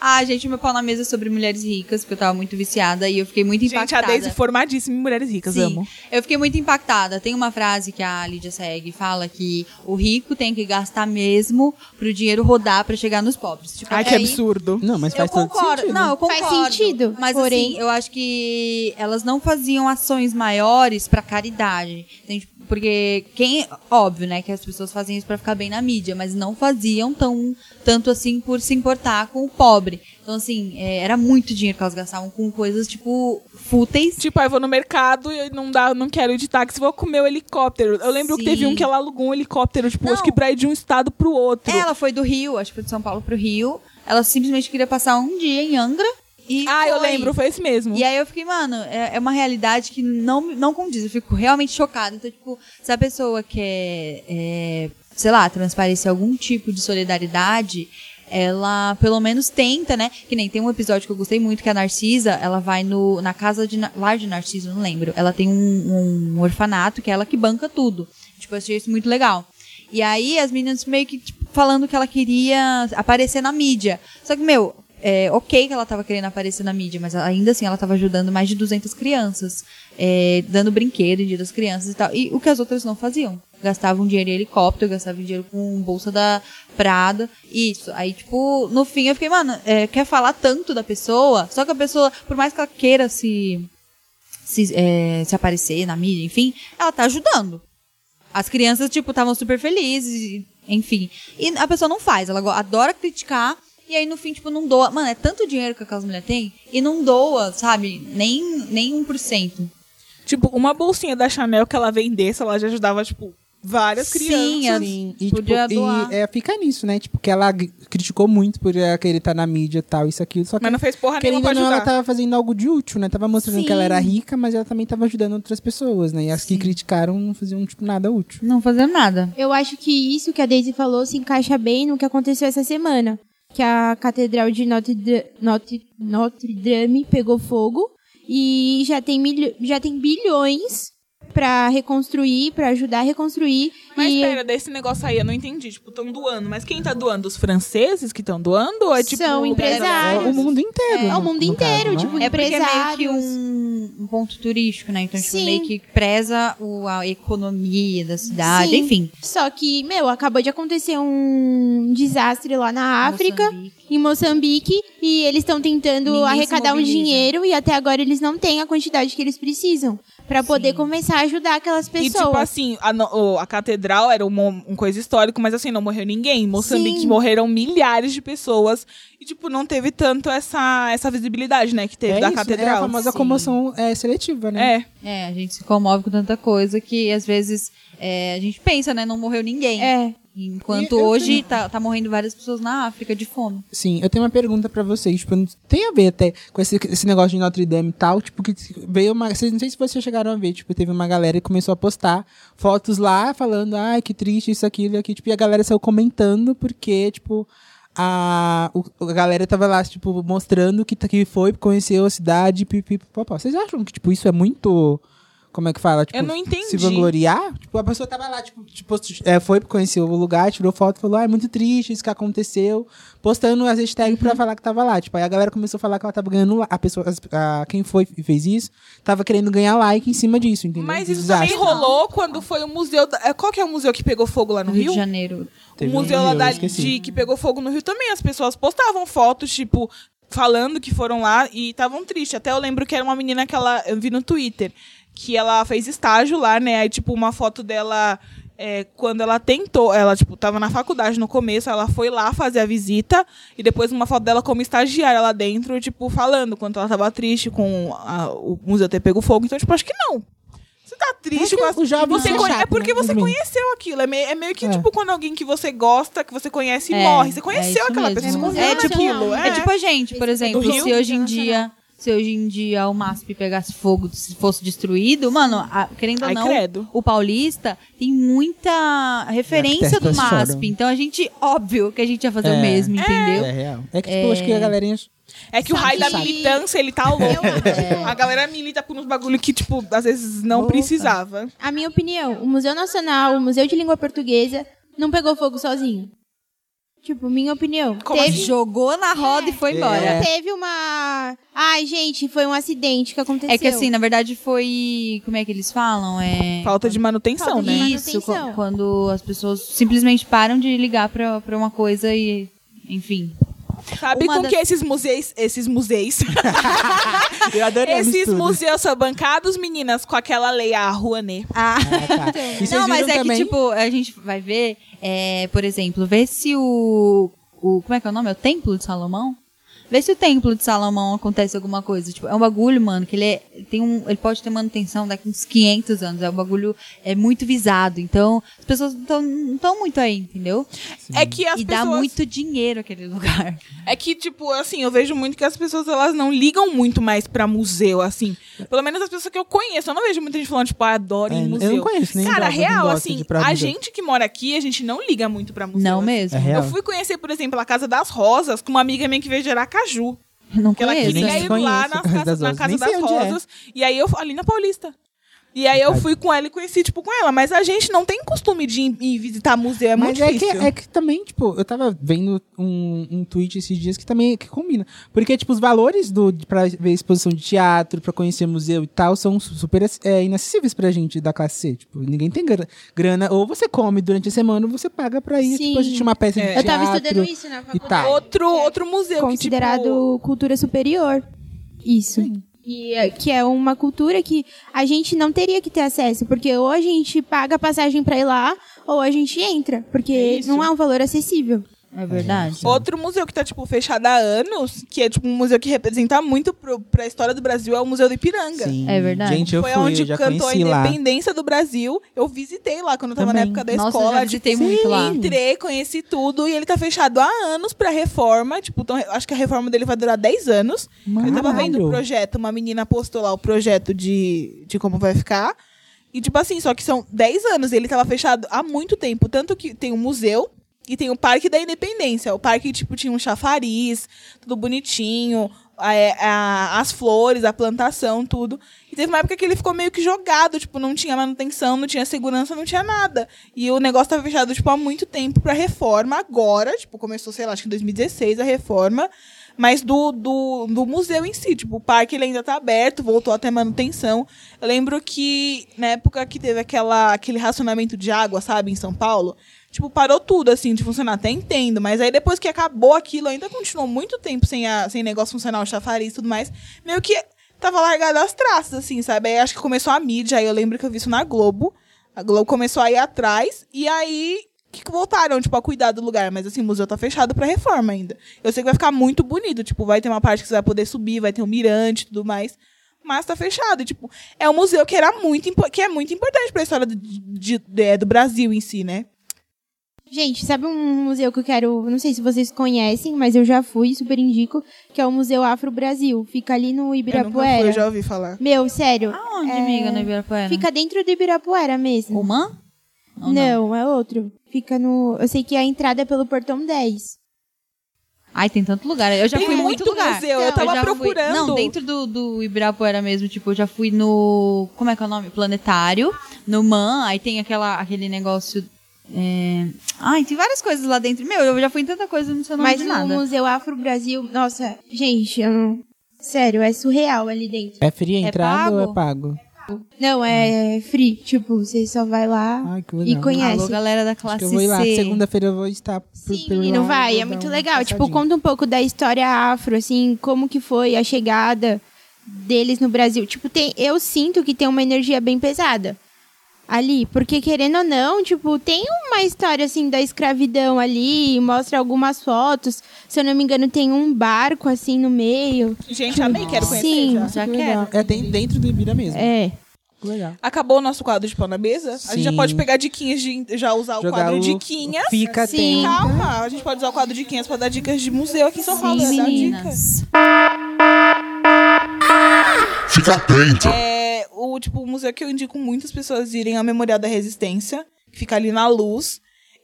S4: ah, gente, meu pau na mesa é sobre mulheres ricas, porque eu tava muito viciada e eu fiquei muito
S2: Gente, a
S4: impactada.
S2: Daisy formadíssima em Mulheres Ricas,
S4: Sim,
S2: amo.
S4: eu fiquei muito impactada. Tem uma frase que a Lídia segue, fala que o rico tem que gastar mesmo pro dinheiro rodar pra chegar nos pobres. Tipo,
S2: Ai,
S4: até
S2: que
S4: aí-
S2: absurdo.
S3: Não, mas
S4: eu
S3: faz todo
S4: concordo.
S3: sentido.
S4: Não, eu
S5: Faz
S4: concordo.
S5: sentido,
S4: Mas
S5: porém-
S4: assim, eu acho que elas não faziam ações maiores pra caridade. Tem, tipo, Porque quem, óbvio, né, que as pessoas fazem isso pra ficar bem na mídia, mas não faziam tão tanto assim por se importar com o pobre. Então assim, é, era muito dinheiro que elas gastavam com coisas tipo fúteis.
S2: Tipo, aí eu vou no mercado e não dá, não quero ir de táxi, vou comer o helicóptero. Eu lembro que
S4: Sim.
S2: teve um que ela alugou um helicóptero, tipo,
S4: Não.
S2: acho que pra ir de um estado pro outro.
S4: Ela foi do Rio, acho que foi de São Paulo pro Rio. Ela simplesmente queria passar um dia em Angra e
S2: ah, eu
S4: foi.
S2: lembro, foi esse mesmo.
S4: E aí eu fiquei, mano, é, é uma realidade que não, não condiz. Eu fico realmente chocada. Então, tipo, se a pessoa quer, é, sei lá, transparecer algum tipo de solidariedade, ela pelo menos tenta, né? Que nem tem um episódio que eu gostei muito, que a Narcisa, ela vai no, na casa de Na- lar de Narciso, não lembro. Ela tem um, um orfanato que é ela que banca tudo. Tipo, eu achei isso muito legal. E aí as meninas meio que tipo, falando que ela queria aparecer na mídia. Só que, meu, é, ok que ela tava querendo aparecer na mídia, mas ainda assim ela tava ajudando mais de 200 crianças, é, dando brinquedo em dia das crianças e tal. E o que as outras não faziam. gastava um dinheiro em helicóptero, eu gastava dinheiro com bolsa da Prada, isso. Aí, tipo, no fim eu fiquei, mano, é, quer falar tanto da pessoa, só que a pessoa, por mais que ela queira se, se, é, se aparecer na mídia, enfim, ela tá ajudando. As crianças, tipo, estavam super felizes, e- enfim. E a pessoa não faz, ela go- adora criticar, e aí no fim, tipo, não doa. Mano, é tanto dinheiro que aquelas mulheres têm, e não doa, sabe? Nem, nem 1%.
S2: Tipo, uma bolsinha da Chanel que ela vendesse, ela já ajudava, tipo, várias
S4: Sim, é.
S2: crianças.
S3: Sim, e,
S4: Podia
S3: tipo,
S4: doar.
S3: e é, fica nisso, né? Tipo, que ela g- criticou muito por ela querer estar na mídia e tal, isso, aquilo. Só que,
S2: Mas não fez porra nenhuma
S3: querendo
S2: pra
S3: ou não,
S2: Ah, ajudar.
S3: ela tava fazendo algo de útil, né? Tava mostrando
S4: Sim.
S3: que ela era rica, mas ela também tava ajudando outras pessoas, né? E as que criticaram não faziam, tipo, nada útil.
S4: Não fazer nada.
S5: Eu acho que isso que a Daisy falou se encaixa bem no que aconteceu essa semana. Que a Catedral de Notre, Dra- Notre, Notre Dame pegou fogo e já tem, milho- já tem bilhões pra reconstruir, pra ajudar a reconstruir.
S2: Mas
S5: e
S2: pera, desse negócio aí eu não entendi. Tipo, estão doando. Mas quem tá doando? Os franceses que estão doando? Ou é tipo.
S5: São
S2: o-
S5: empresários.
S3: É o mundo inteiro.
S5: É, é o
S3: no-
S5: mundo
S3: no
S5: inteiro,
S3: caso, né?
S5: tipo,
S4: É porque é meio que
S5: empresários.
S4: um, um ponto turístico, né? Então, tipo,
S5: Sim.
S4: meio que preza o- a economia da cidade,
S5: Sim.
S4: enfim.
S5: Só que, meu, acabou de acontecer um desastre lá na África.
S4: Moçambique.
S5: em Moçambique e eles estão tentando
S4: Ninguém se
S5: arrecadar um
S4: mobiliza.
S5: dinheiro e até agora eles não têm a quantidade que eles precisam pra poder começar a ajudar aquelas
S2: E tipo
S5: pessoas.
S2: assim, a, no- o- a catedral era uma, um coisa histórica, mas assim, não morreu ninguém. Em Moçambique
S5: Sim.
S2: morreram milhares de pessoas. E, tipo, não teve tanto essa, essa visibilidade, né, que teve
S3: É
S2: da
S3: isso,
S2: catedral.
S3: É a famosa
S4: Sim.
S3: comoção é, seletiva, né?
S2: É.
S4: É, a gente se comove com tanta coisa que às vezes é, a gente pensa, né? Não morreu ninguém.
S5: É.
S4: Enquanto
S3: E eu
S4: hoje
S3: tenho-
S4: tá, tá morrendo várias pessoas na África de fome.
S3: Sim, eu tenho uma pergunta pra vocês. Tipo, não- tem a ver até com esse, esse negócio de Notre Dame e tal. Tipo, que veio uma. Vocês, não sei se vocês chegaram a ver. Tipo, teve uma galera que começou a postar fotos lá falando, ai, que triste isso, aquilo e aquilo. Tipo, e a galera saiu comentando porque, tipo. A, o- a galera tava lá, tipo, mostrando que, tá- que foi, conheceu a cidade, pipipopó. Vocês acham que, tipo, isso é muito. Como é que fala? Tipo,
S2: Eu não entendi.
S3: Se vangloriar? Tipo, a pessoa tava lá, tipo, tipo é, foi, conhecer o lugar, tirou foto, falou, ah, é muito triste isso que aconteceu. Postando as hashtags pra falar que tava lá. Tipo, aí a galera começou a falar que ela tava ganhando lá. A pessoa, as- a- quem foi e fez isso, tava querendo ganhar like em cima disso, entendeu?
S2: Mas
S3: Do
S2: isso também
S3: desastre.
S2: rolou quando foi o museu. da- é, Qual que é o museu que pegou fogo lá no,
S4: No Rio de Janeiro.
S2: O
S3: Teve um
S2: museu
S3: no
S2: lá
S3: Rio,
S2: da
S3: eu esqueci.
S2: de- que pegou fogo no Rio também. As pessoas postavam fotos, tipo, falando que foram lá e estavam tristes. Até eu lembro que era uma menina que ela. Eu vi no Twitter. Que ela fez estágio lá, né? Aí, tipo, uma foto dela. é, quando ela tentou, ela, tipo, tava na faculdade no começo, ela foi lá fazer a visita e depois uma foto dela como estagiária lá dentro, tipo, falando quanto ela tava triste com a- o museu ter pego fogo. Então, tipo, acho que não. Você tá triste
S3: É que
S2: com as...
S3: o jovem
S2: você
S3: é
S2: conhe- É
S3: chato,
S2: porque
S3: né?
S2: você
S3: Também.
S2: conhece conheceu aquilo. É meio, é meio que,
S3: É.
S2: tipo, quando alguém que você gosta, que você conhece,
S4: É,
S2: morre. Você
S4: é
S2: conheceu
S4: isso
S2: aquela
S4: mesmo.
S2: pessoa, você
S4: É
S2: conhece
S4: tipo-
S2: aquilo.
S4: É. tipo a gente, por exemplo,
S2: Do Rio?
S4: se hoje em dia, se hoje em dia o MASP pegasse fogo, se fosse destruído, mano, a- querendo ou
S2: Ai,
S4: não,
S2: credo.
S4: o paulista tem muita referência do
S3: Arquitetas
S4: MASP,
S3: choram.
S4: então a gente, óbvio que a gente ia fazer o
S3: É.
S4: mesmo, entendeu?
S3: É real. É que, tipo, eu acho que a galerinha.
S2: É que o
S5: Só
S2: raio da
S5: que-
S2: militância, ele tá louco.
S4: é.
S2: A galera milita por uns bagulho que, tipo, às vezes não precisava.
S5: A minha opinião, o Museu Nacional, o Museu de Língua Portuguesa, não pegou fogo sozinho. Tipo, minha opinião.
S2: Como
S5: teve,
S4: assim? Jogou na roda e
S3: É.
S4: foi embora.
S5: não teve uma. Ai, gente, foi um acidente que aconteceu.
S4: É que assim, na verdade foi. Como é que eles falam? É.
S2: Falta de manutenção,
S5: Falta de
S2: né?
S4: Isso,
S5: Manutenção.
S4: quan- quando as pessoas simplesmente param de ligar pra, pra uma coisa e. Enfim.
S2: Sabe
S4: Uma
S2: com
S4: das-
S2: que esses museus... Esses
S4: <laughs>
S2: museus...
S3: Eu adorei a
S2: esses
S3: mistura.
S2: museus são bancados, meninas, com aquela lei, a Rouanet.
S4: Ah.
S3: Ah, tá. E vocês
S4: Não, mas
S3: viram
S4: é
S3: também...
S4: que, tipo, a gente vai ver, é, por exemplo, ver se o, o. Como é que é o nome? É o Templo de Salomão? Vê se o Templo de Salomão acontece alguma coisa. Tipo, é um bagulho, mano, que ele, é, ele tem um, ele pode ter manutenção daqui uns 500 anos. É um bagulho é muito visado. Então, as pessoas não tão- não estão muito aí, entendeu?
S2: É que as
S4: e dá
S2: pessoas...
S4: muito dinheiro aquele lugar.
S2: É que, tipo, assim, eu vejo muito que as pessoas elas não ligam muito mais pra museu, assim. Pelo menos as pessoas que eu conheço. Eu não vejo muita gente falando, tipo, ah, adoro ir
S3: É,
S2: em
S3: eu
S2: museu.
S3: não conheço ninguém
S2: Cara,
S3: que
S2: real,
S3: gosta de
S2: assim,
S3: ir pra
S2: a
S3: museu.
S2: gente que mora aqui, a gente não liga muito pra museu.
S4: Não
S2: assim.
S4: mesmo.
S3: É real.
S2: Eu fui conhecer, por exemplo, a Casa das Rosas com uma amiga minha que veio de Aracaju.
S4: Não
S2: é Que ela
S4: conheço.
S2: queria
S3: Nem
S2: ir lá
S3: conheço
S2: nas
S3: a Casa
S2: casas-
S3: das
S2: na
S3: Rosas.
S2: Casa
S3: Nem
S2: das
S3: sei onde é.
S2: Rosas. E aí eu ali na Paulista. E aí eu fui com ela e conheci, tipo, com ela. Mas a gente não tem costume de ir- ir visitar museu, é
S3: Mas
S2: muito
S3: é que,
S2: difícil.
S3: é que também, tipo, eu tava vendo um, um tweet esses dias que também é que combina. Porque, tipo, os valores do, pra ver exposição de teatro, pra conhecer museu e tal, são su- super é, inacessíveis pra gente da classe C. Tipo, ninguém tem gra- grana. Ou você come durante a semana, ou você paga pra ir,
S5: Sim.
S3: tipo, assistir uma peça de
S2: É.
S5: Eu
S3: teatro.
S5: tava estudando isso na faculdade.
S3: tal.
S2: Outro, outro museu
S5: Considerado
S2: que, tipo,
S5: cultura superior. Isso. E, é, que é uma cultura que a gente não teria que ter acesso, porque ou a gente paga a passagem pra ir lá, ou a gente entra, porque
S2: Isso.
S5: não é um valor acessível.
S4: É verdade.
S2: Outro museu que tá, tipo, fechado há anos, que é, tipo, um museu que representa muito pro, pra história do Brasil, é o Museu do Ipiranga.
S3: Sim.
S4: É verdade.
S3: Gente, eu
S2: Foi
S3: fui,
S2: onde
S3: eu já
S2: cantou a
S3: conheci lá.
S2: independência do Brasil. Eu visitei lá quando eu tava na
S3: Também.
S2: época da
S4: Nossa, eu
S2: escola. tipo,
S4: já visitei muito lá.
S2: Entrei, conheci tudo. E ele tá fechado há anos pra reforma. Tipo, tão- acho que a reforma dele vai durar 10 anos. Eu tava
S3: Caralho.
S2: vendo o projeto, uma menina postou lá o projeto de, de como vai ficar. E, tipo assim, só que são 10 anos. Ele tava fechado há muito tempo. Tanto que tem um museu e tem o Parque da Independência. O parque, tipo, tinha um chafariz, tudo bonitinho, a- é, a- as flores, a plantação, tudo. E teve uma época que ele ficou meio que jogado, tipo, não tinha manutenção, não tinha segurança, não tinha nada. E o negócio tava fechado, tipo, há muito tempo pra reforma. Agora, tipo, começou, sei lá, acho que em 2016 a reforma. Mas do, do, do museu em si, tipo, o parque ele ainda tá aberto, voltou até manutenção. Eu lembro que na época que teve aquela, aquele racionamento de água, sabe, em São Paulo, tipo, parou tudo, assim, de funcionar. Até entendo, mas aí depois que acabou aquilo, ainda continuou muito tempo sem, a, sem negócio funcionar, o chafariz e tudo mais. Meio que tava largado as traças, assim, sabe? Aí acho que começou a mídia, aí eu lembro que eu vi isso na Globo. A Globo começou a ir atrás, e aí que voltaram, tipo, a cuidar do lugar. Mas, assim, o museu tá fechado pra reforma ainda. Eu sei que vai ficar muito bonito, tipo, vai ter uma parte que você vai poder subir, vai ter um mirante e tudo mais. Mas tá fechado, e, tipo, é um museu que, era muito, impo- que é muito importante pra história do, de- de- é, do Brasil em si, né?
S5: Gente, sabe um museu que eu quero, não sei se vocês conhecem, mas eu já fui, super indico, que é o Museu Afro Brasil. Fica ali no
S2: Eu nunca fui,
S5: Ibirapuera.
S2: eu já Ah, é, né? ouvi falar.
S5: Meu, sério.
S4: Onde, amiga, no Ibirapuera?
S5: Fica dentro do Ibirapuera mesmo.
S4: Uma?
S5: Não, é outro. Fica no. Eu sei que a entrada é pelo portão 10.
S4: Ai, tem tanto lugar. Eu já
S2: Tem
S4: fui em muito
S2: muito
S4: lugar.
S2: museu, eu
S4: Não,
S2: tava
S4: já fui-
S2: procurando.
S4: Não, dentro do, do Ibirapuera mesmo, tipo, eu já fui no. Como é que é o nome? Planetário, no MAN, aí tem aquela, aquele negócio. é, Ai, tem várias coisas lá dentro. Meu, eu já fui em tanta coisa, não sei o nome
S5: Mas
S4: de
S5: o
S4: nada.
S5: Museu Afro Brasil. Nossa, gente, eu não. Sério, é surreal ali dentro.
S3: É free a
S4: É
S3: entrada ou
S4: pago?
S3: é pago?
S5: Não, é free. Tipo, você só vai lá
S3: Ai, que
S5: e
S3: legal.
S5: conhece.
S4: Alô, galera da
S3: Acho
S4: classe
S3: que eu vou ir lá.
S4: C.
S3: Segunda-feira eu vou estar por,
S5: Sim,
S3: por
S5: menino,
S3: lá,
S5: vai.
S3: vou
S5: É
S3: dar
S5: muito
S3: uma
S5: legal. Tipo,
S3: passadinha.
S5: conta um pouco da história afro, assim, como que foi a chegada deles no Brasil. Tipo, tem, eu sinto que tem uma energia bem pesada ali. Porque, querendo ou não, tipo, tem uma história, assim, da escravidão ali. Mostra algumas fotos. Se eu não me engano, tem um barco, assim, no meio.
S2: Gente, amei, quero conhecer
S5: Sim.
S2: já.
S4: Já
S3: Que
S4: quero.
S3: legal. É den- dentro do Ibira mesmo.
S5: É.
S3: Que Legal.
S2: Acabou o nosso quadro de pão na mesa? A gente já
S3: Sim.
S2: pode pegar diquinhas de já usar o quadro de Tá quinhas.
S3: Fica
S5: Sim.
S3: Sim.
S2: Calma, a gente pode usar o quadro de quinhas pra dar dicas de museu aqui em São Paulo. é dar dicas.
S4: meninas.
S7: Fica atento.
S2: É, o tipo, o museu que eu indico muitas pessoas irem é o Memorial da Resistência, que fica ali na luz.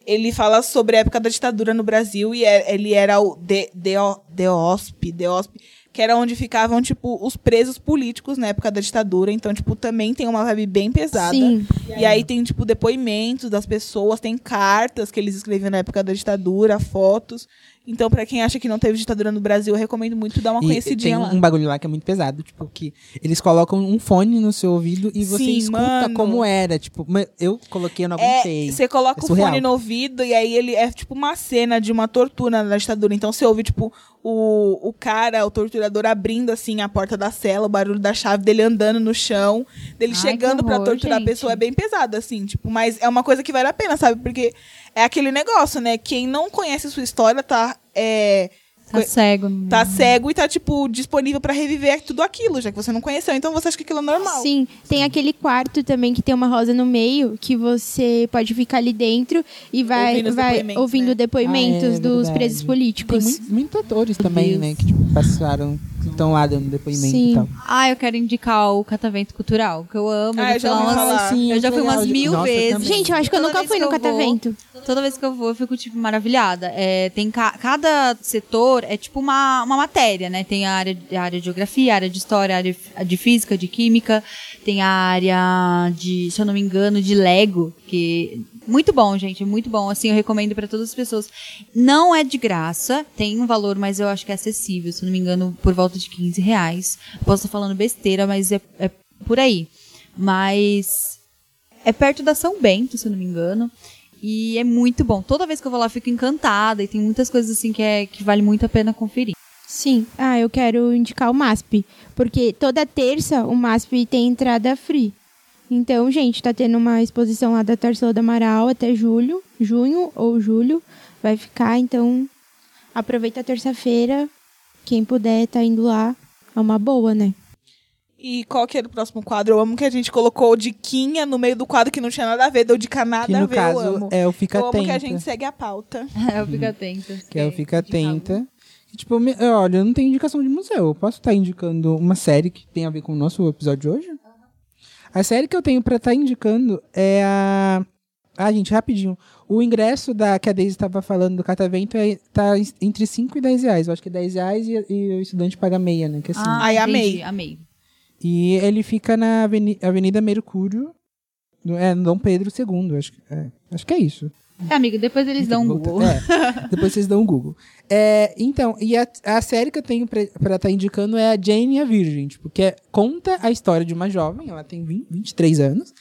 S2: Ele fala sobre a época da ditadura no Brasil e é- ele era o de, DO DEOSP, DEOSP, que era onde ficavam, tipo, os presos políticos na época da ditadura. Então, tipo, também tem uma vibe bem pesada.
S5: Sim.
S2: E aí tem, tipo, depoimentos das pessoas, tem cartas que eles escreviam na época da ditadura, fotos. Então, pra quem acha que não teve ditadura no Brasil, eu recomendo muito dar uma
S3: E
S2: conhecidinha
S3: tem
S2: lá.
S3: um bagulho lá que é muito pesado, tipo, que eles colocam um fone no seu ouvido e você
S2: Sim,
S3: escuta
S2: mano.
S3: como era. Tipo, ma- eu coloquei, eu não aguentei.
S2: É, você coloca
S3: É
S2: o
S3: surreal.
S2: fone no ouvido e aí ele é tipo uma cena de uma tortura na ditadura. Então você ouve, tipo, o, o cara, o torturador, abrindo assim a porta da cela, o barulho da chave dele andando no chão, dele
S4: Ai,
S2: chegando
S4: que
S2: pra
S4: horror,
S2: torturar
S4: gente.
S2: a pessoa. É bem pesado, assim, tipo, mas é uma coisa que vale a pena, sabe? Porque é aquele negócio, né? Quem não conhece sua história tá. é,
S4: Tá cego.
S2: Tá cego e tá, tipo, disponível pra reviver tudo aquilo, já que você não conheceu. Então você acha que aquilo é normal.
S5: Sim, tem aquele quarto também que tem uma rosa no meio, que você pode ficar ali dentro e vai
S2: Ouvindo
S5: ouvindo,
S2: os
S5: vai
S2: depoimentos,
S5: ouvindo
S2: né?
S5: depoimentos
S3: Ah, é
S5: dos
S3: verdade.
S5: presos
S3: Tem
S5: políticos.
S3: muitos, muitos atores também, né? Que tipo, passaram, que estão lá dando depoimento
S5: Sim.
S3: e tal.
S4: Ah, eu quero indicar o Catavento Cultural, que eu amo.
S2: Ah, eu já
S4: fui lá
S2: ouvi
S4: umas-
S2: falar.
S3: Sim,
S4: eu já fui
S3: legal.
S4: umas mil
S3: Nossa, eu
S4: vezes.
S3: também.
S5: Gente, eu acho que eu
S4: Toda
S5: nunca
S4: vez
S5: fui
S4: que
S5: no
S4: eu vou-
S5: catavento.
S4: Toda vez que eu vou, eu fico, tipo, maravilhada. É, tem ca- cada setor é tipo uma, uma matéria, né? Tem a área, a área de geografia, a área de história, a área f- a de física, de química, tem a área de, se eu não me engano, de Lego, que. Muito bom, gente, muito bom. Assim, eu recomendo pra todas as pessoas. Não é de graça, tem um valor, mas eu acho que é acessível, se eu não me engano, por volta de 15 reais. Posso estar falando besteira, mas é- é por aí. Mas é perto da São Bento, se eu não me engano. E é muito bom. Toda vez que eu vou lá, eu fico encantada. E tem muitas coisas assim que, é, que vale muito a pena conferir. <laughs>
S5: Sim. Ah, eu quero indicar o MASP. Porque toda terça o MASP tem entrada free. Então, gente, tá tendo uma exposição lá da Tarsila do Amaral até julho. Junho ou julho. Vai ficar, então aproveita a terça-feira. Quem puder tá indo lá. É uma boa, né?
S2: E qual que era o próximo quadro? Eu amo que a gente colocou o Diquinha no meio do quadro que não tinha nada a ver, deu dica nada
S3: Que
S2: a
S3: no
S2: ver,
S3: caso
S2: eu amo.
S3: é o Fica
S2: eu amo que a
S3: Atenta.
S2: gente segue a pauta.
S4: eu fico atenta.
S3: Que é o Fica Atenta. Que, tipo, me- olha, eu não tenho indicação de museu. Eu posso estar indicando uma série que tem a ver com o nosso episódio de hoje? A série que eu tenho pra estar indicando é a. Ah, gente, rapidinho. O ingresso da que a Daisy estava falando do Catavento é, tá en- entre 5 e 10 reais. Eu acho que é 10 reais e, e o estudante paga meia, né? Que assim.
S4: Ah,
S2: Aí,
S4: entendi, Amei.
S3: E ele fica na Aveni- Avenida Mercúrio. no- É, no Dom Pedro II, acho que é, acho que é isso.
S4: É, amigo, depois eles dão um
S3: Tem que
S4: Google. <laughs>
S3: voltar. É, depois vocês dão um Google. É, então, e a, a série que eu tenho pra estar indicando é a Jane e a Virgem, tipo, que é- conta a história de uma jovem, ela tem 20, 23 anos,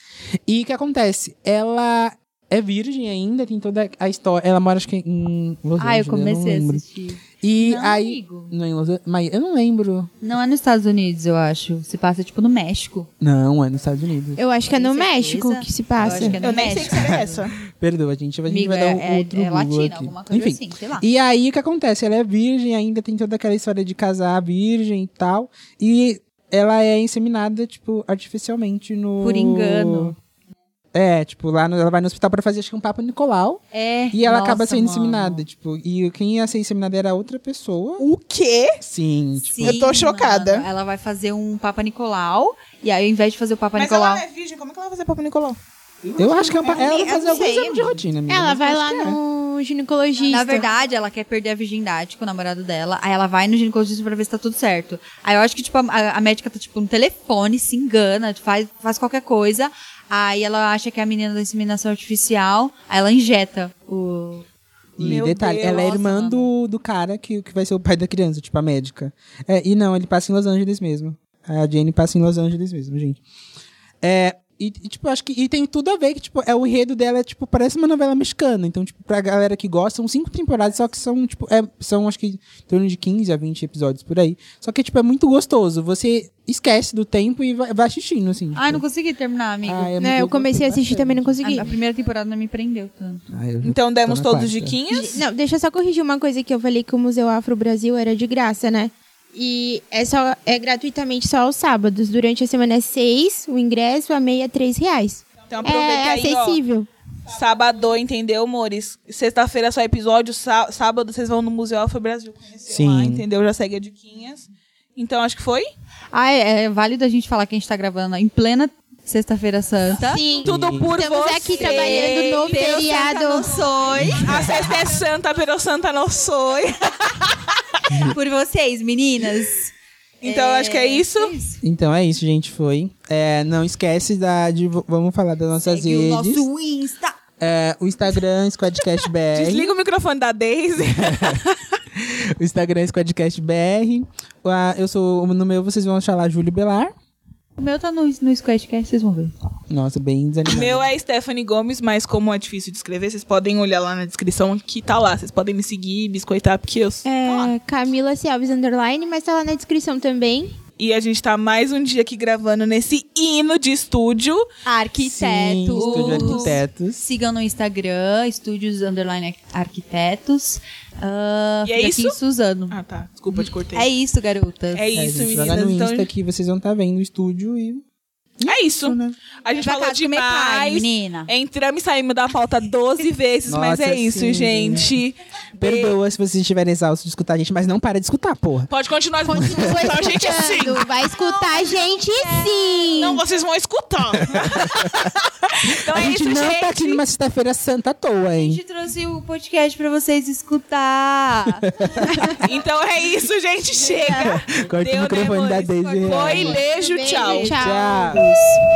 S3: e o que acontece? Ela é virgem ainda, tem toda a história, ela mora acho que em Los Angeles, né?
S4: Ah, eu comecei a
S3: não lembro.
S4: assistir.
S3: E
S4: Não,
S3: aí...
S4: amigo.
S3: Não, é em Los Angeles, mas eu não lembro.
S4: Não é nos Estados Unidos, eu acho. Se passa, tipo, no México.
S3: Não, é nos Estados Unidos.
S5: Eu acho que é no
S4: Tem
S5: México
S4: certeza?
S5: que se
S4: Eu
S5: passa.
S4: acho que é no
S2: Eu nem sei
S4: México.
S2: que série é essa.
S3: Perdoa, gente, a gente
S4: <laughs> Amigo,
S3: vai dar um
S4: é,
S3: outro
S4: é, é
S3: Google
S4: latina,
S3: aqui.
S4: alguma coisa
S3: Enfim,
S4: assim, sei lá.
S3: E aí o que acontece? Ela é virgem, ainda tem toda aquela história de casar virgem e tal. E ela é inseminada, tipo, artificialmente no.
S4: Por engano.
S3: É, tipo, lá no- ela vai no hospital pra fazer acho que um papo Nicolau.
S4: É,
S3: E ela
S4: nossa,
S3: acaba sendo
S4: mano.
S3: inseminada, tipo, e quem ia ser inseminada era outra pessoa.
S2: O quê?
S3: Sim, tipo.
S2: Eu tô
S4: mano.
S2: chocada.
S4: Ela vai fazer um Papa Nicolau. E aí, ao invés de fazer o Papa
S2: Mas
S4: Nicolau.
S2: ela não é virgem, como é que ela vai fazer papo Nicolau?
S3: Eu acho que é uma, ela vai
S5: eu
S3: fazer
S5: não
S3: algum
S5: sei,
S3: exame de rotina, amiga,
S5: Ela
S3: mas
S5: vai
S3: acho
S5: lá
S3: que é.
S5: no ginecologista.
S4: Na verdade, ela quer perder a virgindade com o namorado dela. Aí ela vai no ginecologista pra ver se tá tudo certo. Aí eu acho que, tipo, a, a médica tá, tipo, no telefone, se engana, faz, faz qualquer coisa. Aí ela acha que é a menina da inseminação artificial. Aí ela injeta o...
S3: E
S2: Meu
S3: detalhe,
S2: Deus.
S3: ela é
S4: Nossa,
S3: irmã
S4: mano.
S3: do, do cara que, que vai ser o pai da criança, tipo a médica. É, e não, ele passa em Los Angeles mesmo. A Jane passa em Los Angeles mesmo, gente. É, e, e, tipo, acho que e tem tudo a ver que tipo, é o enredo dela, é, tipo, parece uma novela mexicana. Então, tipo, pra galera que gosta, são cinco temporadas, só que são, tipo, é, são acho que em torno de 15 a 20 episódios por aí. Só que tipo é muito gostoso. Você esquece do tempo e vai, vai assistindo assim.
S4: Ai, não
S3: tipo.
S4: consegui terminar, amigo.
S3: Ah, é muito-
S5: né, eu comecei a assistir
S3: bastante.
S5: também não consegui.
S2: Ah,
S4: A, a primeira temporada não me prendeu tanto.
S3: Ah, eu já
S2: Então
S3: tô
S2: demos
S3: na
S2: todos
S3: quarta.
S2: diquinhas.
S5: Não, deixa eu só corrigir uma coisa que eu falei que o Museu Afro Brasil era de graça, né? E é só é gratuitamente só aos sábados. Durante a semana é 6, o ingresso a meia é 3 reais.
S2: Então
S5: É,
S2: aproveita aí,
S5: acessível.
S2: ó. Sábado, entendeu, amores? Sexta-feira é só episódio, sá- sábado vocês vão no Museu Alfa Brasil conhecer
S3: Sim.
S2: lá, entendeu? Já segue a diquinhas. Então acho que foi
S4: Ah, é, é válido a gente falar que a gente tá gravando em plena Sexta-feira Santa.
S5: Sim.
S2: tudo por
S5: Estamos
S2: você.
S5: aqui trabalhando no
S4: Deus Santa
S5: feriado.
S4: não sois.
S2: A sexta é santa, pero santa não sou.
S4: Por vocês, meninas.
S2: Então acho que é isso.
S3: Então é isso, gente. Foi. É, não esquece da, de. v- Vamos falar das nossas
S4: Segue o
S3: redes.
S4: nosso Insta.
S3: É, o Instagram, <laughs> SquadcastBR.
S2: Desliga o microfone da Daisy.
S3: o Instagram, SquadcastBR. O- a- Ah, Eu sou. No meu, vocês vão achar lá Júlio Belar.
S4: O meu tá no, no Squadcast, vocês vão ver.
S3: Nossa, bem desanimado.
S2: Meu é Stephanie Gomes, mas como é difícil de escrever, vocês podem olhar lá na descrição que tá lá. Vocês podem me seguir, biscoitar, porque eu. Tá lá.
S5: É, Camila Cialves Underline, mas tá lá na descrição também.
S2: E a gente tá mais um dia aqui gravando nesse hino de estúdio.
S3: Sim,
S4: Arquitetos.
S3: Estúdio Arquitetos.
S4: Sigam no Instagram, estúdios underline arquitetos. Ah,
S2: E é
S4: fica Aqui
S2: isso?
S4: em Suzano.
S2: Ah, tá, desculpa, te cortei.
S4: É isso, garotas.
S2: É
S3: É,
S2: isso,
S3: gente, vai lá
S2: meninas.
S3: no
S2: Então,
S3: Insta que vocês vão estar vendo o tá estúdio e
S2: É isso.
S3: né?
S2: A gente
S4: Vai pra
S2: falou
S4: casa comer
S2: demais.
S4: carne, menina.
S2: Entramos e saímos da pauta 12 vezes, mas
S3: Nossa,
S2: é isso,
S3: sim,
S2: gente.
S3: Perdoa se vocês estiverem exaustos de escutar a gente, mas não para de escutar, porra.
S2: Pode continuar
S5: Continua
S2: escutando <laughs> a gente sim.
S5: escutando. Vai escutar a gente sim.
S2: Não, vocês vão escutar. então
S3: a
S2: é
S3: gente
S2: isso,
S3: não
S2: gente.
S3: tá aqui numa sexta-feira santa à toa,
S4: A
S3: hein?
S4: gente trouxe o podcast pra vocês escutar. <laughs>
S2: Então é isso, gente. Chega.
S3: Corta
S2: Deu,
S3: o
S2: né,
S3: microfone da
S2: amores?
S3: Daisy.
S4: Cortou.
S2: Foi, é. beijo,
S5: Beijo,
S2: tchau.
S5: tchau.
S3: Tchau.